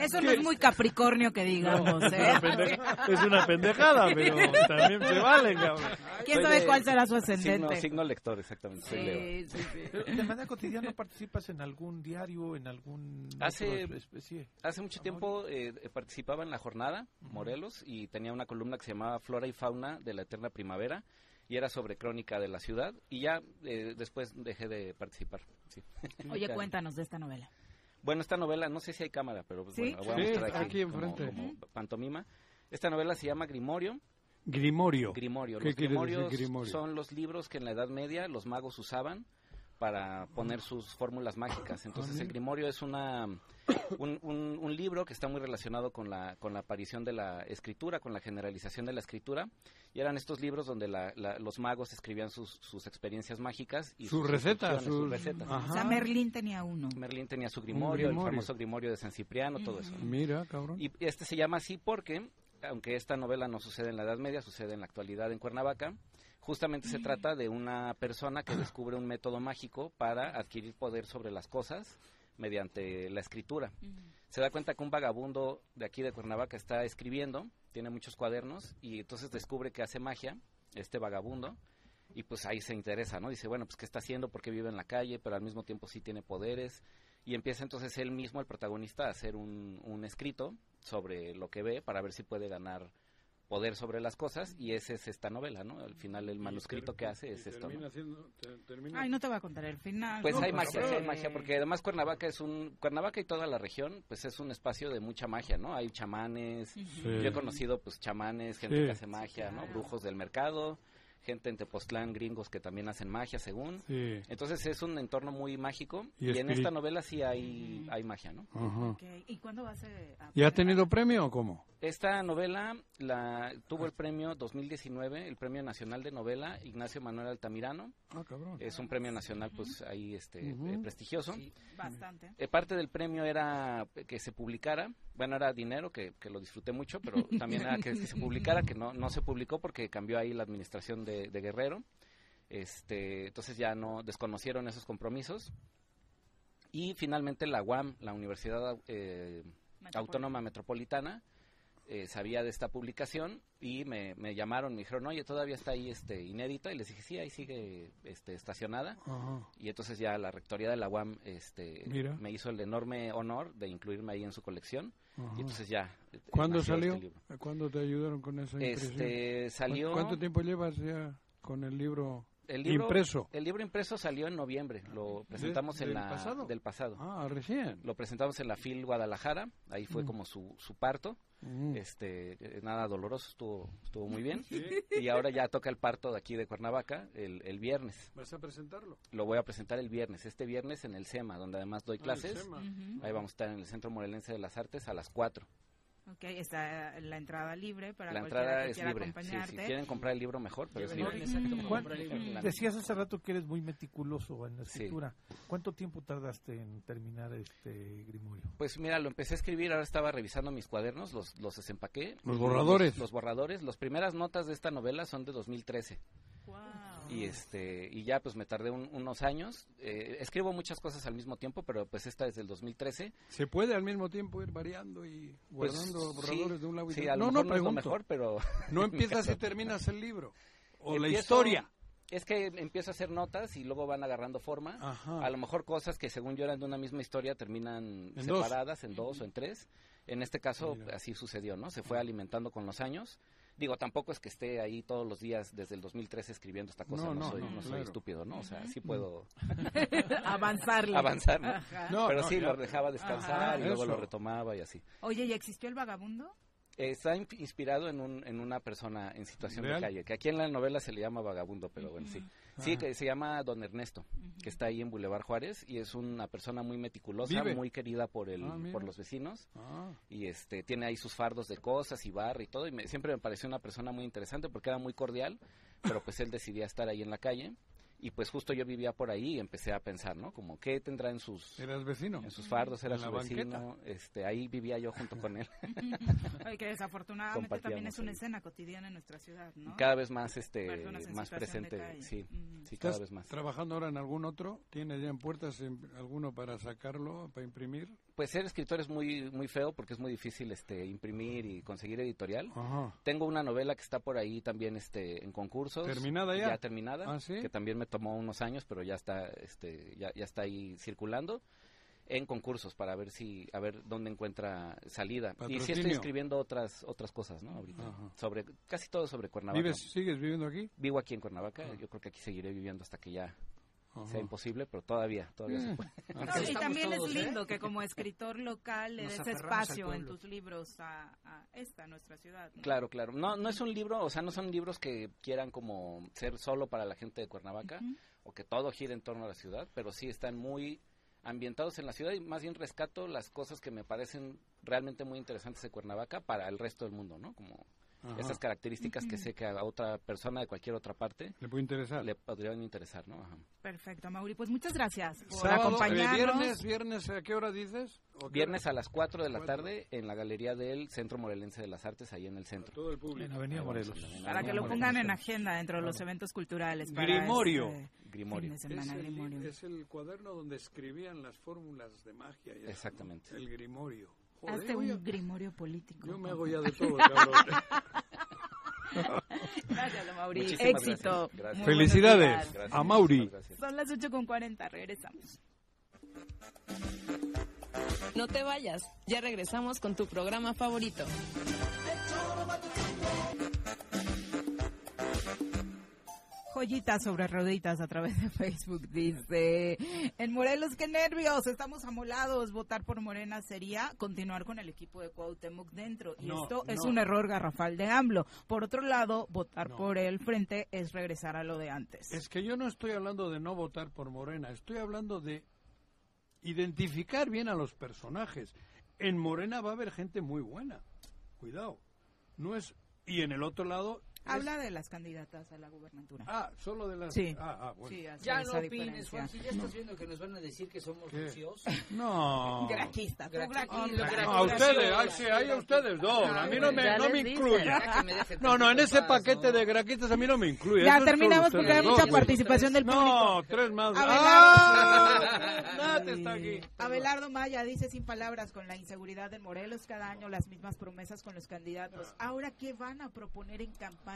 Eso no es muy capricornio que digamos, No, es ¿eh? una pendeja- es una pendejada, pero también se vale, cabrón. ¿Quién Soy sabe de- cuál será su Signo, ascendente? signo lector, exactamente. soy Leo. Pero, ¿De manera cotidiana participas en algún diario, en algún... Hace, otro espe- sí. hace mucho tiempo eh, eh, participaba en la jornada Morelos y tenía una columna que se llamaba Flora y Fauna de la Eterna Primavera y era sobre crónica de la ciudad y ya eh, después dejé de participar. sí. Oye, cuéntanos de esta novela. Bueno, esta novela, no sé si hay cámara, pero pues, ¿Sí? bueno, la voy a Sí, mostrar está aquí, aquí como- enfrente. como pantomima. Esta novela se llama Grimorio. Grimorio. Grimorio. ¿Qué Los quiere decir grimorios grimorio? son los libros que en la Edad Media los magos usaban para poner sus fórmulas mágicas. Entonces el Ah, mira. grimorio es una un, un- un libro que está muy relacionado con la, con la aparición de la escritura, con la generalización de la escritura. Y eran estos libros donde la- la- los magos escribían sus, sus experiencias mágicas. y Sus recetas, instrucciones, Sus sus- recetas. Ajá. O sea, Merlín tenía uno. Merlín tenía su grimorio, grimorio. Mm. el famoso grimorio de San Cipriano, todo eso. ¿no? Mira, cabrón. Y este se llama así porque, aunque esta novela no sucede en la Edad Media, sucede en la actualidad en Cuernavaca, justamente se trata de una persona que descubre un método mágico para adquirir poder sobre las cosas mediante la escritura. Se da cuenta que un vagabundo de aquí de Cuernavaca está escribiendo, tiene muchos cuadernos y entonces descubre que hace magia este vagabundo y pues ahí se interesa, ¿no? Dice, bueno, pues qué está haciendo, por qué vive en la calle, pero al mismo tiempo sí tiene poderes y empieza entonces él mismo, el protagonista, a hacer un, un escrito sobre lo que ve para ver si puede ganar poder sobre las cosas y esa es esta novela, ¿no? Al final el manuscrito que hace es esto. ¿no? Termina siendo- te- termina- Ay, no te voy a contar el final. Pues No, hay por magia, sí favor. hay magia, porque además Cuernavaca es un, Cuernavaca y toda la región, pues es un espacio de mucha magia, ¿no? Hay chamanes, Sí. yo he conocido pues chamanes, gente Sí. que hace magia, ¿no? Brujos del mercado, gente en Tepoztlán, gringos que también hacen magia, según. Sí. Entonces es un entorno muy mágico Y y, en espirit- esta novela sí hay, hay magia, ¿no? Ajá. Ok, eh, ¿Y cuándo va a ser? a- ¿Y ha tenido premio o cómo? Esta novela la tuvo el premio 2019, el Premio Nacional de Novela Ignacio Manuel Altamirano. Ah, cabrón. Eh, Es un premio nacional, pues ahí este Ujú. eh, prestigioso. Bastante. Eh, parte del premio era que se publicara, bueno, era dinero, que, que lo disfruté mucho, pero también era que, que se publicara, que no, no se publicó porque cambió ahí la administración de, de Guerrero. Este, entonces ya no desconocieron esos compromisos. Y finalmente la UAM, la Universidad eh, Metropolitana. Autónoma Metropolitana, eh, sabía de esta publicación y me, me llamaron, me dijeron, oye, todavía está ahí este, inédita. Y les dije, sí, ahí sigue este, estacionada. Ajá. Y entonces ya la rectoría de la UAM este, Mira. me hizo el enorme honor de incluirme ahí en su colección. Ajá. Y entonces ya. eh, ¿Cuándo nació este salió? libro. ¿Cuándo te ayudaron con esa Este, impresión? ¿Cuán- salió- ¿Cuánto tiempo llevas ya con el libro, El libro, impreso? El libro impreso salió en noviembre. Lo presentamos en del la. pasado? Del pasado. Ah, recién. Lo presentamos en la FIL Guadalajara. Ahí fue Mm. como su, su parto. Mm. Este, eh, nada doloroso, estuvo, estuvo muy bien. Sí. Y ahora ya toca el parto de aquí de Cuernavaca el, el viernes. ¿Vas a presentarlo? Lo voy a presentar el viernes, este viernes en el SEMA, donde además doy Ah, el clases. SEMA. Ujú. Ahí vamos a estar en el Centro Morelense de las Artes a las 4. Ok, está la entrada libre para la cualquiera entrada que es quiera libre. Sí, acompañarte. si quieren comprar el libro, mejor, pero es libre. Juan, La- decías hace rato que eres muy meticuloso en la escritura. ¿Cuánto tiempo tardaste en terminar este Grimorio? Pues mira, lo empecé a escribir, ahora estaba revisando mis cuadernos, los, los desempaqué. Los borradores. Los, los borradores. Las primeras notas de esta novela son de 2013. Y este y ya pues me tardé un- unos años. Eh, escribo muchas cosas al mismo tiempo, pero pues esta es del 2013. ¿Se puede al mismo tiempo ir variando y Pues, guardando sí, borradores de un lado y sí, de a otro? lo No, no mejor no es lo pregunto. mejor, pero- No empiezas y terminas el libro. O la Empiezo- historia. Es que empiezo a hacer notas y luego van agarrando forma. A lo mejor cosas que según yo eran de una misma historia terminan En dos. separadas en dos o en tres. En este caso así sucedió, ¿no? Se fue alimentando con los años. Digo, tampoco es que esté ahí todos los días desde el 2013 escribiendo esta cosa. No, No, no, soy, no, no soy claro. estúpido, ¿no? O sea, sí Ujú. puedo Avanzarle. avanzar, ¿no? Ajá. No, Pero no, sí, ya. lo dejaba descansar Ajá. y luego lo Eso. retomaba y así. Oye, ¿y existió el vagabundo? Está in- inspirado en, un, en una persona en situación ¿Real? de calle, que aquí en la novela se le llama vagabundo, pero bueno, sí. Sí, Ajá. que se llama Don Ernesto, que está ahí en Boulevard Juárez y es una persona muy meticulosa, Vive. muy querida por el Ah, mira. por los vecinos Ah. y este tiene ahí sus fardos de cosas y barra y todo y me- siempre me pareció una persona muy interesante porque era muy cordial, pero pues él decidía estar ahí en la calle y pues justo yo vivía por ahí y empecé a pensar, ¿no? Como qué tendrá en sus Eras vecino. en sus fardos, era En la su vecino, este ahí vivía yo junto con él. Ay, que desafortunadamente también es Compartíamos una ahí. escena cotidiana en nuestra ciudad, ¿no? Cada vez más este Personas en más situación de presente, calle. Mm. sí, sí ¿Estás cada vez más. trabajando ahora en algún otro? ¿Tiene ya en puertas en- alguno para sacarlo, para imprimir? Pues ser escritor es muy muy feo porque es muy difícil este imprimir y conseguir editorial. Ajá. Tengo una novela que está por ahí también este en concursos. ¿Terminada ya? terminada, Ah, ¿sí? que también me tomó unos años, pero ya está este ya, ya está ahí circulando en concursos para ver si a ver dónde encuentra salida. Y sí estoy Patrocinio. escribiendo otras otras cosas, ¿no? Ahorita Ajá. sobre casi todo sobre Cuernavaca. ¿Vives, ¿Sigues viviendo aquí? Ah. Vivo aquí en Cuernavaca, yo creo que aquí seguiré viviendo hasta que ya sea imposible, pero todavía, todavía se Eh. puede. No, y también es lindo que como escritor local le Nos des aferramos al espacio en pueblo. tus libros a, a esta, nuestra ciudad. ¿no? Claro, claro. No, no es un libro, o sea, no son libros que quieran como ser solo para la gente de Cuernavaca o que todo gire en torno a la ciudad, pero sí están muy ambientados en la ciudad y más bien rescato las cosas que me parecen realmente muy interesantes de Cuernavaca para el resto del mundo, ¿no? Como Ajá. esas características que Ujú. sé que a otra persona de cualquier otra parte le puede interesar, le podrían interesar, ¿no? Ajá. Perfecto, Mauri. Pues muchas gracias por Sábado, eh, acompañarnos. viernes, viernes, ¿a qué hora dices? ¿O qué Viernes hora? a las 4 de la Cuatro. tarde en la galería del Centro Morelense de las Artes, ahí en el centro. todo el público. En Avenida Ahí vamos, Morelos. en la Para que Avenida lo Morelos. pongan en agenda dentro de los eventos culturales. para Grimorio. este Grimorio. fin de semana, Es el, li- Grimorio. es el cuaderno donde escribían las fórmulas de magia. y eso, ¿no? Exactamente. El grimorio. Joder, Hazte oye, un grimorio político. yo me hago ya de todo, cabrón. Gracias, Mauri. Muchísimas gracias. Éxito. Gracias. Muy Felicidades buenos días. a Mauri. Son las 8.40, regresamos. No te vayas, ya regresamos con tu programa favorito. Joyitas sobre rueditas a través de Facebook dice, en Morelos, qué nervios, estamos amolados, votar por Morena sería continuar con el equipo de Cuauhtémoc dentro y No, esto es no. un error garrafal de AMLO. Por otro lado, votar por el frente es regresar a lo de antes. Es que yo no estoy hablando de no votar por Morena, estoy hablando de identificar bien a los personajes. En Morena va a haber gente muy buena, cuidado. No es y en el otro lado es- Habla de las candidatas a la gubernatura. Ah, solo de las Sí. Ah, ah, bueno. Sí, así Ya es no la opines, diferencia. Juan, si ya No. estás viendo que nos van a decir que somos ¿Qué? sucios. No. Graquista, tú Graqui- graquista. lo graqui- No, a ustedes, graciola. ay, sí, ahí a ustedes dos. A mí no me, Ya no me les dije, incluyan. ya que me dejen No, no, en ese paquete de graquitas a mí no me incluyen. Ya Eso es terminamos solo porque hay ustedes mucha dos, güey. participación del No, público. tres más. Abelardo. ¡Ah! Nate está aquí. Abelardo Maya dice sin palabras con la inseguridad de Morelos cada año las mismas promesas con los candidatos. Ah. Ahora qué van a proponer en campaña?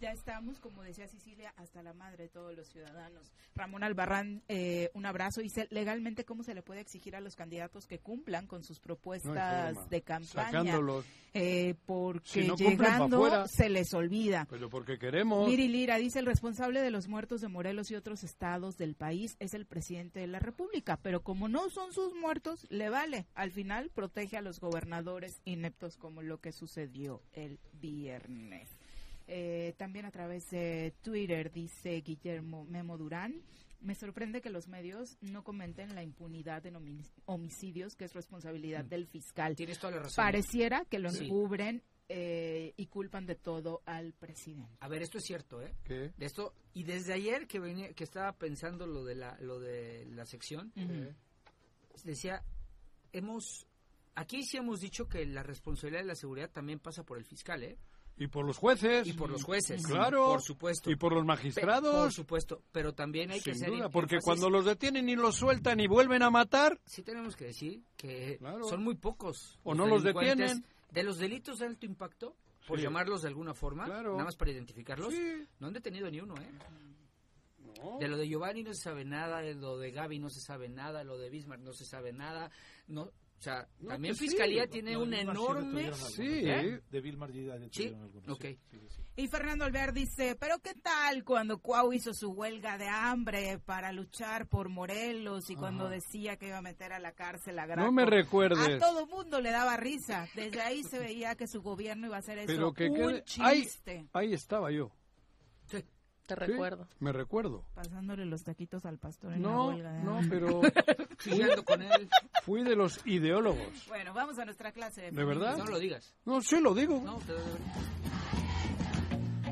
Ya estamos, como decía Sicilia, hasta la madre de todos los ciudadanos. Ramón Albarrán, eh, un abrazo. Dice legalmente cómo se le puede exigir a los candidatos que cumplan con sus propuestas forma. de campaña, Sacándolos. Eh, porque Si no cumplen, pa' llegando fuera. se les olvida. Pero porque queremos. Miri Lira dice, el responsable de los muertos de Morelos y otros estados del país es el presidente de la República, pero como no son sus muertos, le vale. Al final protege a los gobernadores ineptos como lo que sucedió el viernes. Eh, también a través de Twitter dice Guillermo Memo Durán. Me sorprende que los medios no comenten la impunidad en homi- homicidios, que es responsabilidad del fiscal. Mm. Tienes toda la razón. Pareciera que lo Sí. encubren eh, y culpan de todo al presidente. A ver, esto es cierto, ¿eh? ¿Qué? De esto y desde ayer que venía, que estaba pensando lo de la lo de la sección, Ujú. decía hemos aquí sí hemos dicho que la responsabilidad de la seguridad también pasa por el fiscal, ¿eh? Y por los jueces. Y por los jueces. Claro. Por supuesto. Y por los magistrados. Pe- Por supuesto, pero también hay que Sin hacer duda, en- porque énfasis- cuando los detienen y los sueltan y vuelven a matar, sí tenemos que decir que Claro. son muy pocos. O no los delincuentes detienen. De los delitos de alto impacto, por Sí. llamarlos de alguna forma, Claro. nada más para identificarlos, Sí. no han detenido ni uno, ¿eh? De lo de Giovanni no se sabe nada, de lo de Gaby no se sabe nada, de lo de Bismarck no se sabe nada. No, o sea, No, también pues sí. Fiscalía tiene No, una Vilmar sí enorme... detuvieron algunos, ¿Eh? ¿eh? Ah, De Vilmar sí detuvieron algunos, ok. sí, sí, sí. Y Fernando Alvear dice, pero ¿qué tal cuando Cuau hizo su huelga de hambre para luchar por Morelos y cuando decía que iba a meter a la cárcel a Graco? No me recuerdes. A todo mundo le daba risa. Desde ahí se veía que su gobierno iba a hacer eso. pero que un quede- ahí, chiste. ahí estaba yo. Te Sí, Me recuerdo. Pasándole los taquitos al pastor en la No, huelga de no, Ah. hambre. pero fui, fui de los ideólogos. Bueno, vamos a nuestra clase. ¿De verdad? No lo digas. No, sí lo digo.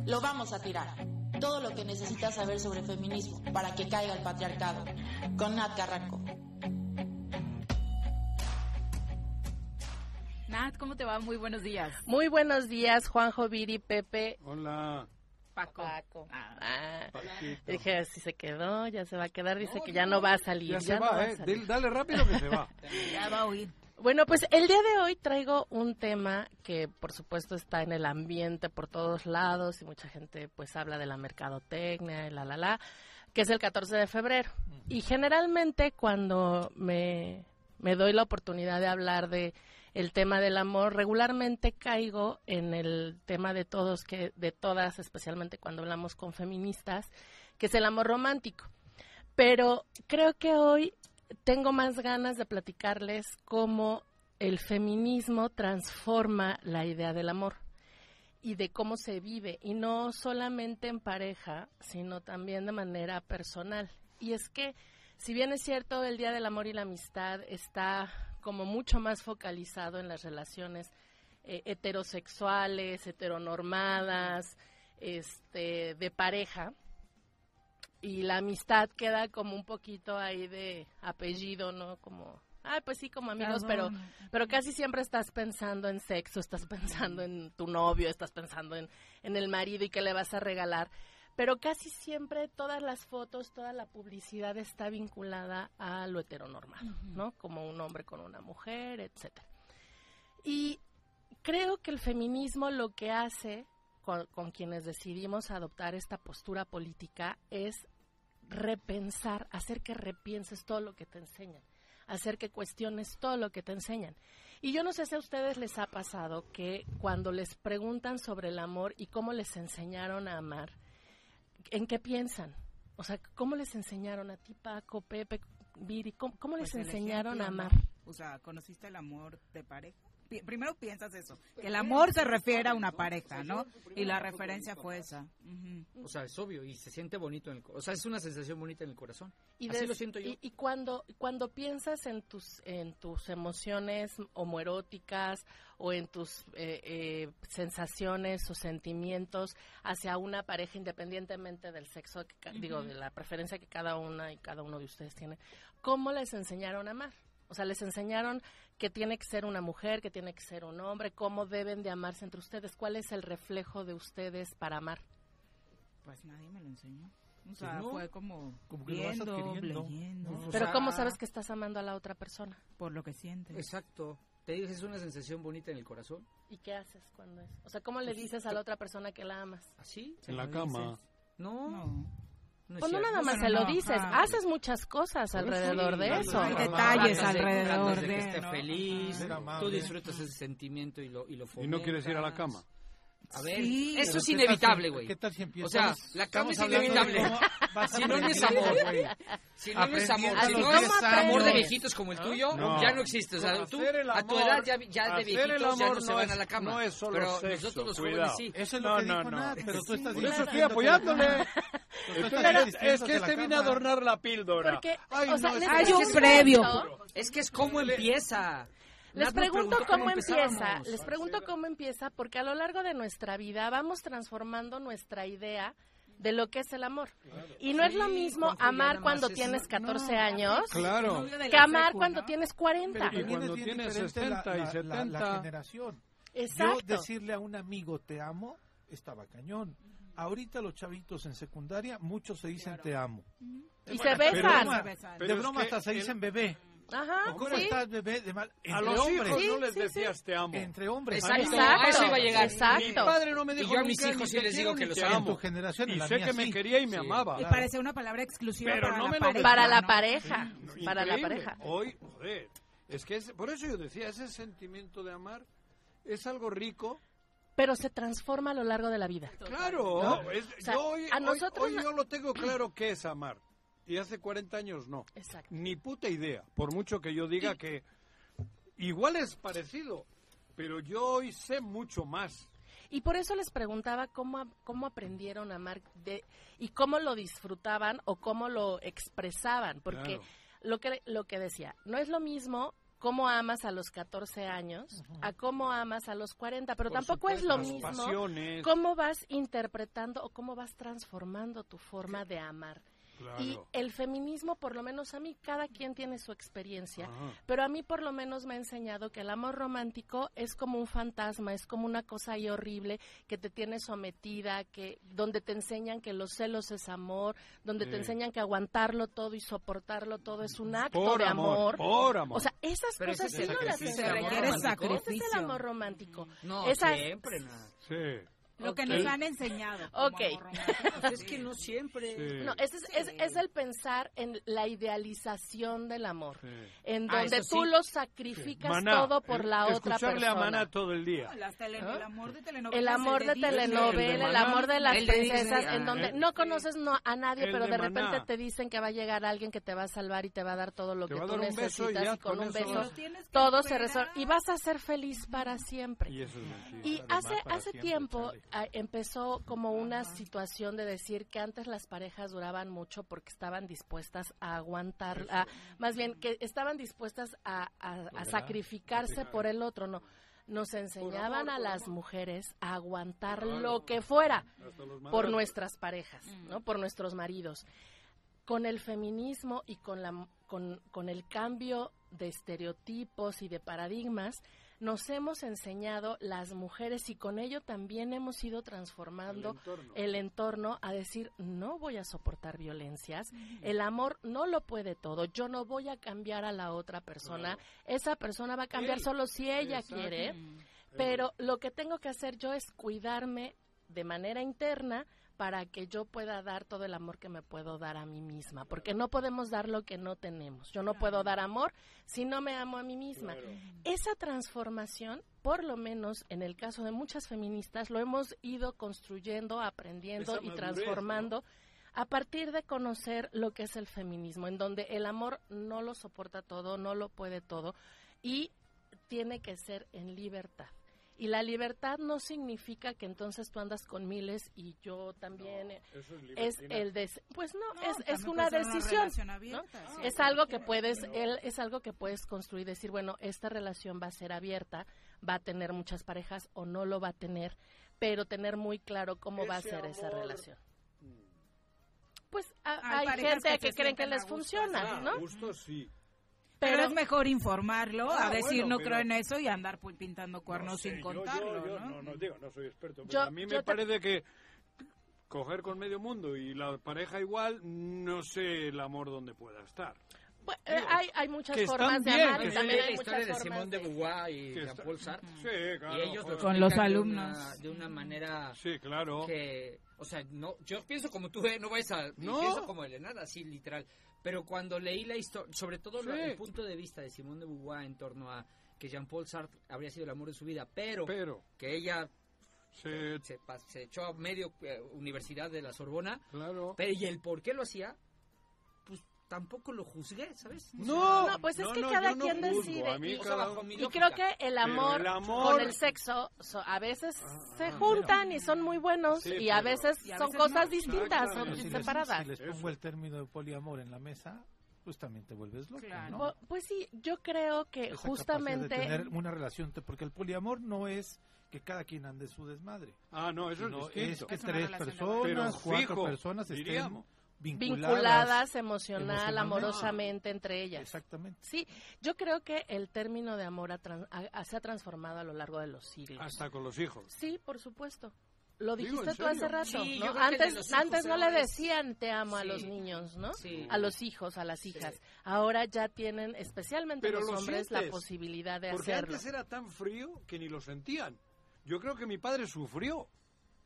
Lo vamos a tirar. Todo lo que necesitas saber sobre feminismo para que caiga el patriarcado. Con Nat Carranco. Nat, ¿cómo te va? Muy buenos días. Muy buenos días, Juanjo, Viri, Pepe, Hola. Paco. Ah, Pues dije, así se quedó, ya se va a quedar, dice que ya no va a salir. Ya se no va, a eh. salir. Dile- Dale rápido que se va. Ya va a oír. Bueno, pues el día de hoy traigo un tema que por supuesto está en el ambiente por todos lados y mucha gente pues habla de la mercadotecnia y la la la, que es el 14 de febrero. Y generalmente cuando me, me doy la oportunidad de hablar de el tema del amor, regularmente caigo en el tema de todos que de todas, especialmente cuando hablamos con feministas, que es el amor romántico pero creo que hoy tengo más ganas de platicarles cómo el feminismo transforma la idea del amor y de cómo se vive, y no solamente en pareja, sino también de manera personal. Y es que, si bien es cierto, el Día del Amor y la Amistad está como mucho más focalizado en las relaciones eh, heterosexuales, heteronormadas, este, de pareja, y la amistad queda como un poquito ahí de apellido, ¿no? Como, ah, pues sí, como amigos, pero, Perdón. pero casi siempre estás pensando en sexo, estás pensando en tu novio, estás pensando en, en el marido y qué le vas a regalar. Pero casi siempre todas las fotos, toda la publicidad está vinculada a lo heteronormal, ¿no? Como un hombre con una mujer, etcétera. Y creo que el feminismo lo que hace con, con quienes decidimos adoptar esta postura política es repensar, hacer que repienses todo lo que te enseñan, hacer que cuestiones todo lo que te enseñan. Y yo no sé si a ustedes les ha pasado que cuando les preguntan sobre el amor y cómo les enseñaron a amar, en qué piensan. O sea, ¿cómo les enseñaron a ti, Paco, Pepe, Viri? ¿Cómo, cómo les Pues el enseñaron ejemplo, a amar? ¿no? O sea, ¿conociste el amor de pareja? Pi- Primero piensas eso, Pues que el amor se refiere a una pareja, ¿no? Y la referencia fue esa. O sea, es obvio y se siente bonito en el corazón. O sea, es una sensación bonita en el corazón. Y Así des- lo siento yo. Y, y cuando, cuando piensas en tus, en tus emociones homoeróticas o en tus eh, eh, sensaciones o sentimientos hacia una pareja, independientemente del sexo, que ca- digo, Ujú. de la preferencia que cada una y cada uno de ustedes tiene, ¿cómo les enseñaron a amar? O sea, les enseñaron que tiene que ser una mujer, que tiene que ser un hombre, cómo deben de amarse entre ustedes, cuál es el reflejo de ustedes para amar. Pues nadie me lo enseñó. O Pues sea, no. fue como, Como que lo vas viendo, adquiriendo. leyendo. No, o Pero sea- ¿cómo sabes que estás amando a la otra persona? Por lo que sientes. Exacto. Te digo, es una sensación bonita en el corazón. ¿Y qué haces cuando es? O sea, ¿cómo le Pues, dices a la otra persona que la amas? ¿Así? En la cama. No. es Pues no cierto. nada más Bueno, se lo no, dices, ajá. haces muchas cosas alrededor de Pues sí, eso. no, no, no, tratas de- tratas de que esté ¿no? feliz, Ajá. tú disfrutas ese sentimiento y lo, y lo ¿Y no quieres ir a la cama? A ver, eso Sí, pero es ¿qué tal inevitable, si- em- güey. qué tal si O empiezas- sea, la cama Estamos es hablando de inevitable. cómo vas Si no, no es aprendiendo, amor, güey. Si no, no es amor, si Aprendiendo a no los es tres amor de años. ¿Ah? viejitos como el tuyo, No. ya no existe. O sea, No, tú, hacer el a tu amor- edad ya, ya de hacer el viejitos ya amor no se no van a es- la cama. no es solo Pero sexo, nosotros los cuidado. jóvenes sí. Eso es lo No, que no, dijo no. Nat, pero tú estás Por eso diciendo que estoy no te la apoyándole. cama. Pero Tú estás Pero diciendo que es que te la este vino a cama. adornar la píldora. Porque, Ay, o sea, no, les- es- Hay un previo. Es que es cómo empieza. Les Nat me pregunto preguntó cómo empieza, pues, empezábamos. les pregunto cómo empieza, porque a lo largo de nuestra vida vamos transformando nuestra idea de lo que es el amor. Y no es lo mismo Juanjo, ya nada amar más cuando es- tienes no, 14 no, años Ah, Claro. novio de que la amar secu, cuando tienes 40. Pero Y también cuando es bien tienes diferente la- 60 y la- la- La, 70. generación. Exacto. Yo decirle a un amigo te amo estaba cañón. Ahorita los chavitos en secundaria muchos se dicen te amo. Y Eh, De se broma, besan. de Pero broma, es De broma que hasta se el- dicen bebé. Ajá, ¿O ¿Cómo sí. estás, bebé? De mal- A entre los hombres. hijos no les decías te amo. Entre hombres. Exacto, Amigo, a eso iba a llegar. exacto. Mi padre no me dijo Y yo a nunca mis hijos ni sí te les quiero digo que ni los te amo. amo. En tu generación, en y la sé mía que me sí. quería y me Sí, amaba. claro. Y parece una palabra exclusiva Pero para, no la me lo pareja, Para la ¿no? pareja, No, para la increíble. pareja. Hoy, joder, es que es- por eso yo decía, ese sentimiento de amar es algo rico. Pero se transforma a lo largo de la vida. Claro, ¿No? es- O sea, yo hoy, a hoy- nosotros hoy no- yo lo tengo claro que es amar. Y hace 40 años no. Exacto. Ni puta idea, por mucho que yo diga que igual es parecido, pero yo hoy sé mucho más. Y por eso les preguntaba cómo, a- cómo aprendieron a amar de, y cómo lo disfrutaban o cómo lo expresaban. Porque Claro. lo, que, lo que decía, no es lo mismo cómo amas a los 14 años a cómo amas a los 40, pero Por tampoco es lo supuesto, mismo las pasiones. cómo vas interpretando o cómo vas transformando tu forma de amar. Y Claro. el feminismo, por lo menos a mí, cada quien tiene su experiencia, Ah, Ajá. pero a mí por lo menos me ha enseñado que el amor romántico es como un fantasma, es como una cosa ahí horrible que te tiene sometida, que donde te enseñan que los celos es amor, donde te Sí. enseñan que aguantarlo todo y soportarlo todo es un acto Por de amor. amor, por amor. O sea, esas Pero cosas ese es sí el no las sacrificio, enseñan. el amor romántico. Este es el amor romántico. No, Esas- siempre, nada. Sí. Lo que Ok. nos han enseñado. como Ok. amor romántico. Pues Es que no siempre. No, ese es, es- es el pensar en la idealización del amor, en Ah, donde eso tú sí. lo sacrificas Maná, todo por eh, la otra persona. ¿Ah? Escucharle a Maná todo el día. Las tele- El amor de telenovela. El amor de telenovela, el Maná. amor de las El de princesas, Disney. en donde Ah. no conoces no, a nadie, El pero de de repente Maná. te dicen que va a llegar alguien que te va a salvar y te va a dar todo lo Te que va a tú dar un beso necesitas y y, ya, con con un eso beso vas. todo se resuelve y vas a ser feliz para siempre. Y eso es mentira. Y Además, hace, para hace siempre, tiempo chale. ah, empezó como una situación de decir que antes las parejas duraban mucho porque estaban dispuestas a aguantar, a- más bien que estaban dispuestas a, a- a Tolerar, sacrificarse sacrificar. por el otro, no. Nos enseñaban a las mujeres a aguantar Claro. lo que fuera Hasta los por madrazos. nuestras parejas, ¿no? Por nuestros maridos. Con el feminismo y con, la, con, con el cambio de estereotipos y de paradigmas, nos hemos enseñado las mujeres y con ello también hemos ido transformando el El entorno, entorno. a decir, no voy a soportar violencias, el amor no lo puede todo, yo no voy a cambiar a la otra persona, esa persona va a cambiar Él. solo si ella Exacto. quiere, Mm. pero lo que tengo que hacer yo es cuidarme de manera interna para que yo pueda dar todo el amor que me puedo dar a mí misma, porque no podemos dar lo que no tenemos. Yo no puedo dar amor si no me amo a mí misma. Claro. Esa transformación, por lo menos en el caso de muchas feministas, lo hemos ido construyendo, aprendiendo Esa y madurez, transformando a partir de conocer lo que es el feminismo, en donde el amor no lo soporta todo, no lo puede todo y tiene que ser en libertad. Y la libertad no significa que entonces tú andas con miles y yo también. eh, eso es es libertinaje. el des- pues no, No, es, también es puede una ser una decisión. relación ¿no? abierta, sí. Es algo que puedes el- es algo que puedes construir, decir, bueno, esta relación va a ser abierta, va a tener muchas parejas o no lo va a tener, pero tener muy claro cómo va a Ese ser esa amor. relación. Pues a- Hay hay, parejas gente que que, se creen que sienten a les gusto, funciona, ah, ¿no? Gusto sí. Pero, Pero- es mejor informarlo, Ah, a decir bueno, no pero- creo en eso y andar pu- pintando cuernos No sé, sin yo- yo- contarlo, yo ¿no? no, no digo, no soy experto, pero Yo- a mí yo me te- parece que coger con medio mundo y la pareja igual, no sé el amor dónde pueda estar. Pues, eh, hay, hay muchas que están formas de bien, amar que y está también bien hay la muchas historia de formas Simone de... de Beauvoir y Que Jean está- Paul Sartre. Sí, y ellos lo claro, joder. explican Con los de una- alumnos. De una, manera. Sí, claro. Que, o sea, no, yo pienso como tú, ¿eh? no vais a. No. Pienso como Elena, así literal. Pero cuando leí la historia, sobre todo lo- Sí. el punto de vista de Simone de Beauvoir en torno a que Jean-Paul Sartre habría sido el amor de su vida, pero, que ella se, pa- se echó a medio eh, universidad de la Sorbona, claro. pero y el por qué lo hacía, pues tampoco lo juzgué, ¿sabes? O No, sea, No, pues es no, que no, cada yo no quien juzgo, a mí decide. Y, cada y uno. creo que el Pero amor, el amor- Ah, con el sexo so- a veces se juntan y son muy buenos Sí, y a pero- veces Y a son veces cosas no. Ah, Ah, distintas, Pero son si les- separadas. Si les pongo el término de poliamor en la mesa, pues también te vuelves loco, ¿no? Po- Pues sí, yo creo que Esa justamente capacidad de tener una relación, te- porque el poliamor no es que cada quien ande su desmadre. Ah, no, eso es Sino distinto. que Es una tres relación de personas, pareja. Pero cuatro fijo, personas estén diríamos. vinculadas, vinculadas emocional, emocionalmente. amorosamente entre ellas. Exactamente. Sí, yo creo que el término de amor ha tran- ha- ha- se ha transformado a lo largo de los siglos. Hasta con los hijos. Sí, por supuesto. Lo Digo, dijiste ¿en tú hace serio? rato. Sí, ¿no? yo creo que el de Antes, los hijos antes no le ahora es- decían te amo a Sí. los niños, ¿no? Sí. A los hijos, a las hijas. Ahora ya tienen, especialmente Pero los lo hombres, la sientes. posibilidad de Porque hacerlo. antes era tan frío que ni lo sentían. Yo creo que mi padre sufrió.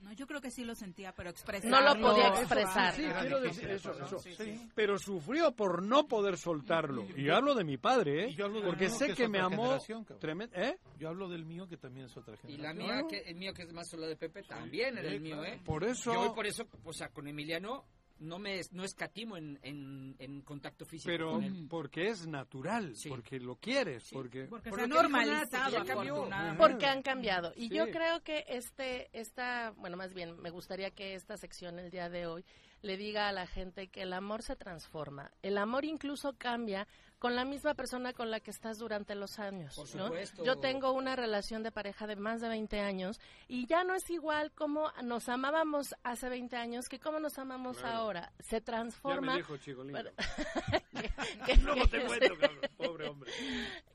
No, yo creo que sí lo sentía, pero expresar No lo podía Eso, expresar. Sí, sí, Era quiero difícil, decir eso, ¿no? eso. Sí, sí. Pero sufrió por no poder soltarlo. Y hablo de mi padre, ¿eh? hablo de Porque uno que sé es que otra me amó. generación, cabrón. Tremendo, ¿eh? Yo hablo del mío que también es otra Y generación. la mía, que, el mío que es más solo de Pepe, también era sí, el mío, claro. ¿eh? Por eso- Yo, por eso, o sea, con Emiliano no me no escatimo en, en, en contacto físico Pero con él. porque es natural, porque lo quieres, porque... Porque Por se ha lo que dijo normalizado, Nacho, ya cambió. afortunadamente. Porque han cambiado. Y Sí. yo creo que este, esta, bueno, más bien, me gustaría que esta sección el día de hoy le diga a la gente que el amor se transforma. El amor incluso cambia con la misma persona con la que estás durante los años. Por ¿no? supuesto. Yo tengo una relación de pareja de más de 20 años y ya no es igual como nos amábamos hace 20 años que como nos amamos Claro. ahora. Se transforma. Ya me dijo Chico Lindo. que- Luego te que- cuento, cabrón. Pobre hombre.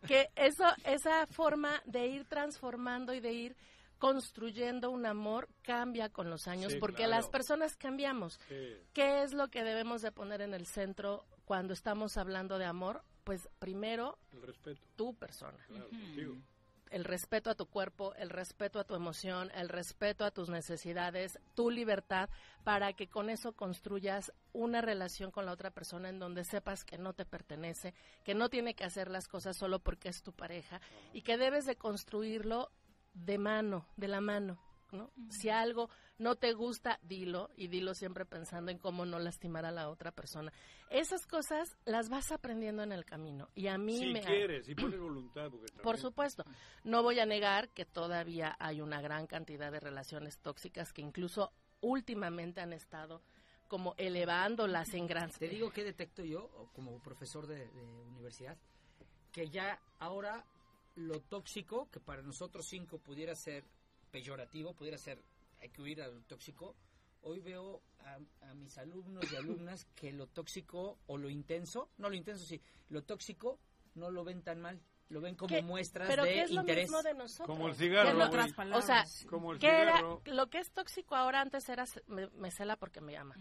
que eso, esa forma de ir transformando y de ir construyendo un amor cambia con los años Sí, porque claro. las personas cambiamos. Sí. ¿Qué es lo que debemos de poner en el centro cuando estamos hablando de amor? Pues primero El respeto. tu persona. Claro, contigo. El respeto a tu cuerpo, el respeto a tu emoción, el respeto a tus necesidades, tu libertad, para que con eso construyas una relación con la otra persona en donde sepas que no te pertenece, que no tiene que hacer las cosas solo porque es tu pareja y que debes de construirlo de mano, de la mano. ¿no? Si algo no te gusta, dilo y dilo siempre pensando en cómo no lastimar a la otra persona. Esas cosas las vas aprendiendo en el camino y a mí Si me... quieres, si pones voluntad. Porque Por también- supuesto, no voy a negar que todavía hay una gran cantidad de relaciones tóxicas que incluso últimamente han estado como elevándolas en gran... Te digo que detecto yo, o como profesor de, de universidad, que ya ahora lo tóxico, que para nosotros cinco pudiera ser peyorativo, pudiera ser, hay que huir al tóxico, hoy veo a, a mis alumnos y alumnas que lo tóxico o lo intenso, no lo intenso, sí, lo tóxico no lo ven tan mal. Lo ven como ¿Qué- muestras pero de qué es lo interés. mismo de nosotros? Como el cigarro, Que lo- güey. o sea, Como el que era- cigarro. lo que es tóxico ahora antes era se- me, me cela porque me ama.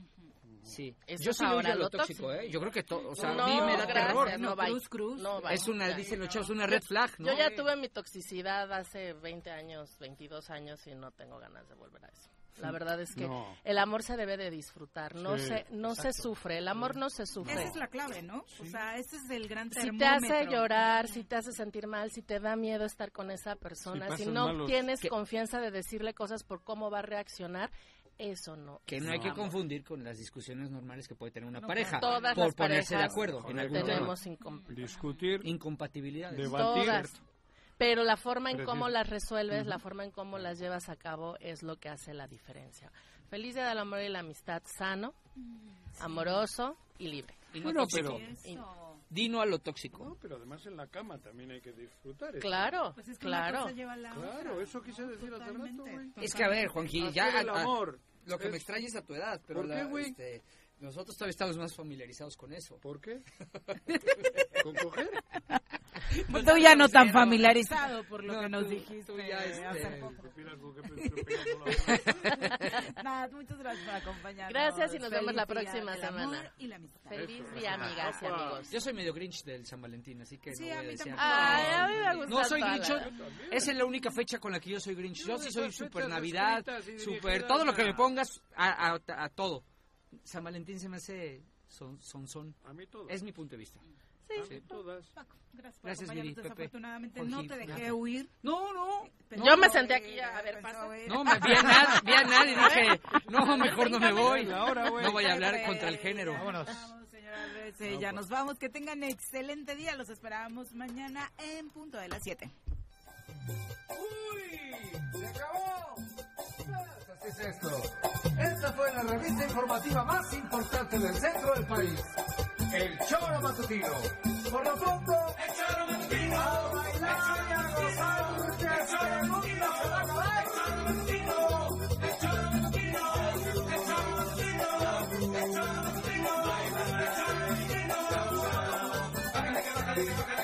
Sí. Eso yo es sí le huyo ahora a lo lo tóxico, tóxico. ¿eh? Yo creo que, to- o sea, No, a mí me da gracias, terror. no, bye. No, bye. Es una, Ya. dicen los chavos, una red flag, ¿no? Yo ya tuve mi toxicidad hace 20 años, 22 años y no tengo ganas de volver a eso. La verdad es que No. el amor se debe de disfrutar, no Sí, se no se exacto. sufre, el amor no se sufre. Esa es la clave, ¿no? O sea, ese es el gran si te hace termómetro. llorar, si te hace sentir mal, si te da miedo estar con esa persona, Si si, pasas no malos- tienes Que- confianza de decirle cosas por cómo va a reaccionar, eso no. Que es no hay que amor. confundir con las discusiones normales que puede tener una No, pareja. todas por las ponerse de parejas acuerdo. En algún tenemos tema. incom- Discutir. Incompatibilidades. Debatir. Todas. Pero la forma en Pero cómo sí. las resuelves, Ujú. la forma en cómo las llevas a cabo es lo que hace la diferencia. Feliz Día del Amor y la Amistad sano, amoroso y libre. Y no Bueno, tóxico. pero- Y- Dino a lo tóxico. pero además en la cama también hay que disfrutar. Claro, Pues es que una claro. cosa lleva a la Claro, eso quise decir hace rato, güey. Es que a ver, Juanji, ya. Hacer el a- a- amor. lo que Es- me extraña es a tu edad, pero ¿Por qué, la- güey? este, nosotros todavía estamos más familiarizados con eso. ¿Por qué? ¿Con coger? Pues tú ya no tan cero. familiarizado por lo que nos tú- dijiste tú ya, hace este, poco. la- Nada, muchas gracias por acompañarnos. Gracias y nos vemos Feliz la día próxima del amor semana. y la amistad. Feliz día, amigas y amigos. Yo soy medio Grinch del San Valentín, así que Sí, no a voy a mí decir. tampoco. Ay, a mí me gusta No soy toda Grinch. la- yo- Esa es la única fecha con la que yo soy Grinch. Yo sí soy esas super fechas Navidad, escritas y super dirigidas todo lo que a- me pongas a, a- a todo. San Valentín se me hace son son son. A mí todo. Es mi punto de vista. Sí, todas. Paco, gracias por Gracias, acompañarnos. Viri, Pepe. Desafortunadamente Jorge, no te dejé gracias. huir. No, no. Yo me senté aquí, eh, a ver, pasa. No, me vi a, nad- vi a nadie y dije, no, mejor no me voy. La hora, güey. No voy a hablar contra el género. pues. Vámonos. Sí, ya nos vamos. Que tengan excelente día. Los esperamos mañana en punto de las 7. ¡Se acabó! Ah, Así es esto. Esta fue la revista informativa más importante del centro del país. El Choro Matutino. Por lo pronto, el Choro Matutino. A bailar y a gozar. que así El mundo se va a acabar. El Choro Matutino. El Choro Matutino. El Choro Matutino.